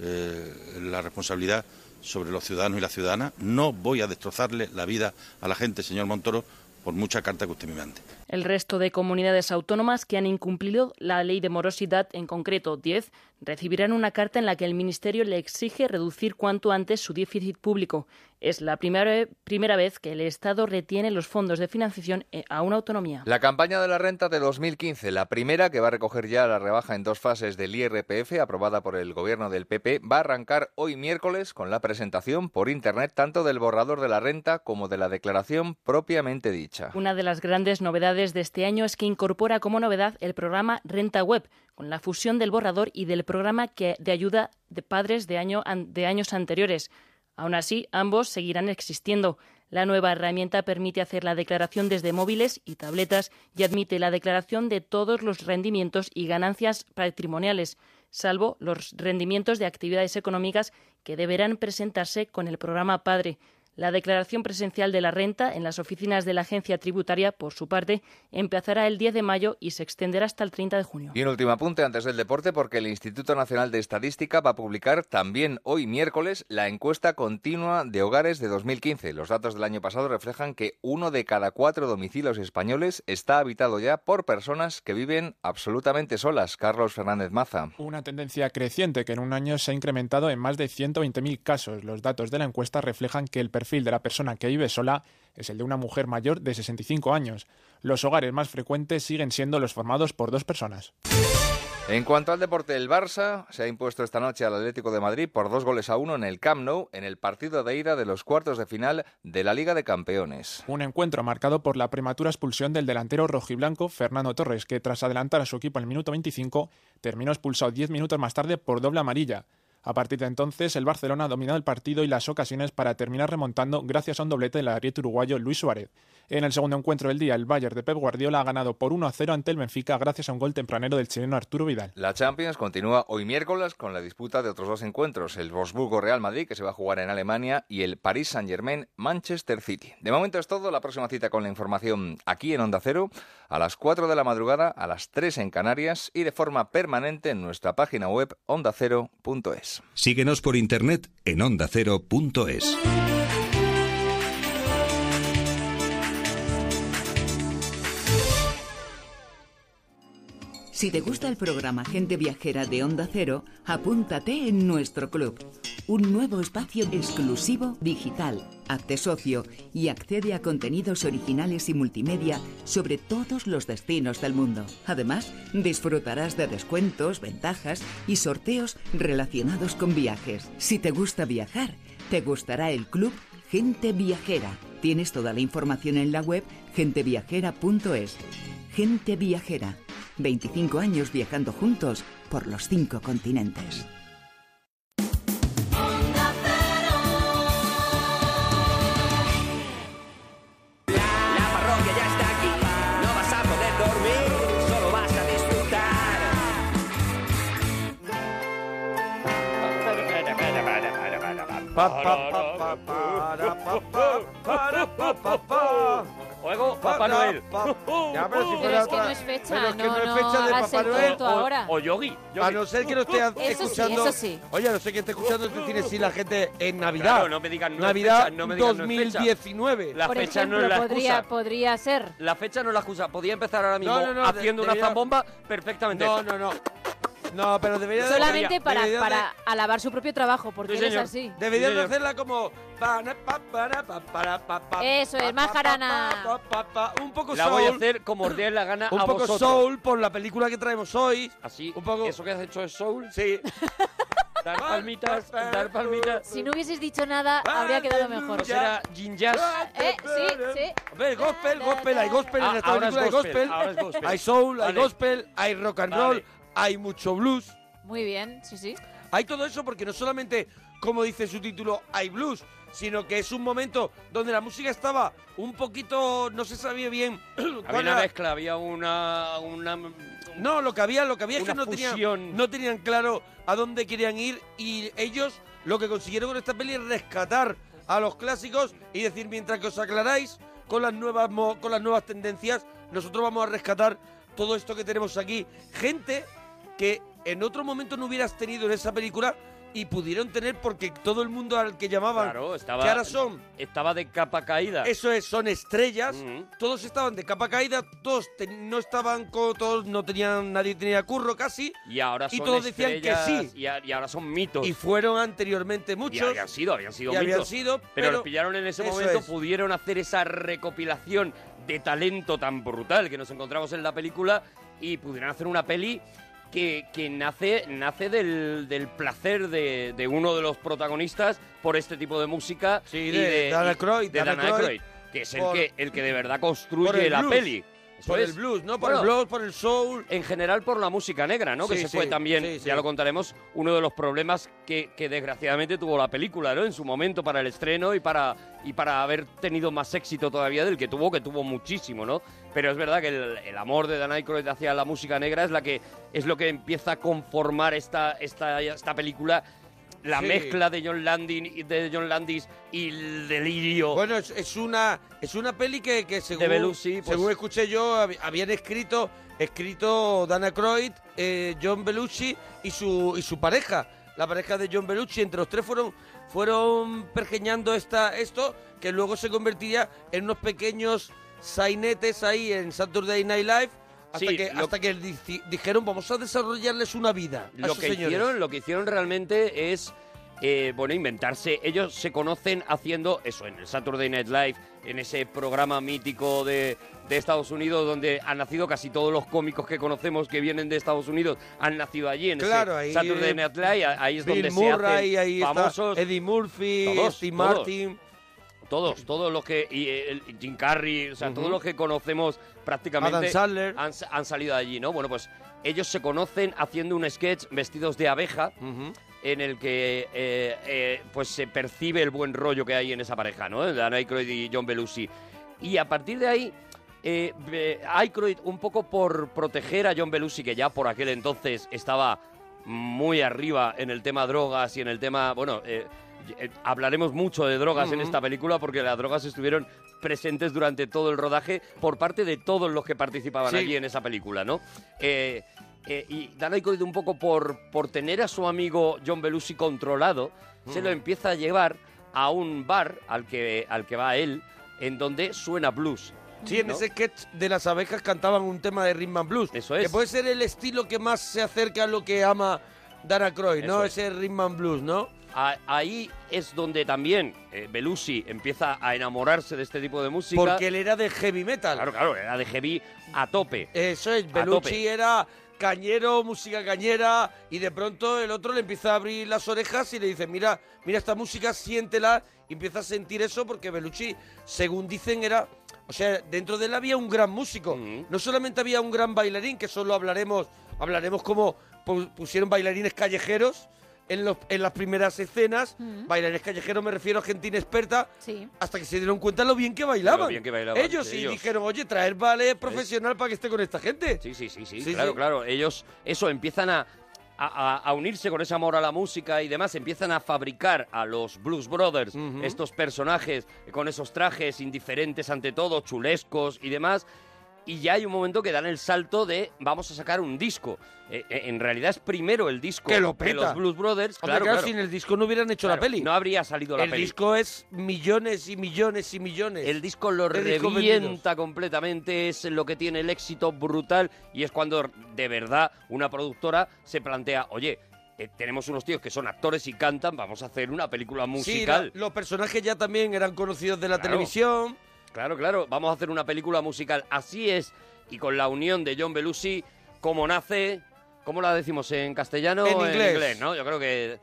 [SPEAKER 18] eh, la responsabilidad sobre los ciudadanos y las ciudadanas. No voy a destrozarle la vida a la gente, señor Montoro, por mucha carta que usted me mande.
[SPEAKER 17] El resto de comunidades autónomas que han incumplido la ley de morosidad, en concreto 10, recibirán una carta en la que el Ministerio le exige reducir cuanto antes su déficit público. Es la primera, primera vez que el Estado retiene los fondos de financiación eh, a una autonomía.
[SPEAKER 13] La campaña de la renta de 2015, la primera que va a recoger ya la rebaja en dos fases del IRPF aprobada por el gobierno del PP, va a arrancar hoy miércoles con la presentación por Internet tanto del borrador de la renta como de la declaración propiamente dicha.
[SPEAKER 17] Una de las grandes novedades de este año es que incorpora como novedad el programa Renta Web, con la fusión del borrador y del programa que- de ayuda de padres de, año an- de años anteriores. Aún así, ambos seguirán existiendo. La nueva herramienta permite hacer la declaración desde móviles y tabletas y admite la declaración de todos los rendimientos y ganancias patrimoniales, salvo los rendimientos de actividades económicas que deberán presentarse con el programa Padre. La declaración presencial de la renta en las oficinas de la agencia tributaria, por su parte, empezará el 10 de mayo y se extenderá hasta el 30 de junio.
[SPEAKER 13] Y un último apunte antes del deporte porque el Instituto Nacional de Estadística va a publicar también hoy miércoles la encuesta continua de hogares de 2015. Los datos del año pasado reflejan que uno de cada cuatro domicilios españoles está habitado ya por personas que viven absolutamente solas. Carlos Fernández Maza.
[SPEAKER 19] Una tendencia creciente que en un año se ha incrementado en más de 120.000 casos. Los datos de la encuesta reflejan que el perfil de la persona que vive sola es el de una mujer mayor de 65 años. Los hogares más frecuentes siguen siendo los formados por dos personas.
[SPEAKER 13] En cuanto al deporte, el Barça se ha impuesto esta noche al Atlético de Madrid por dos goles a uno en el Camp Nou en el partido de ida de los cuartos de final de la Liga de Campeones.
[SPEAKER 19] Un encuentro marcado por la prematura expulsión del delantero rojiblanco Fernando Torres, que tras adelantar a su equipo en el minuto 25, terminó expulsado 10 minutos más tarde por doble amarilla. A partir de entonces, el Barcelona ha dominado el partido y las ocasiones para terminar remontando gracias a un doblete del ariete uruguayo Luis Suárez. En el segundo encuentro del día, el Bayern de Pep Guardiola ha ganado por 1-0 ante el Benfica gracias a un gol tempranero del chileno Arturo Vidal.
[SPEAKER 13] La Champions continúa hoy miércoles con la disputa de otros dos encuentros, el Wolfsburgo-Real Madrid, que se va a jugar en Alemania, y el Paris Saint-Germain-Manchester City. De momento es todo, la próxima cita con la información aquí en Onda Cero, a las 4 de la madrugada, a las 3 en Canarias y de forma permanente en nuestra página web ondacero.es.
[SPEAKER 14] Síguenos por internet en ondacero.es.
[SPEAKER 20] Si te gusta el programa Gente Viajera de Onda Cero, apúntate en nuestro club. Un nuevo espacio exclusivo digital. Hazte socio y accede a contenidos originales y multimedia sobre todos los destinos del mundo. Además, disfrutarás de descuentos, ventajas y sorteos relacionados con viajes. Si te gusta viajar, te gustará el club Gente Viajera. Tienes toda la información en la web genteviajera.es. Gente Viajera. 25 años viajando juntos por los cinco continentes.
[SPEAKER 21] parroquia ya está aquí. No vas a poder dormir, solo vas a disfrutar.
[SPEAKER 2] Oigo, Papá Noel.
[SPEAKER 1] Ya, pero si
[SPEAKER 3] Pero
[SPEAKER 1] fuera
[SPEAKER 3] es que
[SPEAKER 1] otra-
[SPEAKER 3] no es fecha,
[SPEAKER 1] pero es que
[SPEAKER 3] no,
[SPEAKER 1] no es fecha
[SPEAKER 3] no
[SPEAKER 1] de
[SPEAKER 3] hagas
[SPEAKER 1] Papá
[SPEAKER 3] el
[SPEAKER 1] Noel.
[SPEAKER 3] tonto ahora.
[SPEAKER 2] O Yogi.
[SPEAKER 1] A no ser que lo esté
[SPEAKER 3] Eso sí,
[SPEAKER 1] escuchando.
[SPEAKER 3] eso sí.
[SPEAKER 1] Oye, a no sé que esté escuchando este cine sí la gente en Navidad.
[SPEAKER 2] Claro, no me digan no es
[SPEAKER 1] Navidad
[SPEAKER 2] fecha, no me digan no es fecha.
[SPEAKER 1] 2019.
[SPEAKER 2] La
[SPEAKER 3] Por
[SPEAKER 2] fecha
[SPEAKER 3] ejemplo,
[SPEAKER 2] no es la
[SPEAKER 3] podría,
[SPEAKER 2] excusa.
[SPEAKER 3] podría ser.
[SPEAKER 2] La fecha no es la excusa. Podía empezar ahora mismo
[SPEAKER 1] No, no, no,
[SPEAKER 2] haciendo
[SPEAKER 1] de-
[SPEAKER 2] una
[SPEAKER 1] debería-
[SPEAKER 2] zambomba perfectamente.
[SPEAKER 1] No, no, no. No, pero debería de-
[SPEAKER 3] Solamente
[SPEAKER 1] debería-
[SPEAKER 3] para,
[SPEAKER 1] debería de-
[SPEAKER 3] para alabar su propio trabajo, porque
[SPEAKER 1] Sí,
[SPEAKER 3] él es
[SPEAKER 1] señor.
[SPEAKER 3] así.
[SPEAKER 1] Deberías
[SPEAKER 2] Sí,
[SPEAKER 1] de
[SPEAKER 2] señor.
[SPEAKER 1] hacerla como. pa, na, pa, pa, na, pa, pa, na, pa, pa,
[SPEAKER 3] Eso
[SPEAKER 1] pa,
[SPEAKER 3] es, más jarana.
[SPEAKER 1] pa, pa, pa. Un poco
[SPEAKER 2] La
[SPEAKER 1] soul.
[SPEAKER 2] voy a hacer como os dé la gana
[SPEAKER 1] Un
[SPEAKER 2] a
[SPEAKER 1] poco
[SPEAKER 2] vosotros.
[SPEAKER 1] soul por la película que traemos hoy.
[SPEAKER 2] Así.
[SPEAKER 1] Un poco.
[SPEAKER 2] ¿Eso que has hecho es soul? Sí. Dar palmitas, dar palmitas.
[SPEAKER 3] Si no hubieses dicho nada, habría quedado mejor.
[SPEAKER 2] Pues era Jin Jazz.
[SPEAKER 3] Eh, sí, sí.
[SPEAKER 1] Hombre, gospel, gospel, hay gospel en
[SPEAKER 2] Ah,
[SPEAKER 1] esta
[SPEAKER 2] ahora es
[SPEAKER 1] película, hay
[SPEAKER 2] gospel,
[SPEAKER 1] gospel.
[SPEAKER 2] ahora es gospel.
[SPEAKER 1] Hay soul, hay
[SPEAKER 2] Vale.
[SPEAKER 1] gospel, hay rock and
[SPEAKER 2] Vale.
[SPEAKER 1] roll, hay mucho blues.
[SPEAKER 3] Muy bien, sí, sí.
[SPEAKER 1] Hay todo eso porque no solamente, como dice su título, hay blues, sino que es un momento donde la música estaba un poquito, no se sabía bien.
[SPEAKER 2] Había
[SPEAKER 1] cuál
[SPEAKER 2] una
[SPEAKER 1] era.
[SPEAKER 2] mezcla, había una... una
[SPEAKER 1] No, lo que había, lo que había es
[SPEAKER 2] Una
[SPEAKER 1] que no tenían,
[SPEAKER 2] fusión.
[SPEAKER 1] no tenían claro a dónde querían ir y ellos lo que consiguieron con esta peli es rescatar a los clásicos y decir mientras que os aclaráis con las nuevas mo- con las nuevas tendencias nosotros vamos a rescatar todo esto que tenemos aquí gente que en otro momento no hubieras tenido en esa película y pudieron tener porque todo el mundo al que llamaban
[SPEAKER 2] Claro, estaba,
[SPEAKER 1] que ahora son
[SPEAKER 2] estaba de capa caída.
[SPEAKER 1] eso es, son estrellas. Todos estaban de capa caída, todos te- no estaban co- todos no tenían, nadie tenía curro casi.
[SPEAKER 2] Y ahora
[SPEAKER 1] y
[SPEAKER 2] son
[SPEAKER 1] todos decían que
[SPEAKER 2] estrellas
[SPEAKER 1] sí.
[SPEAKER 2] Y, a- y ahora son mitos.
[SPEAKER 1] Y fueron anteriormente muchos.
[SPEAKER 2] Y habían sido, habían sido
[SPEAKER 1] Y habían
[SPEAKER 2] mitos.
[SPEAKER 1] sido,
[SPEAKER 2] pero,
[SPEAKER 1] pero
[SPEAKER 2] los pillaron en ese
[SPEAKER 1] eso
[SPEAKER 2] momento,
[SPEAKER 1] es.
[SPEAKER 2] pudieron hacer esa recopilación de talento tan brutal que nos encontramos en la película y pudieron hacer una peli que, que nace, nace del, del placer de, de uno de los protagonistas por este tipo de música. y
[SPEAKER 1] de Dan Aykroyd,
[SPEAKER 2] de
[SPEAKER 1] Dan
[SPEAKER 2] Dan
[SPEAKER 1] Aykroyd,
[SPEAKER 2] Aykroyd, que es el,
[SPEAKER 1] por-
[SPEAKER 2] que, el que de verdad
[SPEAKER 1] por
[SPEAKER 2] construye
[SPEAKER 1] el
[SPEAKER 2] la
[SPEAKER 1] blues,
[SPEAKER 2] peli.
[SPEAKER 1] por el blues, ¿no? Por el blues, por el soul.
[SPEAKER 2] En general por la música negra, ¿no? que
[SPEAKER 1] Sí,
[SPEAKER 2] se
[SPEAKER 1] sí,
[SPEAKER 2] fue también,
[SPEAKER 1] sí, sí.
[SPEAKER 2] ya lo contaremos, uno de los problemas que, que desgraciadamente tuvo la película, ¿no? En su momento para el estreno y para, y para haber tenido más éxito todavía del que tuvo, que tuvo muchísimo, ¿no? Pero es verdad que el, el amor de Dan Aykroyd hacia la música negra es, la que, es lo que empieza a conformar esta, esta, esta película. La
[SPEAKER 1] Sí.
[SPEAKER 2] mezcla de John, Landis, de John Landis y el delirio.
[SPEAKER 1] Bueno, es, es una es una peli que, que según,
[SPEAKER 2] Belushi, pues-
[SPEAKER 1] según escuché yo, hab- habían escrito escrito Dana Croyd, eh, John Belushi y su y su pareja, la pareja de John Belushi, entre los tres fueron fueron pergeñando esta esto que luego se convertiría en unos pequeños sainetes ahí en Saturday Night Live hasta
[SPEAKER 2] Sí,
[SPEAKER 1] que
[SPEAKER 2] lo-
[SPEAKER 1] hasta que dici- dijeron vamos a desarrollarles una vida. a
[SPEAKER 2] lo
[SPEAKER 1] esos
[SPEAKER 2] que
[SPEAKER 1] señores".
[SPEAKER 2] hicieron lo que hicieron realmente es eh, bueno inventarse ellos se conocen haciendo eso en el Saturday Night Live en ese programa mítico de, de Estados Unidos donde han nacido casi todos los cómicos que conocemos que vienen de Estados Unidos han nacido allí en ese
[SPEAKER 1] Claro, ahí-
[SPEAKER 2] Saturday Night Live a- ahí es
[SPEAKER 1] Bill
[SPEAKER 2] donde
[SPEAKER 1] Murray,
[SPEAKER 2] se hacen
[SPEAKER 1] ahí está
[SPEAKER 2] famosos
[SPEAKER 1] Eddie Murphy,
[SPEAKER 2] Todos,
[SPEAKER 1] Steve
[SPEAKER 2] todos.
[SPEAKER 1] Martin.
[SPEAKER 2] todos, todos los que. Y, eh, el- Jim Carrey, o sea,
[SPEAKER 1] Ujú.
[SPEAKER 2] todos los que conocemos prácticamente.
[SPEAKER 1] Adam Sandler.
[SPEAKER 2] Han, sa- han salido de allí, ¿no? Bueno, pues ellos se conocen haciendo un sketch vestidos de abeja. En el que eh, eh, pues se percibe el buen rollo que hay en esa pareja, ¿no? Dan Aykroyd y John Belushi. Y a partir de ahí, eh, be- Aykroyd, un poco por proteger a John Belushi, que ya por aquel entonces estaba muy arriba en el tema drogas y en el tema. Bueno, eh, eh, hablaremos mucho de drogas en este
[SPEAKER 1] Ujú.
[SPEAKER 2] esta película porque las drogas estuvieron presentes durante todo el rodaje por parte de todos los que participaban
[SPEAKER 1] Sí.
[SPEAKER 2] allí en esa película, ¿no? Eh, eh, y Dan Aykroyd un poco por, por tener a su amigo John Belushi controlado, se lo
[SPEAKER 1] Ujú.
[SPEAKER 2] empieza a llevar a un bar al que, al que va él, en donde suena blues.
[SPEAKER 1] Sí, en
[SPEAKER 2] ¿No?
[SPEAKER 1] ese sketch de las abejas cantaban un tema de Rhythm and Blues. Eso es. Que puede ser el estilo que más se acerca a lo que ama Dana Croy, ¿no?
[SPEAKER 2] Eso es.
[SPEAKER 1] Ese Rhythm and Blues, ¿no?
[SPEAKER 2] A- ahí es donde también eh, Belushi empieza a enamorarse de este tipo de música.
[SPEAKER 1] Porque él era de heavy metal.
[SPEAKER 2] Claro, claro, era de heavy a tope.
[SPEAKER 1] Eso es,
[SPEAKER 2] A
[SPEAKER 1] Belushi
[SPEAKER 2] tope.
[SPEAKER 1] era cañero, música cañera, y de pronto el otro le empieza a abrir las orejas y le dice, mira, mira esta música, siéntela, y empieza a sentir eso porque Belushi, según dicen, era... O sea, dentro de él había un gran músico. No solamente había un gran bailarín, que solo hablaremos, hablaremos como pu- pusieron bailarines callejeros en, los- en las primeras escenas. Bailarines callejeros me refiero a gente inexperta,
[SPEAKER 3] Sí.
[SPEAKER 1] hasta que se dieron cuenta lo bien que bailaban.
[SPEAKER 2] Lo bien que bailaban,
[SPEAKER 1] ellos
[SPEAKER 2] sí,
[SPEAKER 1] y
[SPEAKER 2] ellos.
[SPEAKER 1] dijeron, oye, traer ballet profesional para que esté con esta gente.
[SPEAKER 2] Sí, sí, sí, sí,
[SPEAKER 1] Sí,
[SPEAKER 2] claro,
[SPEAKER 1] sí.
[SPEAKER 2] claro. Ellos, eso, empiezan a, a- a- a unirse con ese amor a la música y demás. Empiezan a fabricar a los Blues Brothers, estos personajes con esos trajes indiferentes ante todo, chulescos y demás. Y ya hay un momento que dan el salto de vamos a sacar un disco. Eh, eh, en realidad es primero el disco
[SPEAKER 1] Que lo
[SPEAKER 2] de
[SPEAKER 1] peta.
[SPEAKER 2] los Blues Brothers.
[SPEAKER 1] Hombre, claro, sin el disco no hubieran hecho la
[SPEAKER 2] Claro,
[SPEAKER 1] peli.
[SPEAKER 2] No habría salido la
[SPEAKER 1] el
[SPEAKER 2] peli.
[SPEAKER 1] disco es millones y millones y millones.
[SPEAKER 2] El disco lo
[SPEAKER 1] de discos vendidos.
[SPEAKER 2] revienta completamente, es lo que tiene el éxito brutal y es cuando de verdad una productora se plantea, oye, eh, tenemos unos tíos que son actores y cantan, vamos a hacer una película musical.
[SPEAKER 1] Sí, la- los personajes ya también eran conocidos de la
[SPEAKER 2] Claro.
[SPEAKER 1] televisión.
[SPEAKER 2] Claro, claro, vamos a hacer una película musical, así es, y con la unión de John Belushi, como nace, ¿cómo la decimos en castellano?
[SPEAKER 1] En
[SPEAKER 2] o
[SPEAKER 1] inglés.
[SPEAKER 2] ¿no? Yo creo que...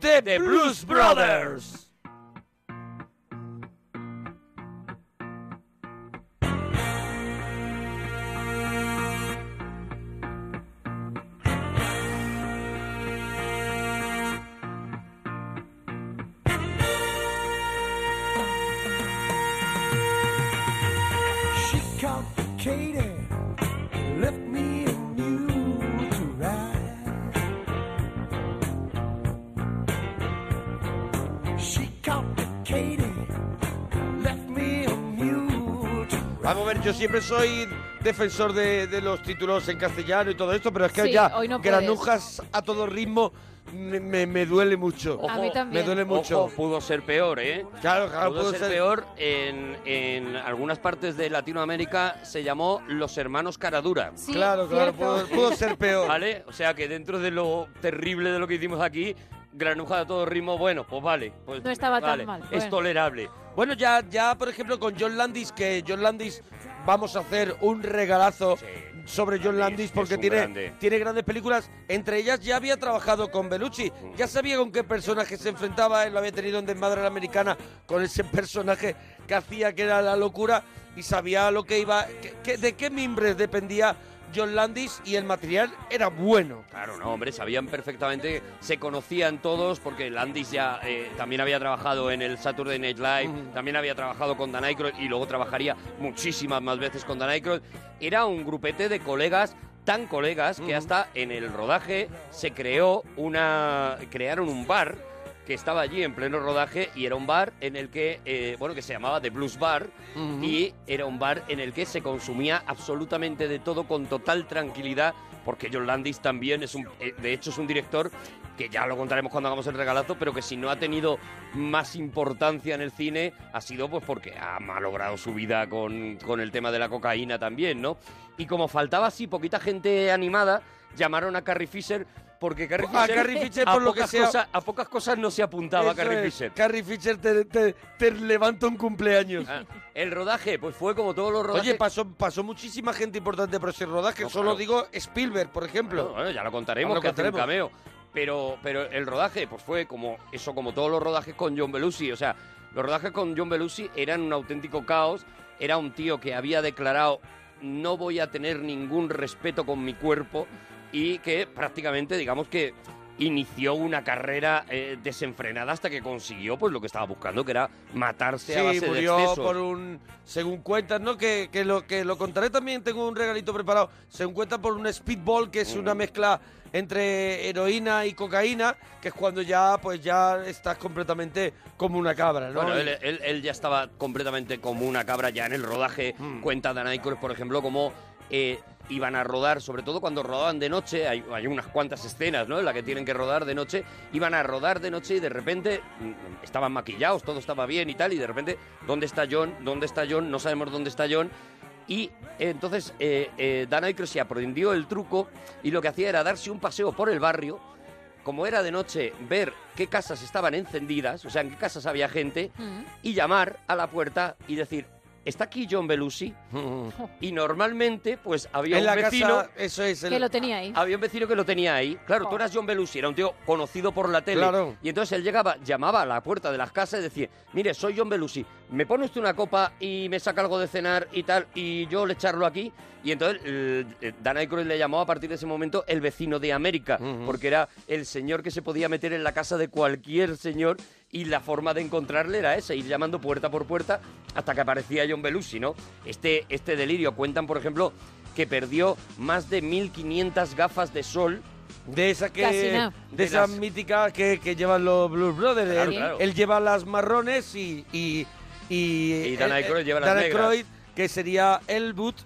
[SPEAKER 1] The, Blues Brothers.
[SPEAKER 12] She complicated, left me and you to ride. She complicated, left me and you to
[SPEAKER 1] Vamos a ver, yo siempre soy defensor de, de los títulos en castellano y todo esto, pero es que
[SPEAKER 3] Sí,
[SPEAKER 1] ya
[SPEAKER 3] hoy no puedes.
[SPEAKER 1] granujas a todo ritmo me, me- me duele mucho.
[SPEAKER 3] A mí también.
[SPEAKER 1] Me duele mucho.
[SPEAKER 2] Ojo, pudo ser peor, ¿eh?
[SPEAKER 1] Claro, claro,
[SPEAKER 2] pudo,
[SPEAKER 1] pudo
[SPEAKER 2] ser,
[SPEAKER 1] ser-
[SPEAKER 2] peor. En, en algunas partes de Latinoamérica se llamó Los Hermanos Caradura.
[SPEAKER 1] Sí, Claro, claro, cierto. pudo- pudo ser peor.
[SPEAKER 2] ¿Vale? O sea que dentro de lo terrible de lo que hicimos aquí, granuja de todo ritmo, bueno, pues vale. pues
[SPEAKER 3] No estaba tan
[SPEAKER 2] vale,
[SPEAKER 3] mal,
[SPEAKER 2] Es
[SPEAKER 3] bueno.
[SPEAKER 2] tolerable.
[SPEAKER 1] Bueno, ya, ya, por ejemplo, con John Landis, que John Landis vamos a hacer un regalazo sobre John Landis porque
[SPEAKER 2] un
[SPEAKER 1] tiene,
[SPEAKER 2] grande.
[SPEAKER 1] tiene grandes películas. Entre ellas ya había trabajado con Belushi, ya sabía con qué personaje se enfrentaba, él lo había tenido en Desmadre a la Americana, con ese personaje que hacía que era la locura y sabía lo que iba, que- que- de qué mimbres dependía John Landis y el material era bueno.
[SPEAKER 2] Claro, no, hombre, sabían perfectamente, se conocían todos, porque Landis ya eh, también había trabajado en el Saturday Night Live, también había trabajado con Dan Aykroyd y luego trabajaría muchísimas más veces con Dan Aykroyd. Era un grupete de colegas, tan colegas, que hasta en el rodaje se creó una... crearon un bar que estaba allí en pleno rodaje y era un bar en el que, eh, bueno, que se llamaba The Blues Bar
[SPEAKER 1] Ujú.
[SPEAKER 2] y era un bar en el que se consumía absolutamente de todo con total tranquilidad, porque John Landis también es un, eh, de hecho es un director que ya lo contaremos cuando hagamos el regalazo, pero que si no ha tenido más importancia en el cine ha sido pues porque ha malogrado su vida con, con el tema de la cocaína también, ¿no? Y como faltaba así poquita gente animada, llamaron a Carrie Fisher porque Carrie
[SPEAKER 1] A
[SPEAKER 2] Fisher,
[SPEAKER 1] Carrie Fisher,
[SPEAKER 2] a
[SPEAKER 1] por lo que
[SPEAKER 2] pocas
[SPEAKER 1] sea-
[SPEAKER 2] cosas- a pocas cosas no se apuntaba
[SPEAKER 1] Eso
[SPEAKER 2] Carrie
[SPEAKER 1] es,
[SPEAKER 2] Fisher.
[SPEAKER 1] Carrie Fisher te, te- te levanta un cumpleaños.
[SPEAKER 2] Ah, El rodaje, pues fue como todos los rodajes.
[SPEAKER 1] Oye, pasó, pasó muchísima gente importante por ese rodaje.
[SPEAKER 2] No,
[SPEAKER 1] Solo
[SPEAKER 2] claro.
[SPEAKER 1] digo Spielberg, por ejemplo.
[SPEAKER 2] Bueno, bueno, ya lo contaremos, que hace un cameo. Pero, pero el rodaje, pues fue como eso, como todos los rodajes con John Belushi. O sea, los rodajes con John Belushi eran un auténtico caos. Era un tío que había declarado no voy a tener ningún respeto con mi cuerpo y que prácticamente, digamos que inició una carrera eh, desenfrenada hasta que consiguió pues lo que estaba buscando, que era matarse este a
[SPEAKER 1] Sí,
[SPEAKER 2] base de
[SPEAKER 1] murió
[SPEAKER 2] excesos.
[SPEAKER 1] por un. Según cuentas, ¿no? Que, que lo, que lo contaré también, tengo un regalito preparado. Según cuentas, por un speedball, que
[SPEAKER 2] Mm.
[SPEAKER 1] es una mezcla entre heroína y cocaína, que es cuando ya, pues ya estás completamente como una cabra, ¿no?
[SPEAKER 2] Bueno,
[SPEAKER 1] Y-
[SPEAKER 2] él, él- él ya estaba completamente como una cabra ya en el rodaje. Cuenta Dan Aykroyd, por ejemplo, como eh, iban a rodar, sobre todo cuando rodaban de noche, hay, hay unas cuantas escenas, ¿no? En la que tienen que rodar de noche, iban a rodar de noche y de repente mm, estaban maquillados, todo estaba bien y tal, y de repente, ¿dónde está John? ¿Dónde está John? No sabemos dónde está John. Y eh, entonces eh, eh, Dan Aykroyd se aprendió el truco y lo que hacía era darse un paseo por el barrio, como era de noche, ver qué casas estaban encendidas, o sea, en qué casas había gente, y llamar a la puerta y decir, ¿está aquí John Belushi? Y normalmente, pues había
[SPEAKER 1] En
[SPEAKER 2] un
[SPEAKER 1] la casa,
[SPEAKER 2] vecino...
[SPEAKER 1] eso es,
[SPEAKER 3] Que lo tenía
[SPEAKER 1] Ah,
[SPEAKER 3] ahí. Oh.
[SPEAKER 2] Había un vecino que lo tenía ahí. Claro, tú eras John Belushi, era un tío conocido por la tele.
[SPEAKER 1] Claro.
[SPEAKER 2] Y entonces él llegaba, llamaba a la puerta de las casas y decía, mire, soy John Belushi, me pone usted una copa y me saca algo de cenar y tal, y yo le charlo aquí. Y entonces el- eh, Dan Aykroyd le llamó a partir de ese momento el vecino de América, porque era el señor que se podía meter en la casa de cualquier señor y la forma de encontrarle era esa, ir llamando puerta por puerta hasta que aparecía John Belushi, ¿no? Este, este delirio. Cuentan, por ejemplo, que perdió más de 1.500 gafas de sol.
[SPEAKER 1] De esa que-
[SPEAKER 2] Casi nada.
[SPEAKER 1] de esas míticas que, que llevan los Blues Brothers.
[SPEAKER 2] Claro,
[SPEAKER 1] él,
[SPEAKER 2] claro.
[SPEAKER 1] él lleva las marrones y. Y, y,
[SPEAKER 2] Dan
[SPEAKER 1] eh,
[SPEAKER 2] Aykroyd lleva las
[SPEAKER 1] Dan
[SPEAKER 2] negras.
[SPEAKER 1] Aykroyd, que sería el boot.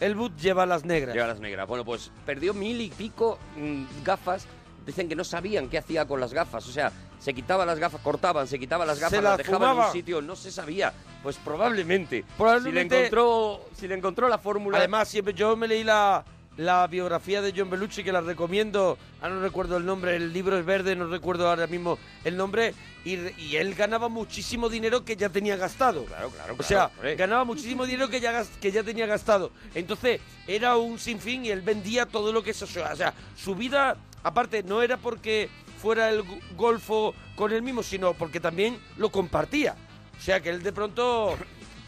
[SPEAKER 1] El boot lleva las negras.
[SPEAKER 2] Lleva las negras. Bueno, pues perdió mil y pico mm, gafas. Dicen que no sabían qué hacía con las gafas. O sea, se quitaba las gafas, cortaban, se quitaba las
[SPEAKER 1] Se
[SPEAKER 2] gafas,
[SPEAKER 1] las
[SPEAKER 2] dejaban en
[SPEAKER 1] fumaba.
[SPEAKER 2] un sitio, no se sabía. Pues probablemente. Si
[SPEAKER 1] Probablemente-
[SPEAKER 2] le encontró, si le encontró la fórmula.
[SPEAKER 1] Además, siempre yo me leí la, la biografía de John Belushi, que la recomiendo. Ah, no recuerdo el nombre, el libro es verde, no recuerdo ahora mismo el nombre. Y, re- y él ganaba muchísimo dinero que ya tenía gastado. Claro,
[SPEAKER 2] claro,
[SPEAKER 1] O sea,
[SPEAKER 2] hombre.
[SPEAKER 1] ganaba muchísimo dinero que ya, gas- que ya tenía gastado. Entonces, era un sinfín y él vendía todo lo que se... O sea, su vida, aparte, no era porque fuera el gu- golfo con él mismo, sino porque también lo compartía. O sea, que él de pronto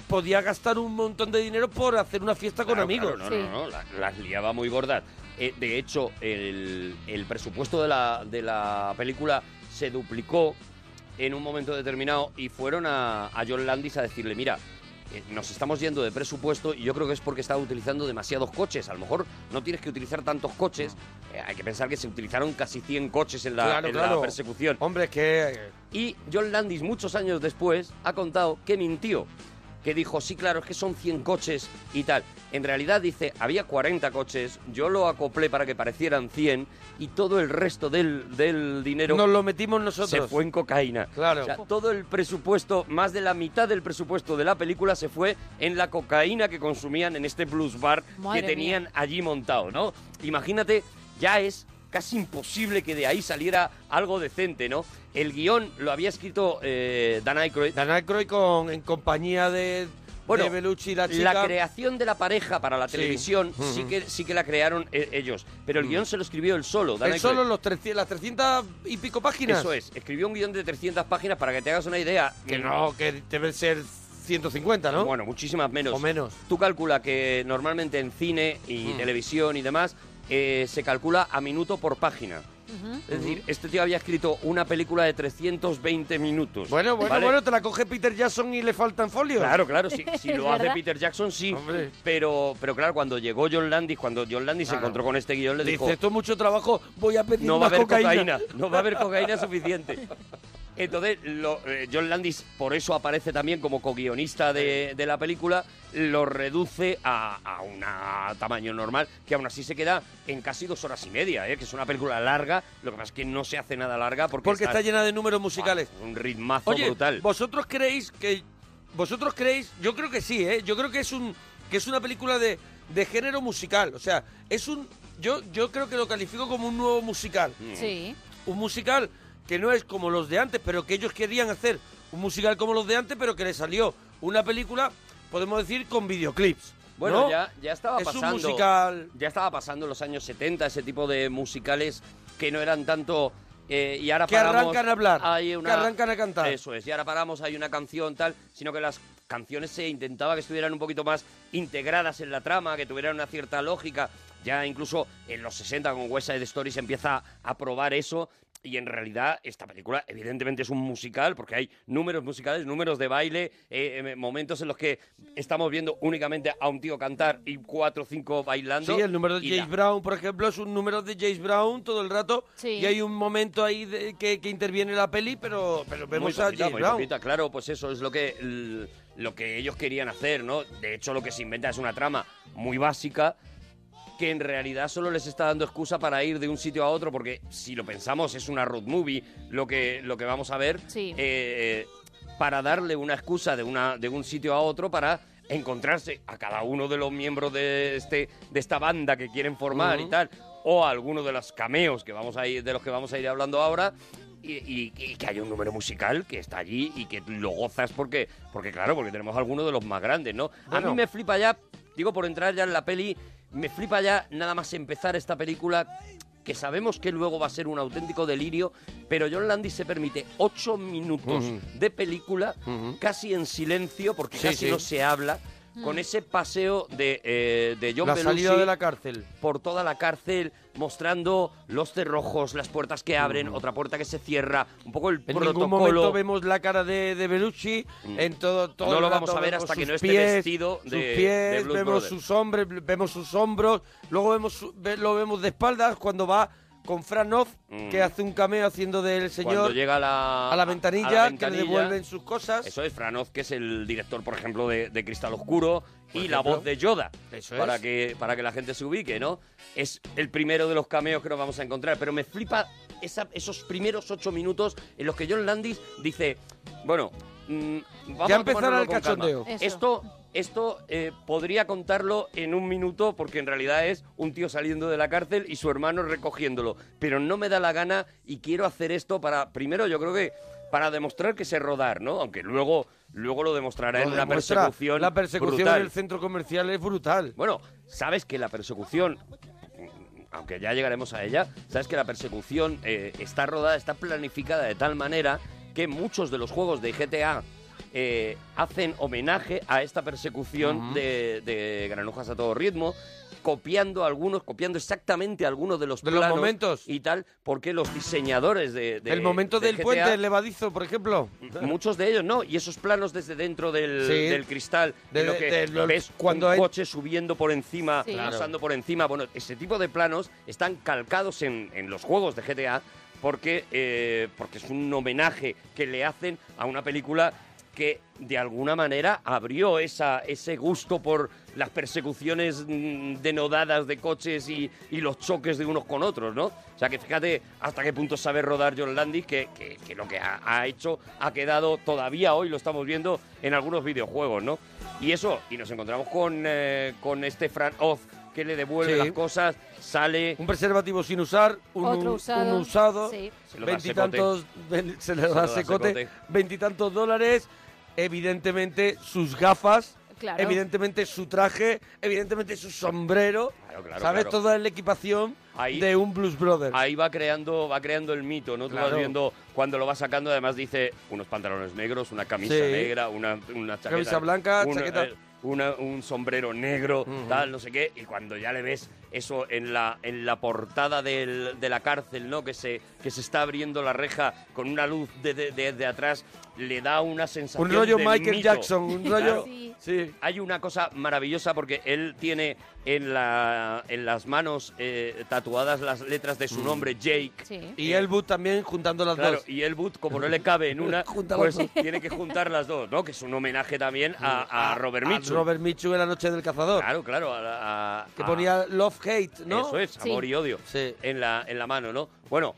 [SPEAKER 1] podía gastar un montón de dinero por hacer una fiesta con
[SPEAKER 2] Claro,
[SPEAKER 1] amigos.
[SPEAKER 2] claro, no, no, no, la- las, liaba muy gordas. Eh, de hecho, el, el presupuesto de la, de la película se duplicó en un momento determinado y fueron a, a John Landis a decirle, mira, eh, nos estamos yendo de presupuesto y yo creo que es porque estaba utilizando demasiados coches. A lo mejor no tienes que utilizar tantos coches. Eh, hay que pensar que se utilizaron casi 100 coches en la,
[SPEAKER 1] Claro,
[SPEAKER 2] en
[SPEAKER 1] claro.
[SPEAKER 2] la persecución.
[SPEAKER 1] Hombre, es que... eh,
[SPEAKER 2] Y John Landis, muchos años después, ha contado que mintió. Que dijo, sí, claro, es que son 100 coches y tal. En realidad dice, había 40 coches, yo lo acoplé para que parecieran 100 y todo el resto del, del dinero...
[SPEAKER 1] Nos lo metimos nosotros.
[SPEAKER 2] Se fue en cocaína.
[SPEAKER 1] Claro.
[SPEAKER 2] O sea, todo el presupuesto, más de la mitad del presupuesto de la película se fue en la cocaína que consumían en este blues bar
[SPEAKER 1] Madre
[SPEAKER 2] que
[SPEAKER 1] mía.
[SPEAKER 2] tenían allí montado, ¿no? Imagínate, ya es casi imposible que de ahí saliera algo decente, ¿no? El guión lo había escrito eh, Dan Aykroyd.
[SPEAKER 1] Dan Aykroyd con, en compañía de, de Belushi y la chica.
[SPEAKER 2] creación de la pareja para la
[SPEAKER 1] Sí.
[SPEAKER 2] televisión
[SPEAKER 1] Ujú.
[SPEAKER 2] sí que sí que la crearon eh, ellos, pero el guión se lo escribió él solo. Dan
[SPEAKER 1] Él
[SPEAKER 2] Aykroyd.
[SPEAKER 1] solo los 300 las 300 y pico páginas.
[SPEAKER 2] Eso es, escribió un guión de 300 páginas para que te hagas una idea.
[SPEAKER 1] Que no, que debe ser 150, ¿no?
[SPEAKER 2] Bueno, muchísimas menos.
[SPEAKER 1] O menos. Mm.
[SPEAKER 2] Tú calcula que normalmente en cine y televisión y demás eh, se calcula a minuto por página. Es decir, este tío había escrito una película de 320 minutos.
[SPEAKER 1] Bueno, bueno,
[SPEAKER 2] ¿vale?
[SPEAKER 1] bueno, te la coge Peter Jackson y le faltan folios.
[SPEAKER 2] Claro, claro, si, si
[SPEAKER 1] Es
[SPEAKER 2] lo hace
[SPEAKER 1] verdad.
[SPEAKER 2] Peter Jackson, sí.
[SPEAKER 1] Hombre.
[SPEAKER 2] Pero, pero claro, cuando llegó John Landis, cuando John Landis se
[SPEAKER 1] Claro.
[SPEAKER 2] encontró con este guión, le
[SPEAKER 1] Dice,
[SPEAKER 2] dijo...
[SPEAKER 1] esto es mucho trabajo, voy a pedir
[SPEAKER 2] No va a
[SPEAKER 1] más
[SPEAKER 2] haber cocaína. no va a haber cocaína suficiente. Entonces, lo- eh, John Landis, por eso aparece también como co-guionista de, de la película, lo reduce a, a un tamaño normal, que aún así se queda en casi dos horas y media, ¿eh? que es una película larga, lo que pasa es que no se hace nada larga porque,
[SPEAKER 1] Porque está llena de números musicales.
[SPEAKER 2] Un ritmazo
[SPEAKER 1] Oye,
[SPEAKER 2] brutal.
[SPEAKER 1] ¿vosotros creéis que vosotros creéis? Yo creo que sí, ¿eh? Yo creo que es un que es una película de, de género musical, o sea, es un yo yo creo que lo califico como un nuevo musical.
[SPEAKER 2] Mm.
[SPEAKER 3] Sí.
[SPEAKER 1] Un musical que no es como los de antes, pero que ellos querían hacer un musical como los de antes, pero que le salió una película, podemos decir, con videoclips.
[SPEAKER 2] Bueno,
[SPEAKER 1] ¿no?
[SPEAKER 2] ya, ya estaba
[SPEAKER 1] es
[SPEAKER 2] pasando.
[SPEAKER 1] un musical.
[SPEAKER 2] Ya estaba pasando en los años 70 ese tipo de musicales que no eran tanto. eh, y ahora
[SPEAKER 1] Que
[SPEAKER 2] paramos,
[SPEAKER 1] arrancan a hablar,
[SPEAKER 2] hay una-
[SPEAKER 1] que arrancan a cantar.
[SPEAKER 2] Eso es, y ahora paramos, hay una canción tal, sino que las canciones se intentaba que estuvieran un poquito más integradas en la trama, que tuvieran una cierta lógica. Ya incluso en los 60 con West Side Story se empieza a probar eso. Y en realidad esta película evidentemente es un musical porque hay números musicales, números de baile, eh, eh, momentos en los que estamos viendo únicamente a un tío cantar y cuatro o cinco bailando.
[SPEAKER 1] Sí, el número de
[SPEAKER 2] Y
[SPEAKER 1] James
[SPEAKER 2] la-
[SPEAKER 1] Brown, por ejemplo, es un número de James Brown todo el rato. Y hay un momento ahí de- que, que interviene la peli, pero, pero Pues vemos
[SPEAKER 2] muy poquita,
[SPEAKER 1] a James
[SPEAKER 2] muy
[SPEAKER 1] Brown.
[SPEAKER 2] poquita, claro, pues eso es lo que, l- lo que ellos querían hacer, ¿no? De hecho, lo que se inventa es una trama muy básica, que en realidad solo les está dando excusa para ir de un sitio a otro, porque si lo pensamos es una road movie lo que, lo que vamos a ver, eh, eh, para darle una excusa de, una, de un sitio a otro para encontrarse a cada uno de los miembros de, este, de esta banda que quieren formar y
[SPEAKER 1] Ujú.
[SPEAKER 2] tal, o a alguno de los cameos que vamos a ir, de los que vamos a ir hablando ahora, y, y- y que haya un número musical que está allí y que lo gozas porque, porque claro, porque tenemos algunos de los más grandes, ¿no? A
[SPEAKER 1] Bueno.
[SPEAKER 2] mí me flipa ya, digo por entrar ya en la peli, me flipa ya nada más empezar esta película que sabemos que luego va a ser un auténtico delirio, pero John Landis se permite ocho minutos
[SPEAKER 1] Ujú.
[SPEAKER 2] de película casi en silencio, porque
[SPEAKER 1] Sí,
[SPEAKER 2] casi
[SPEAKER 1] sí.
[SPEAKER 2] no se habla, con
[SPEAKER 1] Mm.
[SPEAKER 2] ese paseo de, eh, de John
[SPEAKER 1] La
[SPEAKER 2] Belushi
[SPEAKER 1] salida de la cárcel.
[SPEAKER 2] por toda la cárcel, mostrando los cerrojos, las puertas que abren, otra puerta que se cierra, un poco el
[SPEAKER 1] En
[SPEAKER 2] protocolo.
[SPEAKER 1] ningún momento vemos la cara de, de Belushi.
[SPEAKER 2] Mm.
[SPEAKER 1] En todo, todo
[SPEAKER 2] No
[SPEAKER 1] el
[SPEAKER 2] lo vamos
[SPEAKER 1] rato
[SPEAKER 2] a ver
[SPEAKER 1] vemos
[SPEAKER 2] hasta que
[SPEAKER 1] sus
[SPEAKER 2] no esté
[SPEAKER 1] pies,
[SPEAKER 2] vestido
[SPEAKER 1] sus
[SPEAKER 2] de- de
[SPEAKER 1] pies,
[SPEAKER 2] Blues
[SPEAKER 1] vemos
[SPEAKER 2] Brothers.
[SPEAKER 1] sus hombres, vemos sus hombros. Luego vemos su- ve- lo vemos de espaldas cuando va con Fran Oz,
[SPEAKER 2] Mm.
[SPEAKER 1] que hace un cameo haciendo del señor.
[SPEAKER 2] Cuando llega a la,
[SPEAKER 1] a la ventanilla,
[SPEAKER 2] a la
[SPEAKER 1] que le
[SPEAKER 2] ventanilla.
[SPEAKER 1] devuelven sus cosas.
[SPEAKER 2] Eso es Franoz, que es el director, por ejemplo, de, de Cristal Oscuro y
[SPEAKER 1] Por
[SPEAKER 2] la
[SPEAKER 1] ejemplo.
[SPEAKER 2] voz de Yoda.
[SPEAKER 1] Eso
[SPEAKER 2] para
[SPEAKER 1] es.
[SPEAKER 2] Que, para que la gente se ubique, ¿no? Es el primero de los cameos que nos vamos a encontrar, pero me flipa esa- esos primeros ocho minutos en los que John Landis dice, bueno, mm,
[SPEAKER 1] Ya
[SPEAKER 2] vamos a tomárnoslo
[SPEAKER 1] empezará el
[SPEAKER 2] con calma.
[SPEAKER 1] cachondeo. Eso.
[SPEAKER 2] Esto, esto eh, podría contarlo en un minuto porque en realidad es un tío saliendo de la cárcel y su hermano recogiéndolo. Pero no me da la gana y quiero hacer esto para, primero yo creo que para demostrar que sé rodar, ¿no? Aunque luego, luego lo demostrará en
[SPEAKER 1] Lo
[SPEAKER 2] una
[SPEAKER 1] demuestra.
[SPEAKER 2] persecución.
[SPEAKER 1] La persecución
[SPEAKER 2] brutal.
[SPEAKER 1] en el centro comercial es brutal.
[SPEAKER 2] Bueno, sabes que la persecución, aunque ya llegaremos a ella, sabes que la persecución eh, está rodada, está planificada de tal manera que muchos de los juegos de GTA eh, hacen homenaje a esta persecución
[SPEAKER 1] Ujú.
[SPEAKER 2] de, de granujas a todo ritmo copiando algunos, copiando exactamente algunos de los
[SPEAKER 1] De los
[SPEAKER 2] planos
[SPEAKER 1] momentos.
[SPEAKER 2] y tal, porque los diseñadores de, de-
[SPEAKER 1] el momento
[SPEAKER 2] de
[SPEAKER 1] del
[SPEAKER 2] GTA
[SPEAKER 1] puente levadizo, por ejemplo.
[SPEAKER 2] Muchos de ellos no, y esos planos desde dentro del,
[SPEAKER 1] Sí.
[SPEAKER 2] del cristal,
[SPEAKER 1] De-
[SPEAKER 2] de, lo que
[SPEAKER 1] de- de-
[SPEAKER 2] ves
[SPEAKER 1] cuando
[SPEAKER 2] cuando
[SPEAKER 1] hay-
[SPEAKER 2] coche subiendo por encima,
[SPEAKER 1] Sí. Claro.
[SPEAKER 2] pasando por encima, bueno, ese tipo de planos están calcados en, en los juegos de GTA porque, eh, porque es un homenaje que le hacen a una película que de alguna manera abrió esa, ese gusto por las persecuciones mm, denodadas de coches y, y los choques de unos con otros, ¿no? O sea que fíjate hasta qué punto sabe rodar John Landis, que, que- que lo que ha, ha hecho ha quedado todavía hoy, lo estamos viendo en algunos videojuegos, ¿no? Y eso, y nos encontramos con, eh, con este Fran Oz que le devuelve
[SPEAKER 1] Sí.
[SPEAKER 2] las cosas, sale...
[SPEAKER 1] Un preservativo sin usar, un,
[SPEAKER 2] Otro
[SPEAKER 1] un
[SPEAKER 2] usado,
[SPEAKER 1] usado,
[SPEAKER 2] sí. Se lo da
[SPEAKER 1] veintitantos, ven- se le
[SPEAKER 2] Se lo
[SPEAKER 1] da
[SPEAKER 2] da
[SPEAKER 1] secote,
[SPEAKER 2] secote.
[SPEAKER 1] veintitantos dólares, evidentemente sus gafas,
[SPEAKER 2] Claro.
[SPEAKER 1] evidentemente su traje, evidentemente su sombrero,
[SPEAKER 2] Claro, claro,
[SPEAKER 1] ¿sabes?
[SPEAKER 2] claro.
[SPEAKER 1] Toda la equipación
[SPEAKER 2] Ahí-
[SPEAKER 1] de un Blues Brother.
[SPEAKER 2] Ahí va creando, va creando el mito, ¿no? Tú
[SPEAKER 1] Claro.
[SPEAKER 2] vas viendo cuando lo va sacando, además dice unos pantalones negros, una camisa
[SPEAKER 1] Sí.
[SPEAKER 2] negra, una, una chaqueta.
[SPEAKER 1] Camisa blanca,
[SPEAKER 2] una-
[SPEAKER 1] chaqueta-
[SPEAKER 2] eh, una- un sombrero negro,
[SPEAKER 1] Ujú.
[SPEAKER 2] tal, no sé qué. Y cuando ya le ves eso en la, en la portada del- de la cárcel, ¿no? Que se, que se está abriendo la reja con una luz desde de, de atrás, le da una sensación.
[SPEAKER 1] Un rollo
[SPEAKER 2] de
[SPEAKER 1] Michael
[SPEAKER 2] mito.
[SPEAKER 1] Jackson, un rollo-
[SPEAKER 2] Claro.
[SPEAKER 1] Sí.
[SPEAKER 2] Hay una cosa maravillosa porque él tiene en, la, en las manos eh, tatuadas las letras de su
[SPEAKER 1] Mm.
[SPEAKER 2] nombre, Jake.
[SPEAKER 1] Y el boot también juntando las
[SPEAKER 2] Claro,
[SPEAKER 1] dos.
[SPEAKER 2] y el boot, como no le cabe en una,
[SPEAKER 1] Junta las
[SPEAKER 2] pues
[SPEAKER 1] dos.
[SPEAKER 2] tiene que juntar las dos, ¿no? Que es un homenaje también a, a Robert
[SPEAKER 1] A
[SPEAKER 2] Mitchum.
[SPEAKER 1] Robert Mitchum en la noche del cazador.
[SPEAKER 2] Claro, claro, a- a-
[SPEAKER 1] Que
[SPEAKER 2] a-
[SPEAKER 1] ponía Love Hate, ¿no?
[SPEAKER 2] Eso es, amor y odio en, la, en la mano, ¿no? Bueno,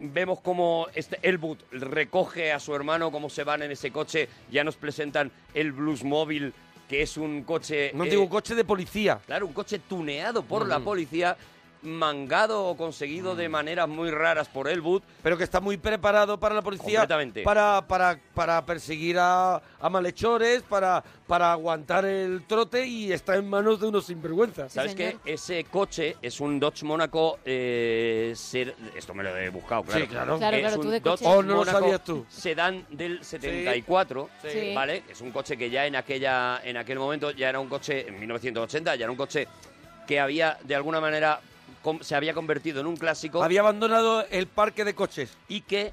[SPEAKER 2] vemos cómo este Elwood recoge a su hermano, cómo se van en ese coche. Ya nos presentan el Blues Móvil, que es un coche...
[SPEAKER 1] No
[SPEAKER 2] eh,
[SPEAKER 1] digo coche de policía.
[SPEAKER 2] Claro, un coche tuneado por la
[SPEAKER 1] Mm.
[SPEAKER 2] policía, mangado o conseguido de maneras muy raras por Elwood.
[SPEAKER 1] Pero que está muy preparado para la policía.
[SPEAKER 2] Completamente.
[SPEAKER 1] Para, para, para perseguir a, a malhechores, para, para aguantar el trote y está en manos de unos sinvergüenzas.
[SPEAKER 2] ¿Sabes qué? Ese coche es un Dodge Mónaco. eh, ser- esto me lo he buscado, claro.
[SPEAKER 1] Sí, claro.
[SPEAKER 2] Eh,
[SPEAKER 1] Claro,
[SPEAKER 2] es
[SPEAKER 1] claro, tú
[SPEAKER 2] un
[SPEAKER 1] de
[SPEAKER 2] Dodge
[SPEAKER 1] coches. Oh, no lo
[SPEAKER 2] Mónaco
[SPEAKER 1] sabías tú.
[SPEAKER 2] Sedán del 74,
[SPEAKER 1] Sí, sí.
[SPEAKER 2] ¿vale? Es un coche que ya en, aquella, en aquel momento ya era un coche, en 1980, ya era un coche que había de alguna manera com- se había convertido en un clásico.
[SPEAKER 1] Había abandonado el parque de coches.
[SPEAKER 2] Y que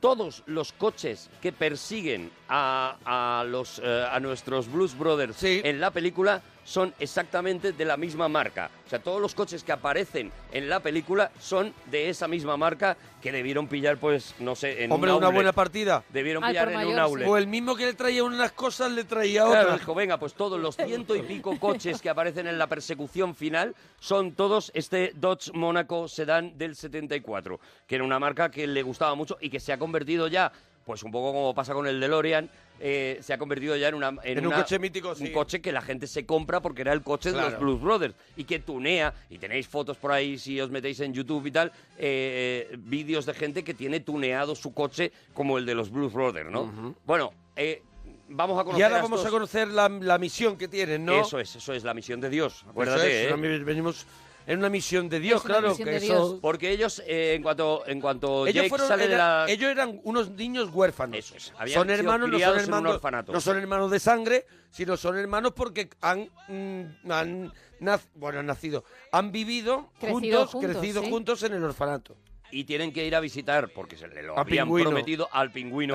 [SPEAKER 2] todos los coches que persiguen a, a los, eh, a nuestros Blues Brothers en la película son exactamente de la misma marca. O sea, todos los coches que aparecen en la película son de esa misma marca que debieron pillar, pues, no sé, en
[SPEAKER 1] Hombre,
[SPEAKER 2] un
[SPEAKER 1] una
[SPEAKER 2] outlet.
[SPEAKER 1] buena partida.
[SPEAKER 2] Debieron pillar en un outlet.
[SPEAKER 1] O el mismo que le traía unas cosas, le traía
[SPEAKER 2] Claro,
[SPEAKER 1] otras.
[SPEAKER 2] dijo, venga, pues todos los ciento y pico coches que aparecen en la persecución final son todos este Dodge Monaco Sedan del 74, que era una marca que le gustaba mucho y que se ha convertido ya, pues un poco como pasa con el DeLorean, eh, se ha convertido ya en una...
[SPEAKER 1] En un
[SPEAKER 2] una-
[SPEAKER 1] coche mítico, sí.
[SPEAKER 2] Un coche que la gente se compra porque era el coche de
[SPEAKER 1] Claro.
[SPEAKER 2] los Blues Brothers y que tunea, y tenéis fotos por ahí si os metéis en YouTube y tal, eh, eh, vídeos de gente que tiene tuneado su coche como el de los Blues Brothers, ¿no?
[SPEAKER 1] Ujú.
[SPEAKER 2] Bueno, eh, vamos a conocer
[SPEAKER 1] Y ahora
[SPEAKER 2] a
[SPEAKER 1] vamos
[SPEAKER 2] estos-
[SPEAKER 1] a conocer la, la misión que tienen, ¿no?
[SPEAKER 2] Eso es, eso es la misión de Dios. Acuérdate,
[SPEAKER 1] es,
[SPEAKER 2] ¿eh?
[SPEAKER 1] una- venimos en una misión de Dios,
[SPEAKER 2] Es una
[SPEAKER 1] claro.
[SPEAKER 2] misión
[SPEAKER 1] que
[SPEAKER 2] de
[SPEAKER 1] eso-
[SPEAKER 2] Dios. Porque ellos, eh, en cuanto, en cuanto
[SPEAKER 1] Ellos,
[SPEAKER 2] Jake
[SPEAKER 1] fueron-
[SPEAKER 2] sale de
[SPEAKER 1] era-
[SPEAKER 2] la...
[SPEAKER 1] ellos eran unos niños huérfanos.
[SPEAKER 2] habían
[SPEAKER 1] son
[SPEAKER 2] sido
[SPEAKER 1] hermanos, no son
[SPEAKER 2] criados en un
[SPEAKER 1] hermanos,
[SPEAKER 2] orfanato.
[SPEAKER 1] no son hermanos de sangre, sino son hermanos porque han, mm, han nac- bueno, han nacido, han vivido
[SPEAKER 2] Crecido juntos,
[SPEAKER 1] crecido
[SPEAKER 2] sí.
[SPEAKER 1] juntos en el orfanato.
[SPEAKER 2] Y tienen que ir a visitar, porque se le lo
[SPEAKER 1] Al
[SPEAKER 2] habían
[SPEAKER 1] pingüino.
[SPEAKER 2] prometido al pingüino.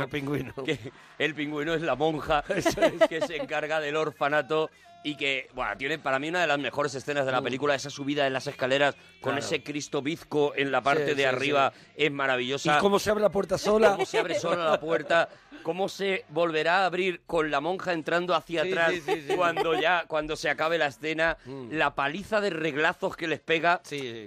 [SPEAKER 2] Que el pingüino es la monja que se encarga del orfanato y que, bueno, tiene para mí una de las mejores escenas de la
[SPEAKER 1] Mm.
[SPEAKER 2] película, esa subida en las escaleras con
[SPEAKER 1] Claro.
[SPEAKER 2] ese Cristo bizco en la parte
[SPEAKER 1] Sí, sí,
[SPEAKER 2] de arriba es maravillosa.
[SPEAKER 1] y cómo se abre la puerta sola.
[SPEAKER 2] cómo se abre sola la puerta, cómo se volverá a abrir con la monja entrando hacia
[SPEAKER 1] Sí,
[SPEAKER 2] atrás
[SPEAKER 1] sí, sí, sí.
[SPEAKER 2] cuando ya cuando se acabe la escena,
[SPEAKER 1] Mm.
[SPEAKER 2] la paliza de reglazos que les pega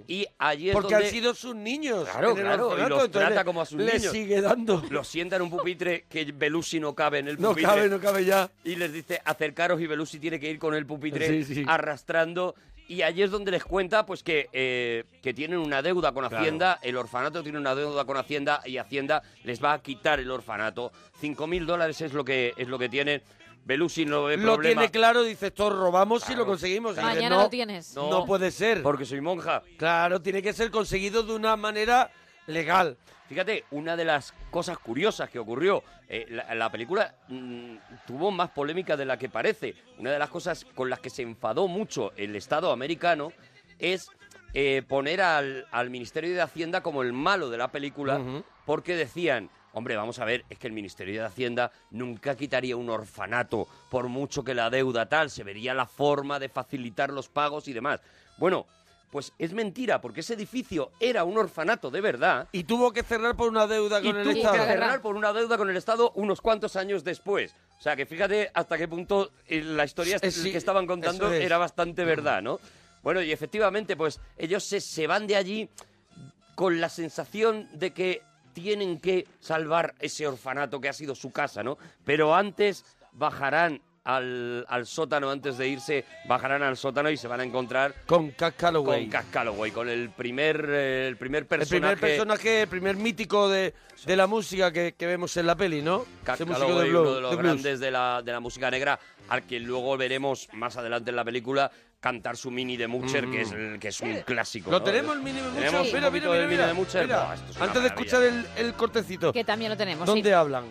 [SPEAKER 2] y allí es
[SPEAKER 1] Porque
[SPEAKER 2] donde-
[SPEAKER 1] han sido sus niños.
[SPEAKER 2] Claro,
[SPEAKER 1] en el
[SPEAKER 2] claro, y
[SPEAKER 1] orfanato,
[SPEAKER 2] los
[SPEAKER 1] entonces
[SPEAKER 2] trata como a sus
[SPEAKER 1] les
[SPEAKER 2] niños.
[SPEAKER 1] sigue dando.
[SPEAKER 2] Los sienta en un pupitre que Belusi no cabe en el
[SPEAKER 1] No
[SPEAKER 2] pupitre.
[SPEAKER 1] cabe, no cabe ya.
[SPEAKER 2] Y les dice, acercaros y Belusi tiene que ir con el pupitre
[SPEAKER 1] Sí, sí.
[SPEAKER 2] arrastrando. Y allí es donde les cuenta pues que, eh, que tienen una deuda con
[SPEAKER 1] Claro.
[SPEAKER 2] Hacienda, el orfanato tiene una deuda con Hacienda y Hacienda les va a quitar el orfanato. 5.000 dólares es lo que, es lo que tienen. Belusi no ve
[SPEAKER 1] Lo
[SPEAKER 2] problema.
[SPEAKER 1] tiene claro, dice, esto robamos y lo conseguimos. Y dice,
[SPEAKER 3] Mañana
[SPEAKER 1] no,
[SPEAKER 3] lo tienes.
[SPEAKER 1] No, puede ser.
[SPEAKER 2] Porque soy monja.
[SPEAKER 1] Claro, tiene que ser conseguido de una manera legal.
[SPEAKER 2] Fíjate, una de las cosas curiosas que ocurrió, eh, la, la película mm, tuvo más polémica de la que parece. Una de las cosas con las que se enfadó mucho el Estado americano es eh, poner al, al Ministerio de Hacienda como el malo de la película,
[SPEAKER 1] Ujú.
[SPEAKER 2] porque decían, hombre, vamos a ver, es que el Ministerio de Hacienda nunca quitaría un orfanato, por mucho que la deuda tal, se vería la forma de facilitar los pagos y demás. Bueno, pues es mentira, porque ese edificio era un orfanato de verdad.
[SPEAKER 1] Y tuvo que cerrar por una deuda con
[SPEAKER 2] y
[SPEAKER 1] el
[SPEAKER 2] tuvo
[SPEAKER 1] Estado.
[SPEAKER 2] que cerrar por una deuda con el Estado unos cuantos años después. O sea, que fíjate hasta qué punto eh, la historia
[SPEAKER 1] Eh, sí,
[SPEAKER 2] que estaban contando
[SPEAKER 1] eso es.
[SPEAKER 2] era bastante verdad, ¿no? Bueno, y efectivamente, pues ellos se, se van de allí con la sensación de que tienen que salvar ese orfanato que ha sido su casa, ¿no? Pero antes bajarán al, al sótano, antes de irse, bajarán al sótano y se van a encontrar
[SPEAKER 1] Con Cass Calloway.
[SPEAKER 2] con Cass Calloway, con el primer, eh, el primer
[SPEAKER 1] el
[SPEAKER 2] personaje.
[SPEAKER 1] primer personaje, el primer mítico de, de la música que, que vemos en la peli, ¿no?
[SPEAKER 2] Cat
[SPEAKER 1] Ese músico
[SPEAKER 2] Calloway,
[SPEAKER 1] de blues-
[SPEAKER 2] uno de los
[SPEAKER 1] de blues.
[SPEAKER 2] grandes de la, de la música negra, al que luego veremos más adelante en la película cantar su mini de Mucher,
[SPEAKER 1] Mm.
[SPEAKER 2] que, es el- que es un clásico.
[SPEAKER 1] Lo
[SPEAKER 2] ¿no?
[SPEAKER 1] tenemos el mini de
[SPEAKER 2] Tenemos
[SPEAKER 1] Mucher.
[SPEAKER 2] un
[SPEAKER 1] Mira, mira,
[SPEAKER 2] poquito
[SPEAKER 1] mira,
[SPEAKER 2] del mini
[SPEAKER 1] mira.
[SPEAKER 2] de Mucher.
[SPEAKER 1] Mira,
[SPEAKER 2] Buah, Ah, esto es una
[SPEAKER 1] Antes de
[SPEAKER 2] maravilla.
[SPEAKER 1] escuchar el, el cortecito,
[SPEAKER 3] Que también lo tenemos.
[SPEAKER 1] ¿dónde
[SPEAKER 3] sí.
[SPEAKER 1] hablan?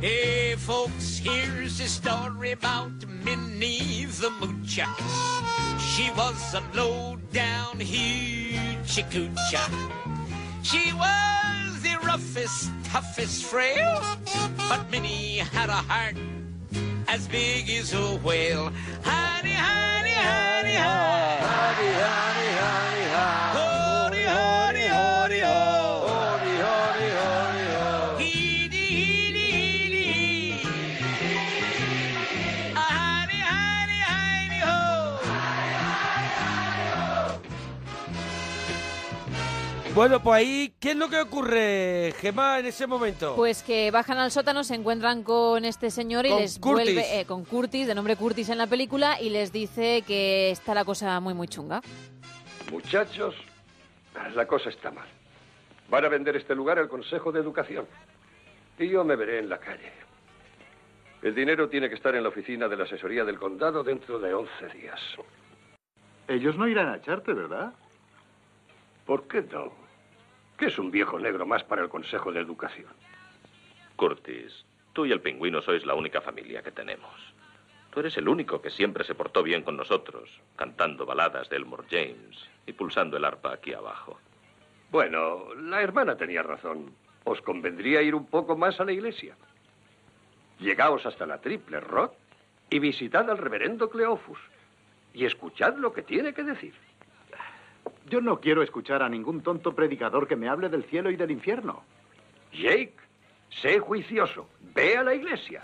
[SPEAKER 12] Hey, folks, here's a story about Minnie the Moocher. She was a low-down hoochie-coocher. She was the roughest, toughest frail, but Minnie had a heart as big as a whale. Honey, honey, honey, honey. Honey, honey, honey, honey. Honey, honey, honey, honey. Honey, honey, honey, honey. Honey, honey, honey,
[SPEAKER 1] Bueno, pues ahí, ¿qué es lo que ocurre, Gemma, en ese momento?
[SPEAKER 3] Pues que bajan al sótano, se encuentran con este señor y
[SPEAKER 1] Con
[SPEAKER 3] les
[SPEAKER 1] Curtis.
[SPEAKER 3] vuelve eh, con Curtis, de nombre Curtis en la película, y les dice que está la cosa muy, muy chunga.
[SPEAKER 22] Muchachos, ah, la cosa está mal. Van a vender este lugar al Consejo de Educación. Y yo me veré en la calle. El dinero tiene que estar en la oficina de la asesoría del condado dentro de 11 días.
[SPEAKER 23] Ellos no irán a echarte, ¿verdad?
[SPEAKER 22] ¿Por qué no? ¿Qué es un viejo negro más para el Consejo de Educación?
[SPEAKER 8] Curtis, tú y el pingüino sois la única familia que tenemos. Tú eres el único que siempre se portó bien con nosotros, cantando baladas de Elmore James y pulsando el arpa aquí abajo.
[SPEAKER 22] Bueno, la hermana tenía razón. Os convendría ir un poco más a la iglesia. Llegaos hasta la Triple Rock y visitad al reverendo Cleofus y escuchad lo que tiene que decir.
[SPEAKER 23] Yo no quiero escuchar a ningún tonto predicador que me hable del cielo y del infierno.
[SPEAKER 22] Jake, sé juicioso. Ve a la iglesia.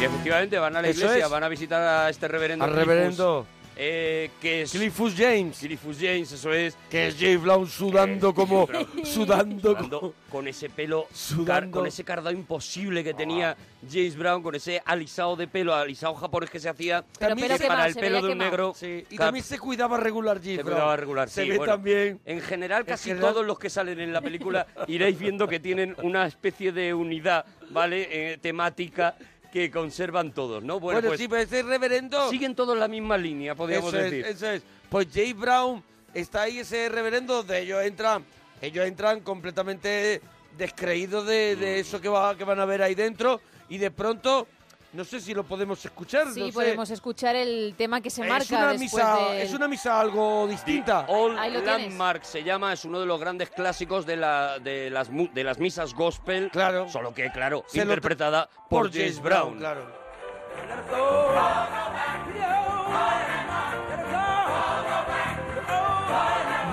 [SPEAKER 2] Y efectivamente van a la
[SPEAKER 1] Eso
[SPEAKER 2] iglesia,
[SPEAKER 1] es.
[SPEAKER 2] van a visitar a este reverendo.
[SPEAKER 1] Al
[SPEAKER 2] Cliffus,
[SPEAKER 1] reverendo.
[SPEAKER 2] eh, que es...
[SPEAKER 1] Cliffus James.
[SPEAKER 2] Cliffus James, eso es.
[SPEAKER 1] Que es Jay Brown sudando como.
[SPEAKER 2] Eh, Pero-
[SPEAKER 1] sudando
[SPEAKER 2] sudando
[SPEAKER 1] como.
[SPEAKER 2] con ese pelo,
[SPEAKER 1] Sudando. Ah.
[SPEAKER 2] con ese cardado imposible que tenía James Brown, con ese alisado de pelo, alisado japonés que se hacía
[SPEAKER 1] Pero
[SPEAKER 2] que
[SPEAKER 1] pelo quemado,
[SPEAKER 2] para el
[SPEAKER 1] se
[SPEAKER 2] pelo
[SPEAKER 1] veía
[SPEAKER 2] de un
[SPEAKER 1] quemado.
[SPEAKER 2] negro.
[SPEAKER 1] Sí, y
[SPEAKER 2] Cap-
[SPEAKER 1] también se cuidaba regular Jay
[SPEAKER 2] se
[SPEAKER 1] Brown.
[SPEAKER 2] cuidaba regular,
[SPEAKER 1] Se
[SPEAKER 2] sí,
[SPEAKER 1] ve
[SPEAKER 2] bueno.
[SPEAKER 1] también.
[SPEAKER 2] En general, casi
[SPEAKER 1] general-
[SPEAKER 2] todos los que salen en la película iréis viendo que tienen una especie de unidad, ¿vale? Eh, temática que conservan todos, ¿no? pues
[SPEAKER 1] Bueno, sí, pero este reverendo.
[SPEAKER 2] Siguen todos la misma línea, podríamos
[SPEAKER 1] Eso es,
[SPEAKER 2] decir.
[SPEAKER 1] eso es. Pues Jay Brown está ahí, ese reverendo, donde ellos entran. Ellos entran completamente descreídos de,
[SPEAKER 2] Mm.
[SPEAKER 1] de eso que, va, que van a ver ahí dentro. Y de pronto, no sé si lo podemos escuchar.
[SPEAKER 3] Sí,
[SPEAKER 1] no sé.
[SPEAKER 3] podemos escuchar el tema que se
[SPEAKER 1] Es
[SPEAKER 3] marca
[SPEAKER 1] una
[SPEAKER 3] después
[SPEAKER 1] misa-
[SPEAKER 3] del-
[SPEAKER 1] es una misa algo distinta.
[SPEAKER 2] All
[SPEAKER 3] Ahí lo tienes.
[SPEAKER 2] Landmark se llama, es uno de los grandes clásicos de, la, de, las, mu- de las misas gospel. Claro. Solo que, claro,
[SPEAKER 1] Se lo tra-
[SPEAKER 2] interpretada por, James Brown.
[SPEAKER 1] Claro.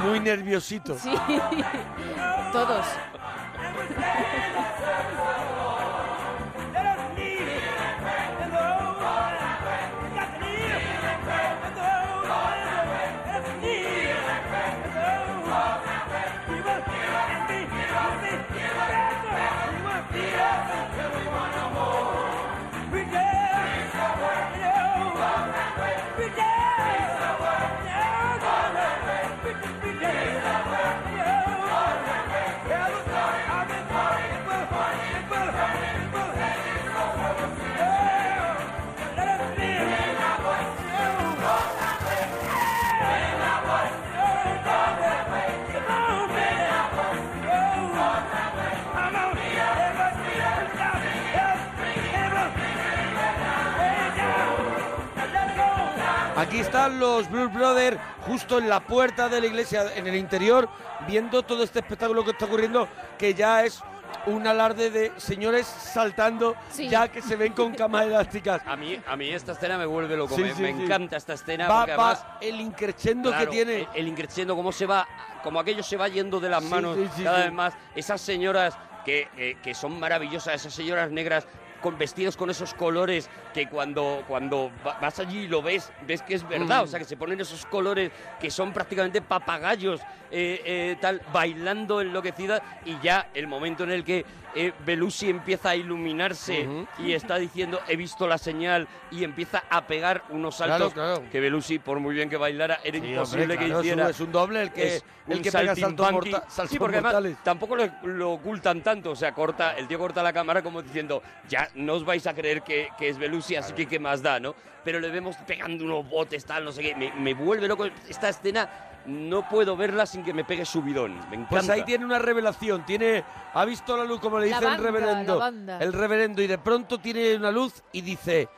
[SPEAKER 1] Muy nerviosito.
[SPEAKER 3] Sí, todos.
[SPEAKER 1] Aquí están los Blue Brothers justo en la puerta de la iglesia, en el interior, viendo todo este espectáculo que está ocurriendo, que ya es un alarde de señores saltando, ya que se ven con camas elásticas.
[SPEAKER 2] A mí, a mí esta escena me vuelve loco,
[SPEAKER 1] Sí,
[SPEAKER 2] me,
[SPEAKER 1] sí,
[SPEAKER 2] me
[SPEAKER 1] sí.
[SPEAKER 2] encanta esta escena.
[SPEAKER 1] Va-
[SPEAKER 2] porque
[SPEAKER 1] va
[SPEAKER 2] además,
[SPEAKER 1] el increchendo
[SPEAKER 2] Claro,
[SPEAKER 1] que tiene.
[SPEAKER 2] El, el increciendo, cómo se va, como aquello se va yendo de las
[SPEAKER 1] Sí,
[SPEAKER 2] manos
[SPEAKER 1] sí, sí,
[SPEAKER 2] cada
[SPEAKER 1] sí.
[SPEAKER 2] vez más. Esas señoras que, eh, que son maravillosas, esas señoras negras con vestidos con esos colores que cuando, cuando va- vas allí y lo ves, ves que es verdad,
[SPEAKER 1] Mm.
[SPEAKER 2] o sea, que se ponen esos colores que son prácticamente papagayos, eh, eh, tal, bailando enloquecida y ya el momento en el que eh, Belushi empieza a iluminarse
[SPEAKER 1] Ujú.
[SPEAKER 2] y está diciendo, he visto la señal y empieza a pegar unos
[SPEAKER 1] Claro,
[SPEAKER 2] saltos
[SPEAKER 1] claro.
[SPEAKER 2] que Belushi, por muy bien que bailara, era
[SPEAKER 1] Sí,
[SPEAKER 2] imposible
[SPEAKER 1] hombre,
[SPEAKER 2] que
[SPEAKER 1] claro, es un-
[SPEAKER 2] hiciera.
[SPEAKER 1] es un doble el que-
[SPEAKER 2] Es
[SPEAKER 1] el
[SPEAKER 2] un
[SPEAKER 1] que pega saltos
[SPEAKER 2] saltimbanqui.
[SPEAKER 1] morta- saltos
[SPEAKER 2] Sí, porque además
[SPEAKER 1] mortales.
[SPEAKER 2] tampoco lo, lo ocultan tanto. O sea, corta, el tío corta la cámara como diciendo, ya no os vais a creer que, que es Belushi, así que qué más da, ¿no? Pero le vemos pegando unos botes, tal, no sé qué. Me, me vuelve loco. Esta escena no puedo verla sin que me pegue subidón. Me encanta.
[SPEAKER 1] Pues ahí tiene una revelación, tiene ha visto la luz como le
[SPEAKER 2] La
[SPEAKER 1] dice
[SPEAKER 2] banda,
[SPEAKER 1] el reverendo,
[SPEAKER 2] la banda.
[SPEAKER 1] el reverendo y de pronto tiene una luz y dice,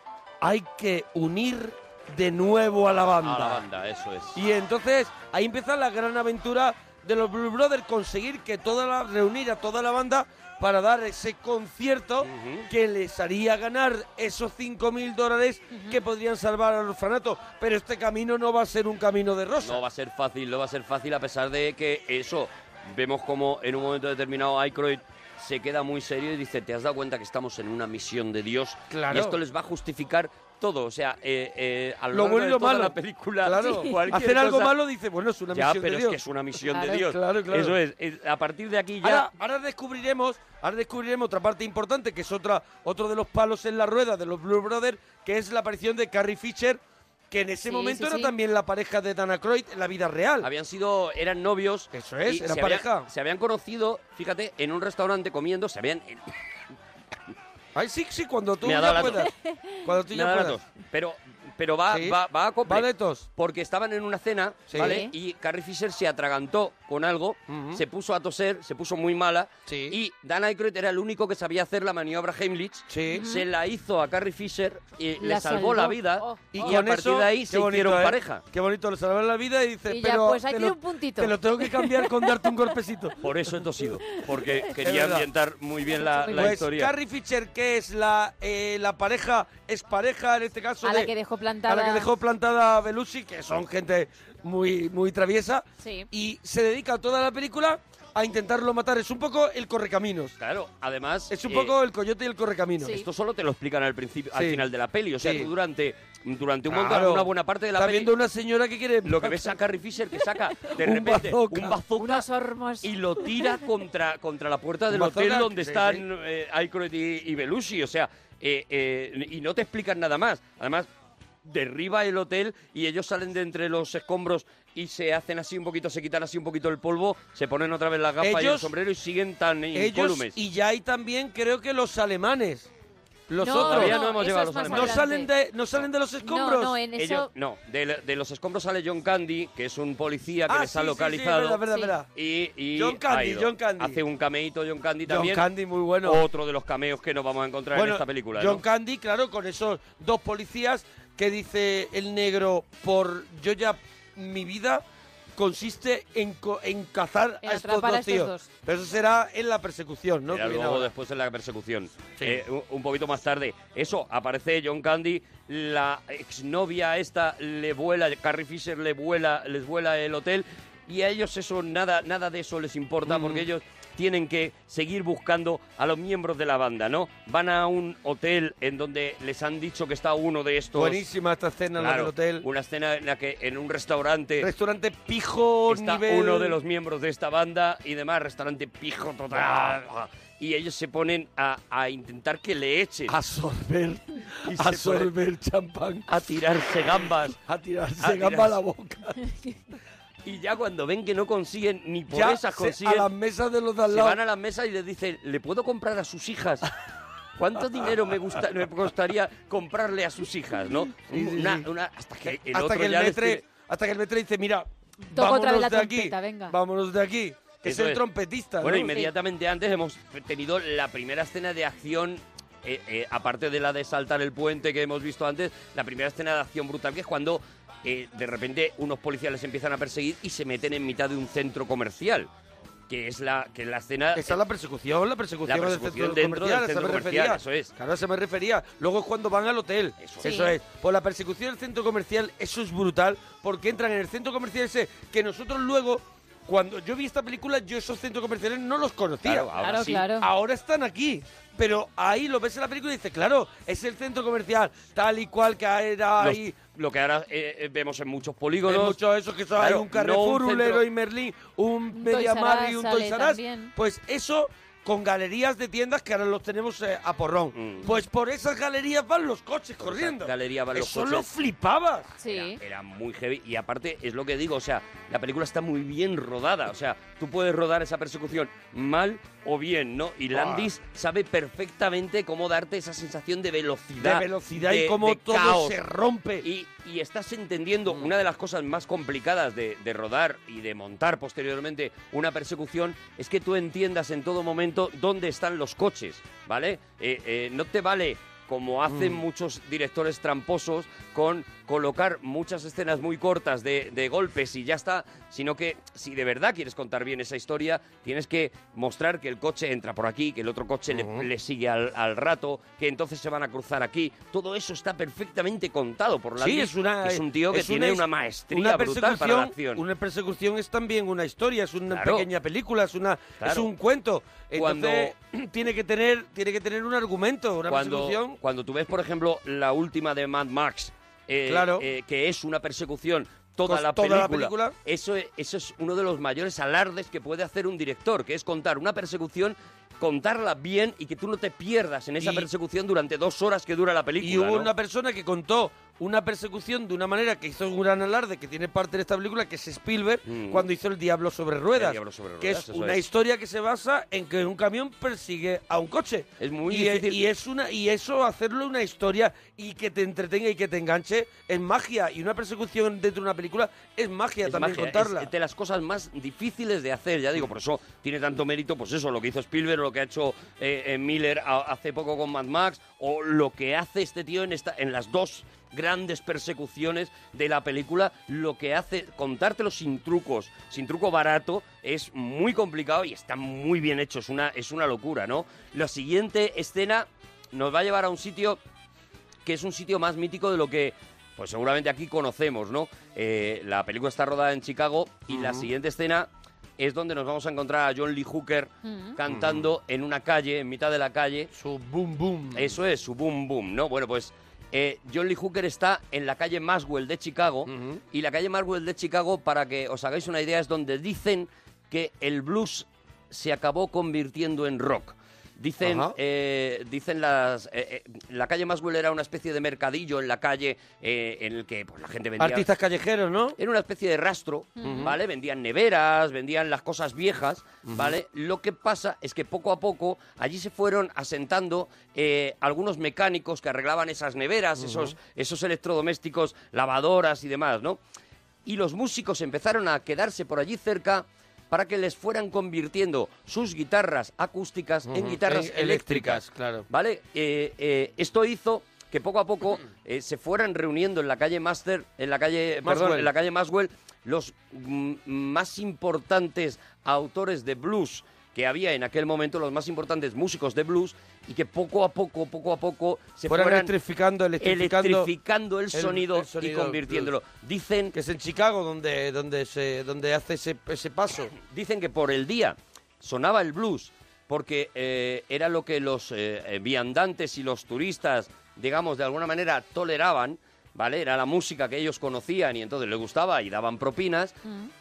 [SPEAKER 1] "Hay que unir de nuevo a la banda."
[SPEAKER 2] A la banda, eso es.
[SPEAKER 1] Y entonces ahí empieza la gran aventura de los Blue Brothers, conseguir que toda la, reunir a toda la banda para dar ese concierto que les haría ganar esos 5.000 dólares que podrían salvar al orfanato. Pero este camino no va a ser un camino de rosa.
[SPEAKER 2] No va a ser fácil, no va a ser fácil a pesar de que eso, vemos como en un momento determinado Aykroyd se queda muy serio y dice, ¿te has dado cuenta que estamos en una misión de Dios?
[SPEAKER 1] Claro.
[SPEAKER 2] Y esto les va a justificar todo, o sea, eh, eh, a lo,
[SPEAKER 1] Lo
[SPEAKER 2] largo
[SPEAKER 1] bueno y
[SPEAKER 2] de
[SPEAKER 1] lo
[SPEAKER 2] toda
[SPEAKER 1] malo.
[SPEAKER 2] la película,
[SPEAKER 1] Claro. Sí.
[SPEAKER 2] cualquier
[SPEAKER 1] Hacer algo
[SPEAKER 2] cosa-
[SPEAKER 1] malo dice, bueno, es una
[SPEAKER 2] Ya,
[SPEAKER 1] misión de
[SPEAKER 2] pero es
[SPEAKER 1] Dios.
[SPEAKER 2] que es una misión
[SPEAKER 1] Claro,
[SPEAKER 2] de Dios.
[SPEAKER 1] claro, claro.
[SPEAKER 2] Eso es, es- a partir de aquí ya...
[SPEAKER 1] Ahora, ahora descubriremos, ahora descubriremos otra parte importante, que es otra, otro de los palos en la rueda de los Blue Brothers, que es la aparición de Carrie Fisher, que en ese
[SPEAKER 2] Sí,
[SPEAKER 1] momento
[SPEAKER 2] sí,
[SPEAKER 1] era
[SPEAKER 2] sí.
[SPEAKER 1] también la pareja de Dana Croyd en la vida real.
[SPEAKER 2] Habían sido, eran novios. Eso
[SPEAKER 1] es, eran pareja.
[SPEAKER 2] se habían conocido, fíjate, en un restaurante comiendo, se habían...
[SPEAKER 1] Ay, sí, sí, cuando tú
[SPEAKER 2] Me ha
[SPEAKER 1] ya
[SPEAKER 2] dado la
[SPEAKER 1] puedas. Cuando tú
[SPEAKER 2] Me
[SPEAKER 1] ya
[SPEAKER 2] da la
[SPEAKER 1] puedas.
[SPEAKER 2] tos. Pero pero va,
[SPEAKER 1] Sí.
[SPEAKER 2] va, va a cope.
[SPEAKER 1] Va de tos.
[SPEAKER 2] Porque estaban en una cena,
[SPEAKER 1] Sí.
[SPEAKER 2] ¿vale? Y Carrie Fisher se atragantó con algo, se puso a toser, se puso muy mala. Y Dan Aykroyd era el único que sabía hacer la maniobra Heimlich. Se la hizo a Carrie Fisher y le
[SPEAKER 1] La
[SPEAKER 2] salvó,
[SPEAKER 1] salvó.
[SPEAKER 2] la vida.
[SPEAKER 1] Oh,
[SPEAKER 2] y
[SPEAKER 1] oh.
[SPEAKER 2] a
[SPEAKER 1] Con
[SPEAKER 2] partir
[SPEAKER 1] eso,
[SPEAKER 2] de ahí
[SPEAKER 1] qué
[SPEAKER 2] se
[SPEAKER 1] bonito,
[SPEAKER 2] hicieron
[SPEAKER 1] ¿eh?
[SPEAKER 2] pareja.
[SPEAKER 1] Qué bonito, le salvaron la vida y dice,
[SPEAKER 3] Y ya,
[SPEAKER 1] pero
[SPEAKER 3] pues
[SPEAKER 1] te
[SPEAKER 3] aquí
[SPEAKER 1] lo-
[SPEAKER 3] un puntito.
[SPEAKER 1] Te lo tengo que cambiar con darte un golpecito.
[SPEAKER 2] Por eso he tosido, porque
[SPEAKER 1] Es
[SPEAKER 2] quería
[SPEAKER 1] verdad.
[SPEAKER 2] ambientar muy bien la, la
[SPEAKER 1] pues
[SPEAKER 2] historia.
[SPEAKER 1] Carrie Fisher, que es la, eh, la pareja, es pareja en este caso
[SPEAKER 3] A la
[SPEAKER 1] de-
[SPEAKER 3] que dejó
[SPEAKER 1] a la
[SPEAKER 3] plantada.
[SPEAKER 1] que dejó plantada a Belushi, que son gente muy, muy traviesa,
[SPEAKER 3] Sí.
[SPEAKER 1] y se dedica toda la película a intentarlo matar. Es un poco el correcaminos.
[SPEAKER 2] Claro, además...
[SPEAKER 1] Es un
[SPEAKER 2] eh,
[SPEAKER 1] poco el coyote y el correcaminos.
[SPEAKER 2] Esto solo te lo explican al principio, al
[SPEAKER 1] Sí.
[SPEAKER 2] final de la peli. O sea,
[SPEAKER 1] Sí.
[SPEAKER 2] tú durante, durante un
[SPEAKER 1] Claro.
[SPEAKER 2] montón, una buena parte de la
[SPEAKER 1] Está
[SPEAKER 2] peli.
[SPEAKER 1] viendo una señora que quiere.
[SPEAKER 2] Lo que ves a Carrie Fisher que saca de
[SPEAKER 1] Un
[SPEAKER 2] repente
[SPEAKER 1] bazooka.
[SPEAKER 2] un bazooka y lo tira contra, contra la puerta del
[SPEAKER 1] Un bazooka,
[SPEAKER 2] hotel donde
[SPEAKER 1] sí,
[SPEAKER 2] están
[SPEAKER 1] sí.
[SPEAKER 2] eh, Aykroyd y, y Belushi. O sea, eh, eh, y no te explican nada más. Además, derriba el hotel y ellos salen de entre los escombros y se hacen así un poquito, se quitan así un poquito el polvo, se ponen otra vez las gafas y el
[SPEAKER 1] Ellos-
[SPEAKER 2] sombrero y siguen tan
[SPEAKER 1] Ellos
[SPEAKER 2] incólumes.
[SPEAKER 1] y ya hay también, creo que los alemanes. Los
[SPEAKER 2] No,
[SPEAKER 1] otros.
[SPEAKER 2] Todavía no no, hemos eso llegado es a los más
[SPEAKER 1] no
[SPEAKER 2] alemanes.
[SPEAKER 1] salen de, no salen de los escombros.
[SPEAKER 3] no, en eso-
[SPEAKER 2] Ellos- no, de, la- de los escombros sale John Candy, que es un policía que
[SPEAKER 1] Ah,
[SPEAKER 2] les
[SPEAKER 1] sí,
[SPEAKER 2] ha
[SPEAKER 1] sí, sí,
[SPEAKER 2] localizado.
[SPEAKER 1] verdad, verdad, Sí. verdad.
[SPEAKER 2] Y, y
[SPEAKER 1] John Candy,
[SPEAKER 2] ha ido.
[SPEAKER 1] John Candy.
[SPEAKER 2] Hace un cameíto John Candy
[SPEAKER 1] John
[SPEAKER 2] también.
[SPEAKER 1] Candy, muy bueno.
[SPEAKER 2] Otro de los cameos que nos vamos a encontrar
[SPEAKER 1] Bueno,
[SPEAKER 2] en esta película.
[SPEAKER 1] John
[SPEAKER 2] ¿no?
[SPEAKER 1] Candy, claro, con esos dos policías que dice el negro, por yo ya mi vida consiste en, co- en cazar
[SPEAKER 2] En
[SPEAKER 1] a estos
[SPEAKER 2] atrapar
[SPEAKER 1] dos
[SPEAKER 2] a estos
[SPEAKER 1] tíos.
[SPEAKER 2] dos.
[SPEAKER 1] Pero eso será en la persecución, ¿no?
[SPEAKER 2] Era
[SPEAKER 1] Que viene
[SPEAKER 2] luego
[SPEAKER 1] ahora.
[SPEAKER 2] después en la persecución. Eh, un- un poquito más tarde. Eso, aparece John Candy, la exnovia esta le vuela, Carrie Fisher le vuela, les vuela el hotel y a ellos eso, nada, nada de eso les importa
[SPEAKER 1] Mm.
[SPEAKER 2] porque ellos tienen que seguir buscando a los miembros de la banda, ¿no? Van a un hotel en donde les han dicho que está uno de estos...
[SPEAKER 1] Buenísima esta escena en la
[SPEAKER 2] Claro,
[SPEAKER 1] del hotel.
[SPEAKER 2] Una escena en la que en un restaurante.
[SPEAKER 1] Restaurante pijo
[SPEAKER 2] está
[SPEAKER 1] nivel-
[SPEAKER 2] Uno de los miembros de esta banda y demás, restaurante pijo total. Y ellos se ponen a, a intentar que le echen.
[SPEAKER 1] A sorber,
[SPEAKER 2] Y se
[SPEAKER 1] a sorber champán.
[SPEAKER 2] A tirarse gambas.
[SPEAKER 1] A tirarse
[SPEAKER 2] A
[SPEAKER 1] gambas
[SPEAKER 2] tirarse.
[SPEAKER 1] a la boca.
[SPEAKER 2] Y ya cuando ven que no consiguen, ni por
[SPEAKER 1] Ya
[SPEAKER 2] esas
[SPEAKER 1] se-
[SPEAKER 2] consiguen.
[SPEAKER 1] a las mesas de los de al
[SPEAKER 2] se
[SPEAKER 1] lado.
[SPEAKER 2] van a las mesas y les dicen, ¿le puedo comprar a sus hijas? ¿Cuánto dinero me, gusta, me costaría comprarle a sus hijas, no?
[SPEAKER 1] Sí, sí,
[SPEAKER 2] Una-
[SPEAKER 1] sí.
[SPEAKER 2] una- hasta que el
[SPEAKER 1] hasta
[SPEAKER 2] otro
[SPEAKER 1] que el
[SPEAKER 2] ya les
[SPEAKER 1] metre,
[SPEAKER 2] tiene-
[SPEAKER 1] hasta que el metre dice, mira,
[SPEAKER 3] Toca
[SPEAKER 1] vámonos
[SPEAKER 3] otra vez la
[SPEAKER 1] de aquí,
[SPEAKER 3] trompeta, venga.
[SPEAKER 1] vámonos de aquí. Que es
[SPEAKER 2] Eso
[SPEAKER 1] el trompetista,
[SPEAKER 2] Bueno,
[SPEAKER 1] ¿no?
[SPEAKER 2] inmediatamente antes hemos tenido la primera escena de acción, eh, eh, aparte de la de saltar el puente que hemos visto antes, la primera escena de acción brutal, que es cuando eh, de repente unos policías les empiezan a perseguir y se meten en mitad de un centro comercial. Que es la, que es la escena...
[SPEAKER 1] Esa es la persecución, la persecución,
[SPEAKER 2] La
[SPEAKER 1] del
[SPEAKER 2] persecución
[SPEAKER 1] centro
[SPEAKER 2] dentro del
[SPEAKER 1] comercial, a
[SPEAKER 2] centro
[SPEAKER 1] eso me
[SPEAKER 2] comercial,
[SPEAKER 1] refería.
[SPEAKER 2] eso es.
[SPEAKER 1] Claro, a eso me refería. Luego es cuando van al hotel. Eso,
[SPEAKER 2] es.
[SPEAKER 1] es. Por la persecución del centro comercial, eso es brutal, porque entran en el centro comercial ese que nosotros luego, cuando yo vi esta película, yo esos centros comerciales no los conocía.
[SPEAKER 2] Claro, ahora Claro, sí. claro.
[SPEAKER 1] Ahora están aquí. Pero ahí lo ves en la película y dices, claro, es el centro comercial tal y cual que era
[SPEAKER 2] los-
[SPEAKER 1] ahí.
[SPEAKER 2] lo que ahora eh, eh, vemos en muchos polígonos.
[SPEAKER 1] Hay muchos de esos que son- hay
[SPEAKER 2] Claro,
[SPEAKER 1] un Carrefour,
[SPEAKER 2] no
[SPEAKER 1] un,
[SPEAKER 2] centro-
[SPEAKER 1] Leroy Merlin, un
[SPEAKER 2] Toys R Us
[SPEAKER 1] Mediamar y un
[SPEAKER 2] sale
[SPEAKER 1] Toys R Us.
[SPEAKER 2] también.
[SPEAKER 1] Pues eso con galerías de tiendas que ahora los tenemos eh, a
[SPEAKER 2] Mm.
[SPEAKER 1] porrón. Pues por esas galerías van los coches corriendo.
[SPEAKER 2] galería van los
[SPEAKER 1] eso
[SPEAKER 2] coches.
[SPEAKER 1] lo flipabas.
[SPEAKER 2] Era, era muy heavy. Y aparte, es lo que digo, o sea, la película está muy bien rodada. O sea, tú puedes rodar esa persecución mal o bien, ¿no? Y
[SPEAKER 1] Buah.
[SPEAKER 2] Landis sabe perfectamente cómo darte esa sensación de velocidad.
[SPEAKER 1] De velocidad y cómo todo se rompe. Mm.
[SPEAKER 2] Y, y estás entendiendo una de las cosas más complicadas de, de rodar y de montar posteriormente una persecución es que tú entiendas en todo momento dónde están los coches, ¿vale? Eh, eh, no te vale como hacen
[SPEAKER 1] Mm.
[SPEAKER 2] muchos directores tramposos con colocar muchas escenas muy cortas de, de golpes y ya está, sino que si de verdad quieres contar bien esa historia, tienes que mostrar que el coche entra por aquí, que el otro coche le- le, sigue al, al rato, que entonces se van a cruzar aquí. Todo eso está perfectamente contado por Landis,
[SPEAKER 1] Sí, es, una, eh,
[SPEAKER 2] que es un tío que
[SPEAKER 1] es
[SPEAKER 2] tiene
[SPEAKER 1] his-
[SPEAKER 2] una maestría
[SPEAKER 1] una
[SPEAKER 2] brutal para la
[SPEAKER 1] persecución-
[SPEAKER 2] acción.
[SPEAKER 1] Una persecución es también una historia, es una
[SPEAKER 2] Claro.
[SPEAKER 1] pequeña película, es una es
[SPEAKER 2] Claro.
[SPEAKER 1] un cuento.
[SPEAKER 2] Cuando-
[SPEAKER 1] Entonces tiene que tener tiene que tener un argumento, una persecución.
[SPEAKER 2] cuando, cuando tú ves, por ejemplo, la última de Mad Max, eh,
[SPEAKER 1] Claro.
[SPEAKER 2] eh, que es una persecución toda,
[SPEAKER 1] Cos-
[SPEAKER 2] la,
[SPEAKER 1] toda la
[SPEAKER 2] película,
[SPEAKER 1] película.
[SPEAKER 2] Eso, es, eso es uno de los mayores alardes que puede hacer un director, que es contar una persecución, contarla bien y que tú no te pierdas en esa
[SPEAKER 1] Y-
[SPEAKER 2] persecución durante dos horas que dura la película.
[SPEAKER 1] Y hubo
[SPEAKER 2] ¿no?
[SPEAKER 1] una persona que contó una persecución de una manera que hizo un gran alarde que tiene parte en esta película, que es Spielberg,
[SPEAKER 2] Mm.
[SPEAKER 1] cuando hizo El Diablo sobre
[SPEAKER 2] El
[SPEAKER 1] Ruedas.
[SPEAKER 2] Diablo sobre
[SPEAKER 1] que
[SPEAKER 2] ruedas,
[SPEAKER 1] es
[SPEAKER 2] eso
[SPEAKER 1] una
[SPEAKER 2] es.
[SPEAKER 1] historia que se basa en que un camión persigue a un coche. Es muy y,
[SPEAKER 2] difícil.
[SPEAKER 1] y es una Y eso, hacerlo una historia y que te entretenga y que te enganche, es magia. Y una persecución dentro de una película es magia
[SPEAKER 2] Es
[SPEAKER 1] también
[SPEAKER 2] magia,
[SPEAKER 1] contarla.
[SPEAKER 2] es de las cosas más difíciles de hacer, ya digo, por eso tiene tanto mérito, pues eso, lo que hizo Spielberg, lo que ha hecho eh, eh, Miller a- hace poco con Mad Max, o lo que hace este tío en, esta, en las dos grandes persecuciones de la película, lo que hace contártelo sin trucos, sin truco barato, es muy complicado y está muy bien hecho, es una, es una locura, ¿no? La siguiente escena nos va a llevar a un sitio que es un sitio más mítico de lo que pues seguramente aquí conocemos, ¿no? Eh, la película está rodada en Chicago y la
[SPEAKER 1] Ujú.
[SPEAKER 2] siguiente escena es donde nos vamos a encontrar a John Lee Hooker cantando en una calle, en mitad de la calle.
[SPEAKER 1] Su boom boom.
[SPEAKER 2] Eso es, su boom boom, ¿no? Bueno, pues eh, John Lee Hooker está en la calle Maswell de Chicago y la calle Maswell de Chicago, para que os hagáis una idea, es donde dicen que el blues se acabó convirtiendo en rock. Dicen,
[SPEAKER 1] Ajá.
[SPEAKER 2] eh, dicen las, eh, eh, la calle Maswell era una especie de mercadillo en la calle eh, en el que pues, la gente vendía
[SPEAKER 1] Artistas callejeros, ¿no?
[SPEAKER 2] Era una especie de rastro,
[SPEAKER 1] Ujú.
[SPEAKER 2] ¿vale? Vendían neveras, vendían las cosas viejas,
[SPEAKER 1] Ujú.
[SPEAKER 2] ¿vale? Lo que pasa es que poco a poco allí se fueron asentando eh, algunos mecánicos que arreglaban esas neveras, esos, esos electrodomésticos, lavadoras y demás, ¿no? Y los músicos empezaron a quedarse por allí cerca para que les fueran convirtiendo sus guitarras acústicas en
[SPEAKER 1] Ujú.
[SPEAKER 2] guitarras
[SPEAKER 1] Eh,
[SPEAKER 2] eléctricas.
[SPEAKER 1] claro.
[SPEAKER 2] ¿Vale? Eh, eh, esto hizo que poco a poco eh, se fueran reuniendo en la calle Master, en la calle, perdón,
[SPEAKER 1] Maxwell.
[SPEAKER 2] en la calle Maxwell, los mm, más importantes autores de blues que había en aquel momento, los más importantes músicos de blues, y que poco a poco, poco a poco se
[SPEAKER 1] Fueran
[SPEAKER 2] fueran,
[SPEAKER 1] electrificando, electrificando
[SPEAKER 2] electrificando el,
[SPEAKER 1] el-
[SPEAKER 2] sonido
[SPEAKER 1] el sonido
[SPEAKER 2] y convirtiéndolo. Dicen
[SPEAKER 1] que es en Chicago donde donde se donde hace ese, ese paso.
[SPEAKER 2] Dicen que por el día sonaba el blues porque eh, era lo que los eh, eh, viandantes y los turistas, digamos, de alguna manera toleraban, ¿vale? Era la música que ellos conocían y entonces les gustaba y daban propinas,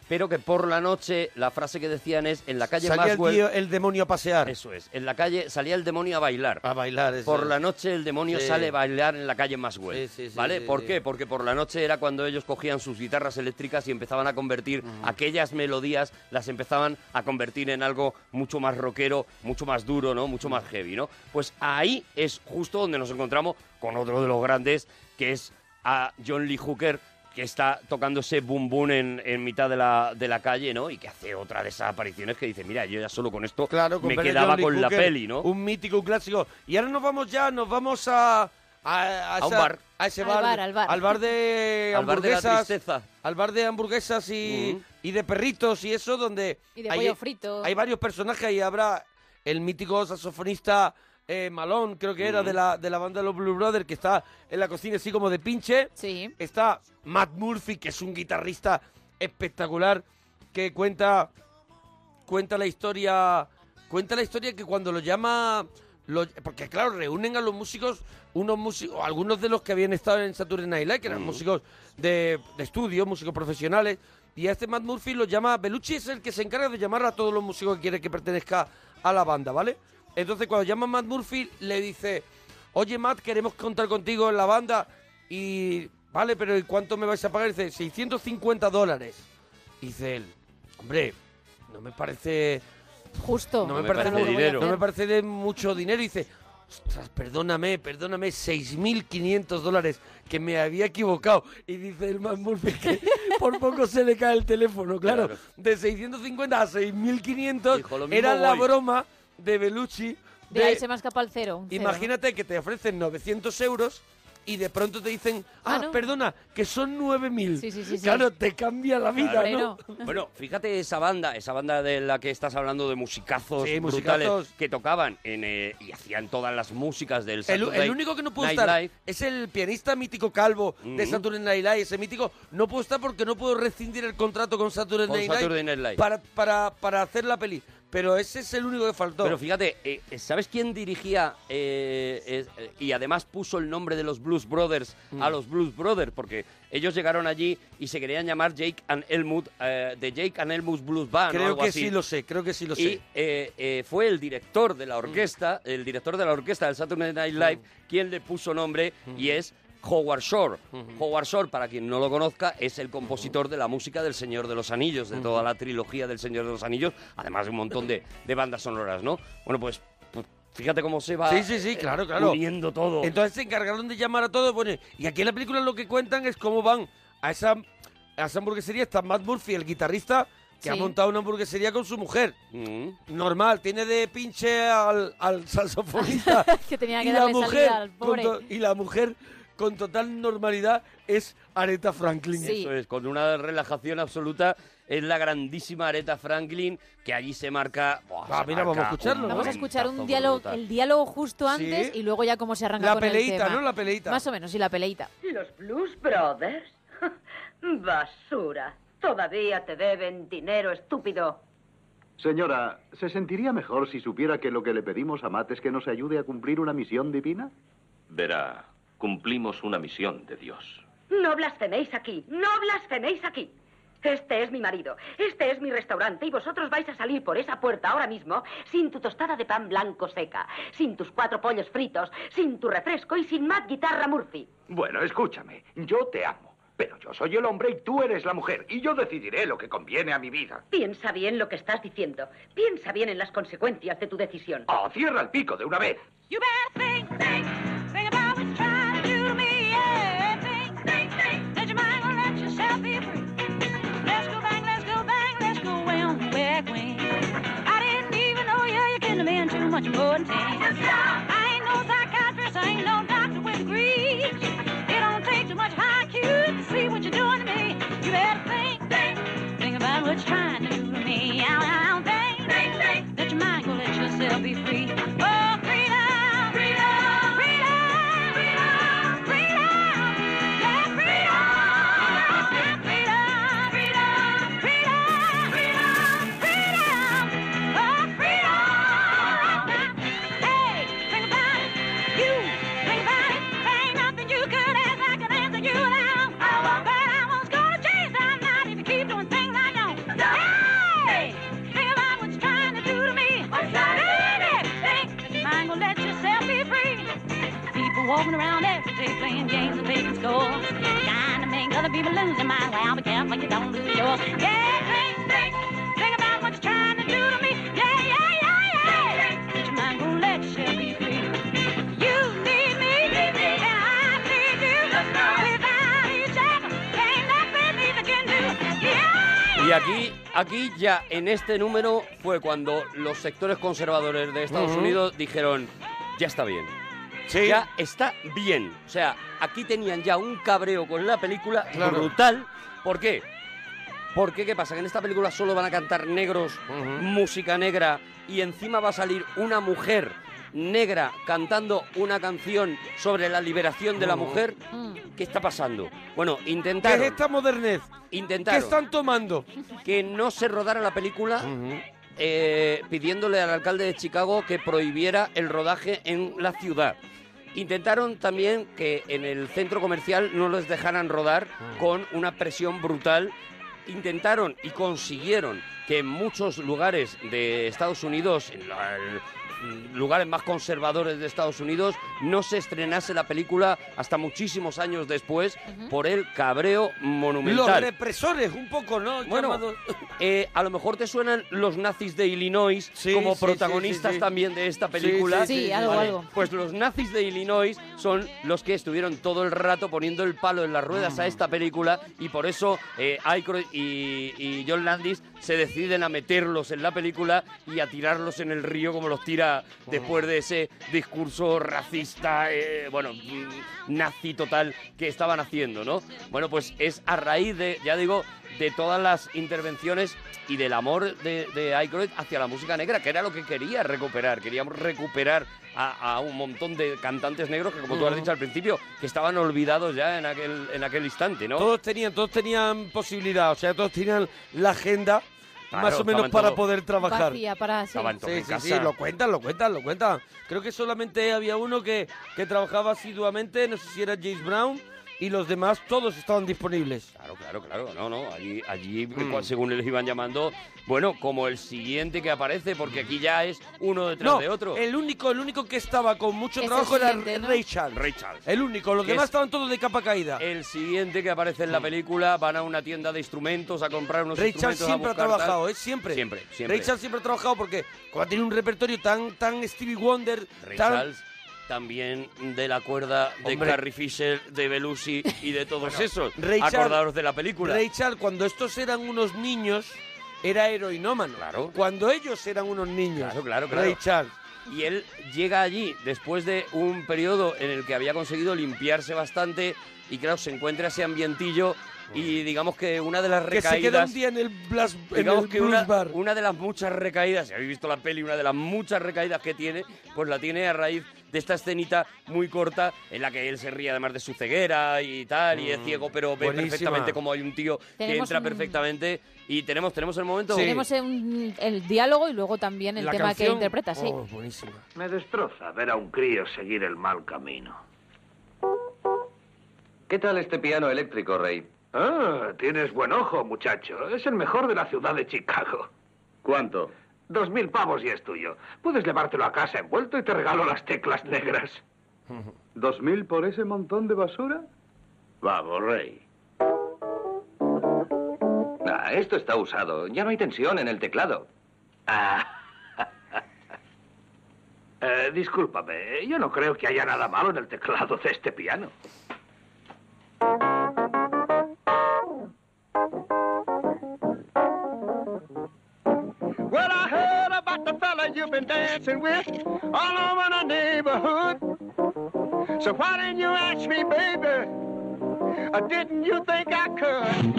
[SPEAKER 2] pero que por la noche la frase que decían es en la calle
[SPEAKER 1] Salía el,
[SPEAKER 2] Maxwell...
[SPEAKER 1] tío- el demonio a pasear.
[SPEAKER 2] Eso es. En la calle salía el demonio a bailar.
[SPEAKER 1] A bailar, eso
[SPEAKER 2] Por
[SPEAKER 1] es.
[SPEAKER 2] la noche el demonio
[SPEAKER 1] Sí.
[SPEAKER 2] sale a bailar en la calle Maswell.
[SPEAKER 1] Sí, sí, sí,
[SPEAKER 2] ¿Vale?
[SPEAKER 1] sí,
[SPEAKER 2] ¿Por
[SPEAKER 1] sí.
[SPEAKER 2] qué? Porque por la noche era cuando ellos cogían sus guitarras eléctricas y empezaban a convertir aquellas melodías, las empezaban a convertir en algo mucho más rockero, mucho más duro, ¿no? Mucho más heavy, ¿no? Pues ahí es justo donde nos encontramos con otro de los grandes, que es a John Lee Hooker, que está tocando ese boom boom en, en mitad de la, de la calle, ¿no? Y que hace otra de esas apariciones que dice, mira, yo ya solo con esto
[SPEAKER 1] Claro, con
[SPEAKER 2] me
[SPEAKER 1] ver a
[SPEAKER 2] quedaba
[SPEAKER 1] Johnny
[SPEAKER 2] con la
[SPEAKER 1] Hooker,
[SPEAKER 2] peli, ¿no?
[SPEAKER 1] Un mítico, un clásico. Y ahora nos vamos ya, nos vamos a a,
[SPEAKER 2] A un
[SPEAKER 1] esa-
[SPEAKER 2] bar.
[SPEAKER 1] a ese
[SPEAKER 2] Al
[SPEAKER 1] bar,
[SPEAKER 2] bar, al bar.
[SPEAKER 1] de
[SPEAKER 2] Al bar de la
[SPEAKER 1] hamburguesas,
[SPEAKER 2] tristeza.
[SPEAKER 1] al bar de hamburguesas y,
[SPEAKER 2] Ujú.
[SPEAKER 1] y de perritos y eso donde
[SPEAKER 3] Y de pollo frito.
[SPEAKER 1] Hay varios personajes y habrá el mítico saxofonista eh, Malón, creo que era de la, de la banda de los Blue Brothers, que está en la cocina así como de pinche.
[SPEAKER 3] Sí.
[SPEAKER 1] Está Matt Murphy, que es un guitarrista espectacular, que cuenta cuenta la historia cuenta la historia que cuando lo llama lo- porque claro reúnen a los músicos unos músicos algunos de los que habían estado en Saturday Night Live que eran músicos de, de estudio músicos profesionales y a este Matt Murphy lo llama Belucci es el que se encarga de llamar a todos los músicos que quiere que pertenezca a la banda vale entonces cuando llama a Matt Murphy le dice oye Matt queremos contar contigo en la banda y vale pero ¿y cuánto me vais a pagar? Y dice 650 dólares Y dice él hombre no me parece
[SPEAKER 3] justo.
[SPEAKER 1] no me, parece, dinero. No me parece de mucho dinero. Y dice, ostras, perdóname, perdóname, 6.500 dólares, que me había equivocado. Y dice el man Murphy que por poco se le cae el teléfono, claro.
[SPEAKER 2] Claro.
[SPEAKER 1] De 650 a 6.500
[SPEAKER 2] Dijo, "Lo mismo
[SPEAKER 1] era la
[SPEAKER 2] voy".
[SPEAKER 1] broma de Belucci.
[SPEAKER 3] De ahí se me ha escapado el cero. un cero.
[SPEAKER 1] Imagínate que te ofrecen 900 euros y de pronto te dicen, ah, perdona, que son 9.000.
[SPEAKER 3] sí.
[SPEAKER 1] Claro, te cambia la vida,
[SPEAKER 2] Claro.
[SPEAKER 1] ¿no?
[SPEAKER 2] Bueno, fíjate esa banda, esa banda de la que estás hablando de musicazos
[SPEAKER 1] Sí,
[SPEAKER 2] brutales
[SPEAKER 1] musicazos.
[SPEAKER 2] que tocaban en, eh, y hacían todas las músicas del
[SPEAKER 1] El, el
[SPEAKER 2] Saturday
[SPEAKER 1] único que no pudo
[SPEAKER 2] Night
[SPEAKER 1] estar
[SPEAKER 2] Live.
[SPEAKER 1] es el pianista mítico calvo de
[SPEAKER 2] Ujú.
[SPEAKER 1] Saturday Night Live, ese mítico. No pudo estar porque no pudo rescindir el contrato con Saturday,
[SPEAKER 2] Con
[SPEAKER 1] Night,
[SPEAKER 2] Saturday Night Live.
[SPEAKER 1] Para, para, para hacer la peli. Pero ese es el único que faltó.
[SPEAKER 2] Pero fíjate, eh, eh, ¿sabes quién dirigía eh, es- eh, y además puso el nombre de los Blues Brothers a
[SPEAKER 1] Mm.
[SPEAKER 2] los Blues Brothers? Porque ellos llegaron allí y se querían llamar Jake and Elmwood, eh, de Jake and Elmwood Blues Band. o
[SPEAKER 1] creo
[SPEAKER 2] algo
[SPEAKER 1] que
[SPEAKER 2] así.
[SPEAKER 1] sí lo sé, creo que sí lo
[SPEAKER 2] y,
[SPEAKER 1] sé. Mm.
[SPEAKER 2] eh, eh, fue el
[SPEAKER 1] Mm.
[SPEAKER 2] director de la orquesta, el director de la orquesta del Saturday Night Live, quien le puso nombre y es Howard Shore. Howard Shore, para quien no lo conozca, es el compositor de la música del Señor de los Anillos, de
[SPEAKER 1] Mm.
[SPEAKER 2] toda la trilogía del Señor de los Anillos, además de un montón de, de bandas sonoras, ¿no? Bueno, pues, pues, fíjate cómo se va
[SPEAKER 1] Sí, sí, sí,
[SPEAKER 2] eh,
[SPEAKER 1] claro, claro.
[SPEAKER 2] uniendo todo.
[SPEAKER 1] Entonces se encargaron de llamar a todos. Bueno, y aquí en la película lo que cuentan es cómo van a esa, a esa hamburguesería. Está Matt Murphy, el guitarrista, que
[SPEAKER 2] Sí.
[SPEAKER 1] ha montado una hamburguesería con su mujer.
[SPEAKER 2] Mm.
[SPEAKER 1] Normal, tiene de pinche al, al saxofonista.
[SPEAKER 3] que tenía que darle salida al
[SPEAKER 1] con
[SPEAKER 3] pobre.
[SPEAKER 1] to- y la mujer con total normalidad es Aretha Franklin.
[SPEAKER 2] Eso es, con una relajación absoluta. Es la grandísima Aretha Franklin, que allí se marca. buah,
[SPEAKER 1] Ah,
[SPEAKER 2] se
[SPEAKER 1] mira, vamos a
[SPEAKER 2] marca
[SPEAKER 1] escucharlo,
[SPEAKER 2] un
[SPEAKER 1] ¿no?
[SPEAKER 3] Vamos a escuchar
[SPEAKER 2] momentazo
[SPEAKER 3] un diálogo,
[SPEAKER 2] brutal.
[SPEAKER 3] el diálogo justo antes
[SPEAKER 2] Sí.
[SPEAKER 3] y luego ya cómo se arranca
[SPEAKER 2] La
[SPEAKER 3] con el
[SPEAKER 2] peleita,
[SPEAKER 3] tema.
[SPEAKER 2] ¿no? La peleita.
[SPEAKER 3] Más o menos, y la peleita.
[SPEAKER 24] ¿Los Blues Brothers? Basura. Todavía te deben dinero, estúpido.
[SPEAKER 25] Señora, ¿se sentiría mejor si supiera que lo que le pedimos a Matt es que nos ayude a cumplir una misión divina?
[SPEAKER 26] Verá, cumplimos una misión de Dios.
[SPEAKER 24] No blasfeméis aquí, no blasfeméis aquí. Este es mi marido, este es mi restaurante y vosotros vais a salir por esa puerta ahora mismo sin tu tostada de pan blanco seca, sin tus cuatro pollos fritos, sin tu refresco y sin Matt Guitarra Murphy.
[SPEAKER 23] Bueno, escúchame, yo te amo, pero yo soy el hombre y tú eres la mujer, y yo decidiré lo que conviene a mi vida.
[SPEAKER 24] Piensa bien lo que estás diciendo. Piensa bien en las consecuencias de tu decisión.
[SPEAKER 23] Oh, cierra el pico de una vez.
[SPEAKER 24] You better think, think, think about what you're trying to do to me. Yeah, think, think, think. Let your mind go, let yourself be free. Let's go bang, let's go bang, let's go way on the back wing. I didn't even know you, you couldn't have been too much more than ten. I ain't no psychiatrist, I ain't no doctor with degrees. It don't take too much IQ to see what you're doing to me. You better think, think, think about what you're trying to do to me. Ow, ow, think, think, think. Let your mind go, let yourself be free. Oh, freedom, freedom, freedom, freedom, freedom. Yeah, freedom, freedom, freedom, freedom, freedom, freedom. Oh, freedom. Hey, think about it. You, think about it. Ain't nothing you could ask I could answer you now. I won't, but I won't go to jail. I'm not if you keep doing things I don't. Hey, think about what you're trying to do to me. Baby, think. Mind gonna let yourself be free. People walking around every day playing games and picking scores. Trying to make other people lose their mind. Well, be careful you don't lose yours. Yeah, think, think, think about what you're trying to do to me. Yeah, yeah, yeah, yeah. But your mind gonna let yourself be free. You need me, need me, and I need you. Without each other, ain't nothing either can do. Yeah.
[SPEAKER 2] Y aquí, aquí ya en este número fue cuando los sectores conservadores de Estados
[SPEAKER 1] Ujú.
[SPEAKER 2] Unidos dijeron, ya está bien. Ya está bien. O sea, aquí tenían ya un cabreo con la película
[SPEAKER 1] Claro.
[SPEAKER 2] brutal. ¿Por qué? Porque, ¿qué pasa? Que en esta película solo van a cantar negros, música negra, y encima va a salir una mujer negra cantando una canción sobre la liberación de la
[SPEAKER 1] Ujú.
[SPEAKER 2] mujer.
[SPEAKER 3] Mm.
[SPEAKER 2] ¿Qué está pasando? Bueno,
[SPEAKER 1] ¿Qué
[SPEAKER 2] intentaron
[SPEAKER 1] es esta modernez?
[SPEAKER 2] intentaron
[SPEAKER 1] ¿Qué están tomando?
[SPEAKER 2] Que no se rodara la película eh, pidiéndole al alcalde de Chicago que prohibiera el rodaje en la ciudad. Intentaron también que en el centro comercial no les dejaran rodar con una presión brutal. Intentaron y consiguieron que en muchos lugares de Estados Unidos, en la- en lugares más conservadores de Estados Unidos, no se estrenase la película hasta muchísimos años después por el cabreo
[SPEAKER 1] Los
[SPEAKER 2] monumental.
[SPEAKER 1] represores, un poco, ¿no?
[SPEAKER 2] Bueno,
[SPEAKER 1] Llamados-
[SPEAKER 2] eh, a lo mejor te suenan los nazis de Illinois como
[SPEAKER 1] sí, sí,
[SPEAKER 2] protagonistas
[SPEAKER 1] sí, sí.
[SPEAKER 2] también de esta película.
[SPEAKER 3] Sí, sí, sí, algo, algo.
[SPEAKER 2] Pues los nazis de Illinois son los que estuvieron todo el rato poniendo el palo en las ruedas a esta película y por eso eh, Aykroyd y, y John Landis se deciden a meterlos en la película y a tirarlos en el río como los tira después de ese discurso racista, eh, bueno, mm, nazi total que estaban haciendo, ¿no? Bueno, pues es a raíz de, ya digo, de todas las intervenciones y del amor de, de Aykroyd hacia la música negra, que era lo que quería recuperar. Queríamos recuperar a, a un montón de cantantes negros que, como tú has
[SPEAKER 1] Ujú.
[SPEAKER 2] dicho al principio, que estaban olvidados ya en aquel, en aquel instante, ¿no?
[SPEAKER 1] Todos tenían, todos tenían posibilidad, o sea, todos tenían la agenda
[SPEAKER 2] Claro,
[SPEAKER 1] más o menos
[SPEAKER 2] estaban
[SPEAKER 1] para
[SPEAKER 2] todos-
[SPEAKER 1] poder trabajar.
[SPEAKER 3] Vacía para... sí.
[SPEAKER 2] Estaban todos
[SPEAKER 1] Sí,
[SPEAKER 2] en
[SPEAKER 1] sí, sí,
[SPEAKER 2] casa.
[SPEAKER 1] lo cuentan, lo cuentan, lo cuentan. Creo que solamente había uno que, que trabajaba asiduamente, no sé si era James Brown, y los demás todos estaban disponibles.
[SPEAKER 2] Claro, claro, claro. No, no. Allí, allí
[SPEAKER 1] Mm.
[SPEAKER 2] cual- según les iban llamando, bueno, como el siguiente que aparece, porque aquí ya es uno detrás
[SPEAKER 1] No,
[SPEAKER 2] de otro.
[SPEAKER 1] el único, el único que estaba con mucho
[SPEAKER 2] Es el
[SPEAKER 1] trabajo era
[SPEAKER 2] siguiente, ¿no?
[SPEAKER 1] Ray Charles. El único, los
[SPEAKER 2] Que
[SPEAKER 1] demás
[SPEAKER 2] es-
[SPEAKER 1] estaban todos de capa caída. Mm.
[SPEAKER 2] El siguiente que aparece en la película van a una tienda de instrumentos a comprar unos
[SPEAKER 1] Ray Charles
[SPEAKER 2] instrumentos. a
[SPEAKER 1] siempre ha
[SPEAKER 2] buscar tal.
[SPEAKER 1] trabajado, ¿eh? Siempre.
[SPEAKER 2] Siempre, siempre.
[SPEAKER 1] Ray Charles siempre ha trabajado porque como tiene un repertorio tan, tan Stevie Wonder,
[SPEAKER 2] Ray
[SPEAKER 1] tan...
[SPEAKER 2] Charles, también de la cuerda de
[SPEAKER 1] Hombre.
[SPEAKER 2] Carrie Fisher, de Belushi y de todos esos.
[SPEAKER 1] Ray Charles-
[SPEAKER 2] Acordaros de la película.
[SPEAKER 1] Ray Charles, cuando estos eran unos niños, era heroinómano. Claro. Cuando ellos eran unos niños.
[SPEAKER 2] Claro, claro, claro.
[SPEAKER 1] Ray Charles.
[SPEAKER 2] Y él llega allí después de un periodo en el que había conseguido limpiarse bastante y claro, se encuentra ese ambientillo y digamos que una de las
[SPEAKER 1] Que se queda un
[SPEAKER 2] recaídas...
[SPEAKER 1] día en el, blas- en
[SPEAKER 2] Digamos
[SPEAKER 1] el
[SPEAKER 2] que
[SPEAKER 1] blues
[SPEAKER 2] una,
[SPEAKER 1] bar.
[SPEAKER 2] una de las muchas recaídas, si habéis visto la peli, una de las muchas recaídas que tiene, pues la tiene a raíz de esta escenita muy corta en la que él se ríe además de su ceguera y tal, y es
[SPEAKER 1] Mm,
[SPEAKER 2] ciego, pero ve
[SPEAKER 1] buenísima.
[SPEAKER 2] perfectamente como hay un tío que
[SPEAKER 3] Tenemos
[SPEAKER 2] entra
[SPEAKER 3] un-
[SPEAKER 2] perfectamente. Y tenemos, tenemos el momento...
[SPEAKER 3] Tenemos un- el diálogo y luego también el tema que interpreta, sí.
[SPEAKER 2] Oh,
[SPEAKER 1] Oh.
[SPEAKER 12] Me destroza ver a un crío seguir el mal camino.
[SPEAKER 22] ¿Qué tal este piano eléctrico, Rey? Ah, tienes buen ojo, muchacho. Es el mejor de la ciudad de Chicago. ¿Cuánto? Dos mil pavos y es tuyo. Puedes llevártelo a casa envuelto y te regalo las teclas negras.
[SPEAKER 23] ¿Dos mil por ese montón de basura?
[SPEAKER 12] Vamos, Rey.
[SPEAKER 22] Ah, esto está usado. Ya no hay tensión en el teclado. Ah.
[SPEAKER 12] Eh,
[SPEAKER 22] discúlpame, yo no creo que haya nada malo en el teclado de este piano.
[SPEAKER 12] Well, I heard about the fella you've been dancing with all over the neighborhood. So why didn't you ask me, baby? Or didn't you think I could?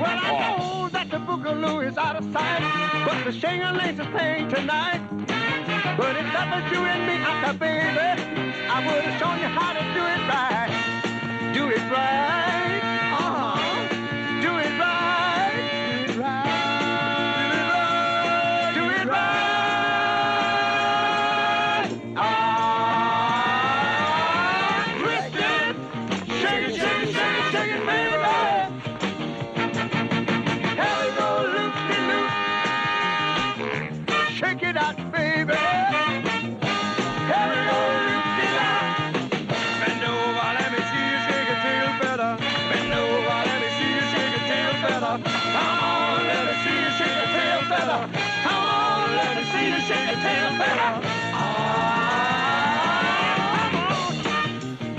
[SPEAKER 12] Well, I know that the boogaloo is out of sight, but the shingle is playing tonight. But if that was you and me out there, baby, I would have shown you how to do it right. Do it right. Uh-huh. Do it right. Do it right. Do it right. Do it right. Ah, twist it. Shake it, shake it, shake it, shake it, baby. Here we go, loop-de-loop. Shake it out, baby. Here we go, loop-de-loop. Bend over, let me see you shake it till you better. Bend over, let me see you shake it till you better. Come on, let me see you shake it till you better. Come on, let me see you shake it till you better.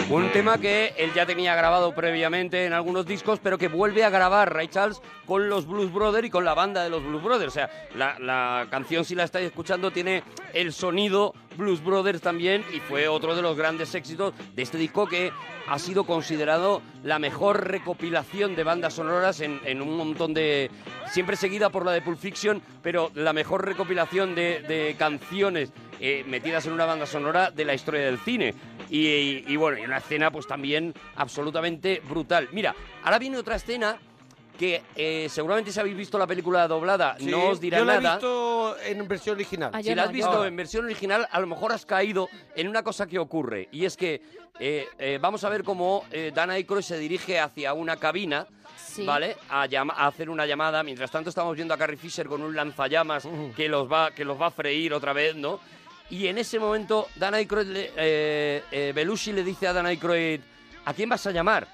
[SPEAKER 2] Un tema que él ya tenía grabado previamente en algunos discos, pero que vuelve a grabar Ray Charles con los Blues Brothers y con la banda de los Blues Brothers. O sea, la, la canción, si la estáis escuchando, tiene el sonido Blues Brothers también y fue otro de los grandes éxitos de este disco que ha sido considerado la mejor recopilación de bandas sonoras en, en un montón de... Siempre seguida por la de Pulp Fiction, pero la mejor recopilación de, de canciones eh, metidas en una banda sonora de la historia del cine. Y, y- y bueno, y una escena pues también absolutamente brutal. Mira, ahora viene otra escena que eh, seguramente si habéis visto la película doblada
[SPEAKER 1] Sí,
[SPEAKER 2] no os dirá
[SPEAKER 1] yo la he
[SPEAKER 2] nada.
[SPEAKER 1] visto en versión original.
[SPEAKER 2] si la has visto en versión original, a lo mejor has caído en una cosa que ocurre. Y es que eh, eh, vamos a ver cómo eh, Dan Aykroyd se dirige hacia una cabina,
[SPEAKER 3] Sí.
[SPEAKER 2] ¿vale? A, llama- a hacer una llamada. Mientras tanto estamos viendo a Carrie Fisher con un lanzallamas que, los va, que los va a freír otra vez, ¿no? Y en ese momento, Dan Aykroyd, le- eh, eh, Belushi le dice a Dan Aykroyd, ¿a quién vas a llamar?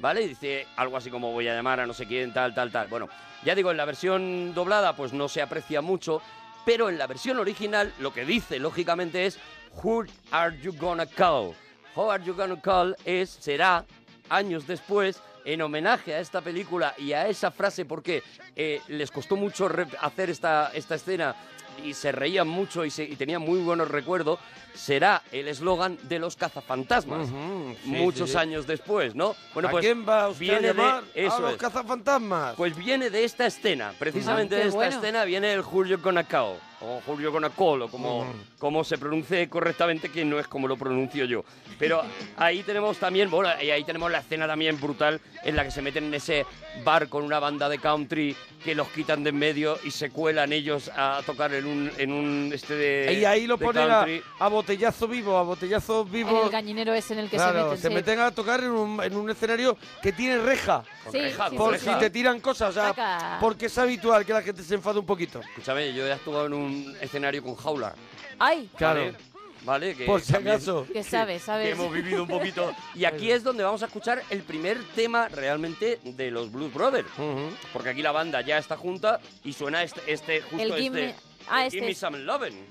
[SPEAKER 2] ¿Vale? Y dice algo así como voy a llamar a no sé quién, tal, tal, tal. Bueno, ya digo, en la versión doblada pues no se aprecia mucho, pero en la versión original lo que dice lógicamente es Who are you gonna call? How are you gonna call es, será, años después, en homenaje a esta película y a esa frase porque eh, les costó mucho rep- hacer esta, esta escena y se reían mucho y, se- y tenían muy buenos recuerdos, será el eslogan de los cazafantasmas.
[SPEAKER 1] Ujú, sí,
[SPEAKER 2] Muchos
[SPEAKER 1] sí, sí.
[SPEAKER 2] años después, ¿no?
[SPEAKER 1] ¿A quién va usted a llamar?
[SPEAKER 2] pues, de eso
[SPEAKER 1] a los
[SPEAKER 2] es.
[SPEAKER 1] cazafantasmas.
[SPEAKER 2] Pues viene de esta escena, precisamente
[SPEAKER 1] Ah, qué
[SPEAKER 2] de esta
[SPEAKER 1] bueno.
[SPEAKER 2] escena viene el Julio Conacao. como Julio Gonacolo, como, como se pronuncie correctamente, que no es como lo pronuncio yo. Pero ahí tenemos también, bueno, y ahí tenemos la escena también brutal en la que se meten en ese bar con una banda de country que los quitan de en medio y se cuelan ellos a tocar en un, en un este de.
[SPEAKER 1] Y ahí lo
[SPEAKER 2] de
[SPEAKER 1] ponen a,
[SPEAKER 2] country.
[SPEAKER 1] a botellazo vivo, a botellazo
[SPEAKER 3] En
[SPEAKER 1] vivo.
[SPEAKER 3] el cañinero es en el que
[SPEAKER 1] Claro,
[SPEAKER 3] se meten. sí.
[SPEAKER 1] a tocar en un, en un escenario que tiene reja.
[SPEAKER 3] Con Sí, reja, sí,
[SPEAKER 1] por
[SPEAKER 2] sí,
[SPEAKER 1] si
[SPEAKER 2] sí.
[SPEAKER 1] te tiran cosas, o sea,
[SPEAKER 3] Saca.
[SPEAKER 1] porque es habitual que la gente se enfade un poquito.
[SPEAKER 2] Escúchame, yo he actuado en un escenario con jaula.
[SPEAKER 3] ¡Ay!
[SPEAKER 1] Claro.
[SPEAKER 2] ¿Vale? Vale, que
[SPEAKER 1] Por si
[SPEAKER 2] también-
[SPEAKER 1] acaso.
[SPEAKER 3] Que sabes, sabes.
[SPEAKER 2] que hemos vivido un poquito. Y aquí es donde vamos a escuchar el primer tema realmente de los Blues Brothers. Porque aquí la banda ya está junta y suena este, este justo
[SPEAKER 3] El
[SPEAKER 2] este.
[SPEAKER 3] Gimme- ah,
[SPEAKER 2] el
[SPEAKER 3] este
[SPEAKER 2] Gimme
[SPEAKER 3] es.
[SPEAKER 2] Some Lovin'.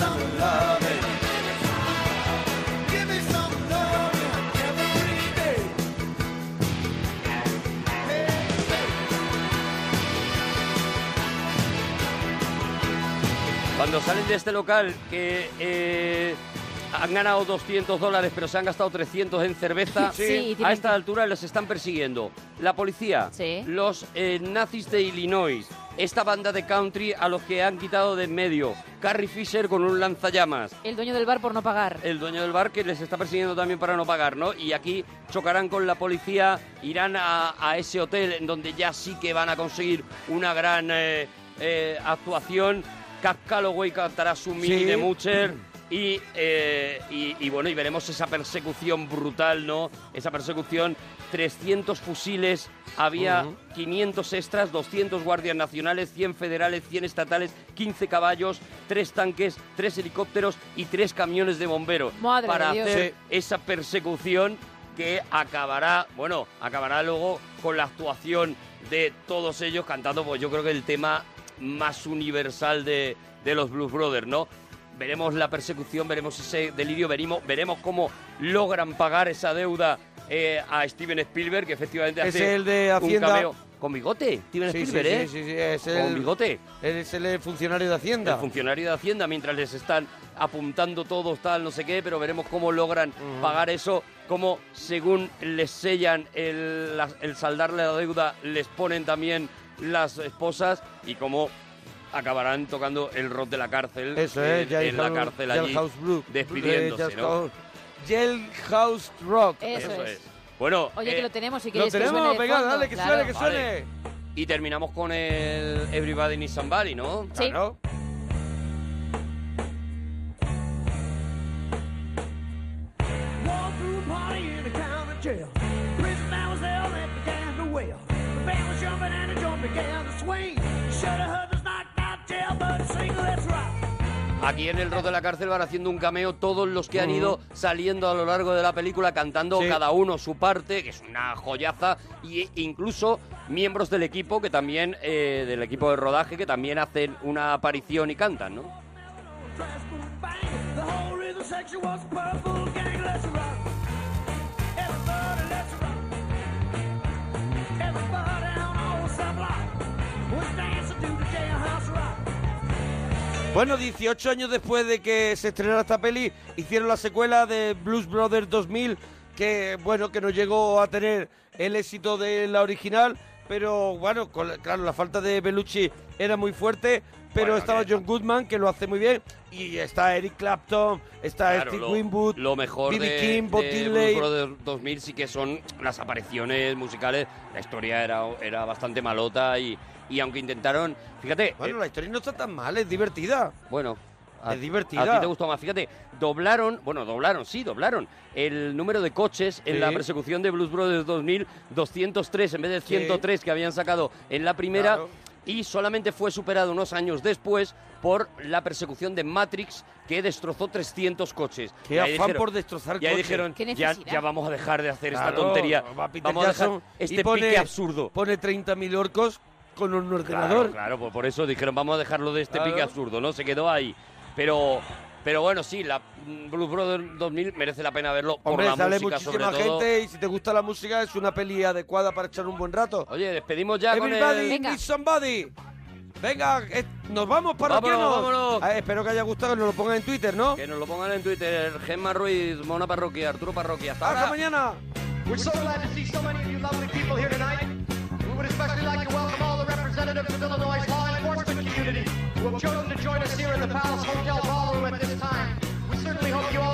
[SPEAKER 5] Some loving, give me some loving every day.
[SPEAKER 2] Cuando salen de este local que eh, han ganado 200 dólares pero se han gastado 300 en cerveza,
[SPEAKER 3] Sí. Sí, y tienen
[SPEAKER 2] a esta altura los están persiguiendo la policía, los eh, nazis de Illinois, esta banda de country a los que han quitado de en medio, Carrie Fisher con un lanzallamas,
[SPEAKER 3] El dueño del bar por no pagar.
[SPEAKER 2] el dueño del bar que les está persiguiendo también para no pagar, ¿no? Y aquí chocarán con la policía, irán a, a ese hotel en donde ya sí que van a conseguir una gran eh, eh, actuación. Cap Calloway cantará su mini
[SPEAKER 1] Sí.
[SPEAKER 2] de Mucher. Y, eh, y, y bueno, y veremos esa persecución brutal, ¿no? Esa persecución, 300 fusiles, había
[SPEAKER 1] Ujú.
[SPEAKER 2] 500 extras, 200 guardias nacionales, 100 federales, 100 estatales, 15 caballos, 3 tanques, 3 helicópteros y 3 camiones de bomberos
[SPEAKER 3] Madre
[SPEAKER 2] para
[SPEAKER 3] de Dios.
[SPEAKER 2] hacer esa persecución que acabará, bueno, acabará luego con la actuación de todos ellos cantando, pues yo creo que el tema más universal de, de los Blues Brothers, ¿no? Veremos la persecución, veremos ese delirio, veremos, veremos cómo logran pagar esa deuda eh, a Steven Spielberg, que efectivamente
[SPEAKER 1] Es
[SPEAKER 2] hace
[SPEAKER 1] el de
[SPEAKER 2] un
[SPEAKER 1] Hacienda.
[SPEAKER 2] cameo con bigote, Steven
[SPEAKER 1] Sí, sí,
[SPEAKER 2] Spielberg, ¿eh?
[SPEAKER 1] sí, sí, sí, es
[SPEAKER 2] Con
[SPEAKER 1] el-
[SPEAKER 2] bigote.
[SPEAKER 1] Es el funcionario de Hacienda.
[SPEAKER 2] El funcionario de Hacienda, mientras les están apuntando todos, tal, no sé qué, pero veremos cómo logran pagar eso, cómo según les sellan el, la- el saldarle la deuda, les ponen también las esposas y cómo acabarán tocando el rock de la cárcel
[SPEAKER 1] Eso
[SPEAKER 2] en,
[SPEAKER 1] es, Jail
[SPEAKER 2] en la
[SPEAKER 1] House-
[SPEAKER 2] cárcel
[SPEAKER 1] Jail
[SPEAKER 2] allí,
[SPEAKER 1] House Blue-
[SPEAKER 2] despidiéndose,
[SPEAKER 1] Jail
[SPEAKER 2] ¿no?
[SPEAKER 1] House- Jail House Rock.
[SPEAKER 3] Eso Eso es. es.
[SPEAKER 2] Bueno,
[SPEAKER 3] Oye,
[SPEAKER 2] eh,
[SPEAKER 3] que lo tenemos si
[SPEAKER 1] lo
[SPEAKER 3] queréis que
[SPEAKER 1] tenemos,
[SPEAKER 3] suene de
[SPEAKER 1] venga,
[SPEAKER 3] fondo,
[SPEAKER 1] dale, que
[SPEAKER 3] claro.
[SPEAKER 1] suene, que suene.
[SPEAKER 2] y terminamos con el Everybody Needs Somebody, ¿no?
[SPEAKER 3] Sí.
[SPEAKER 1] Claro.
[SPEAKER 5] Walked through a party in the county jail. Prison that was hell that began to wail. The band was jumping and the joint began to swing. Should have heard this knocked out jailbird sing. Let's rock.
[SPEAKER 2] Aquí en el rock de la cárcel van haciendo un cameo todos los que han ido saliendo a lo largo de la película cantando
[SPEAKER 1] Mm. Sí.
[SPEAKER 2] cada uno su parte, que es una joyaza, y e incluso miembros del equipo que también eh, del equipo de rodaje que también hacen una aparición y cantan, ¿no?
[SPEAKER 5] The whole rhythm section was a purple gang. Let's rock. Everybody, let's rock. Everybody on all side block. We're dancing to the jailhouse rock.
[SPEAKER 1] Bueno, 18 años después de que se estrenara esta peli, hicieron la secuela de Blues Brothers 2000, que bueno, que no llegó a tener el éxito de la original, pero bueno, con la- claro, la falta de Bellucci era muy fuerte, pero estaba John Goodman, que lo hace muy bien, y está Eric Clapton, está
[SPEAKER 2] Claro,
[SPEAKER 1] Steve
[SPEAKER 2] lo-
[SPEAKER 1] Winwood,
[SPEAKER 2] Lo mejor
[SPEAKER 1] B.B.
[SPEAKER 2] de,
[SPEAKER 1] King,
[SPEAKER 2] de
[SPEAKER 1] Bo Diddley.
[SPEAKER 2] Blues Brothers 2000 sí que son las apariciones musicales. La historia era, era bastante malota y, y aunque intentaron... Fíjate... eh,
[SPEAKER 1] Bueno, la historia no está tan mal, es divertida.
[SPEAKER 2] Bueno... a-
[SPEAKER 1] Es divertida.
[SPEAKER 2] A ti te gustó más. Fíjate, doblaron, bueno, doblaron, sí, doblaron el número de coches en
[SPEAKER 1] Sí.
[SPEAKER 2] la persecución de Blues Brothers 2000, 203 en vez de 103 que habían sacado en la primera.
[SPEAKER 1] Claro.
[SPEAKER 2] y solamente fue superado unos años después por la persecución de Matrix que destrozó 300 coches.
[SPEAKER 1] Qué
[SPEAKER 2] Y ahí
[SPEAKER 1] afán por destrozar
[SPEAKER 2] y ahí
[SPEAKER 1] coches.
[SPEAKER 2] dijeron,
[SPEAKER 1] Qué
[SPEAKER 2] ya,
[SPEAKER 1] necesidad.
[SPEAKER 2] ya vamos a dejar de hacer esta
[SPEAKER 1] Claro,
[SPEAKER 2] tontería.
[SPEAKER 1] va Peter
[SPEAKER 2] Vamos a dejar
[SPEAKER 1] Jackson y
[SPEAKER 2] este
[SPEAKER 1] pone-
[SPEAKER 2] pique absurdo.
[SPEAKER 1] Pone 30.000 orcos con un ordenador.
[SPEAKER 2] Claro, claro, pues por eso dijeron, vamos a dejarlo de este
[SPEAKER 1] Claro.
[SPEAKER 2] pique absurdo, ¿no? Se quedó ahí. Pero, pero bueno, sí, la mm, Blues Brothers 2000 merece la pena verlo
[SPEAKER 1] Hombre,
[SPEAKER 2] por la
[SPEAKER 1] sale
[SPEAKER 2] música, sobre
[SPEAKER 1] muchísima
[SPEAKER 2] todo.
[SPEAKER 1] gente y si te gusta la música es una peli adecuada para echar un buen rato.
[SPEAKER 2] Oye, despedimos ya con
[SPEAKER 1] Everybody
[SPEAKER 2] el-
[SPEAKER 1] needs
[SPEAKER 2] Venga.
[SPEAKER 1] somebody. Venga, eh, nos vamos, parroquianos.
[SPEAKER 2] vámonos.
[SPEAKER 1] Ah, espero que haya gustado, que nos lo pongan en Twitter, ¿no?
[SPEAKER 2] Que nos lo pongan en Twitter, Gemma Ruiz, Mona Parroquia, Arturo Parroquia. Hasta
[SPEAKER 1] Hasta
[SPEAKER 2] ahora.
[SPEAKER 1] mañana.
[SPEAKER 12] We're so glad to see so many of you lovely people here tonight. We would especially like to welcome all the representatives of Illinois' law enforcement community who have chosen to join us here in the Palace Hotel Ballroom at this time. We certainly hope you all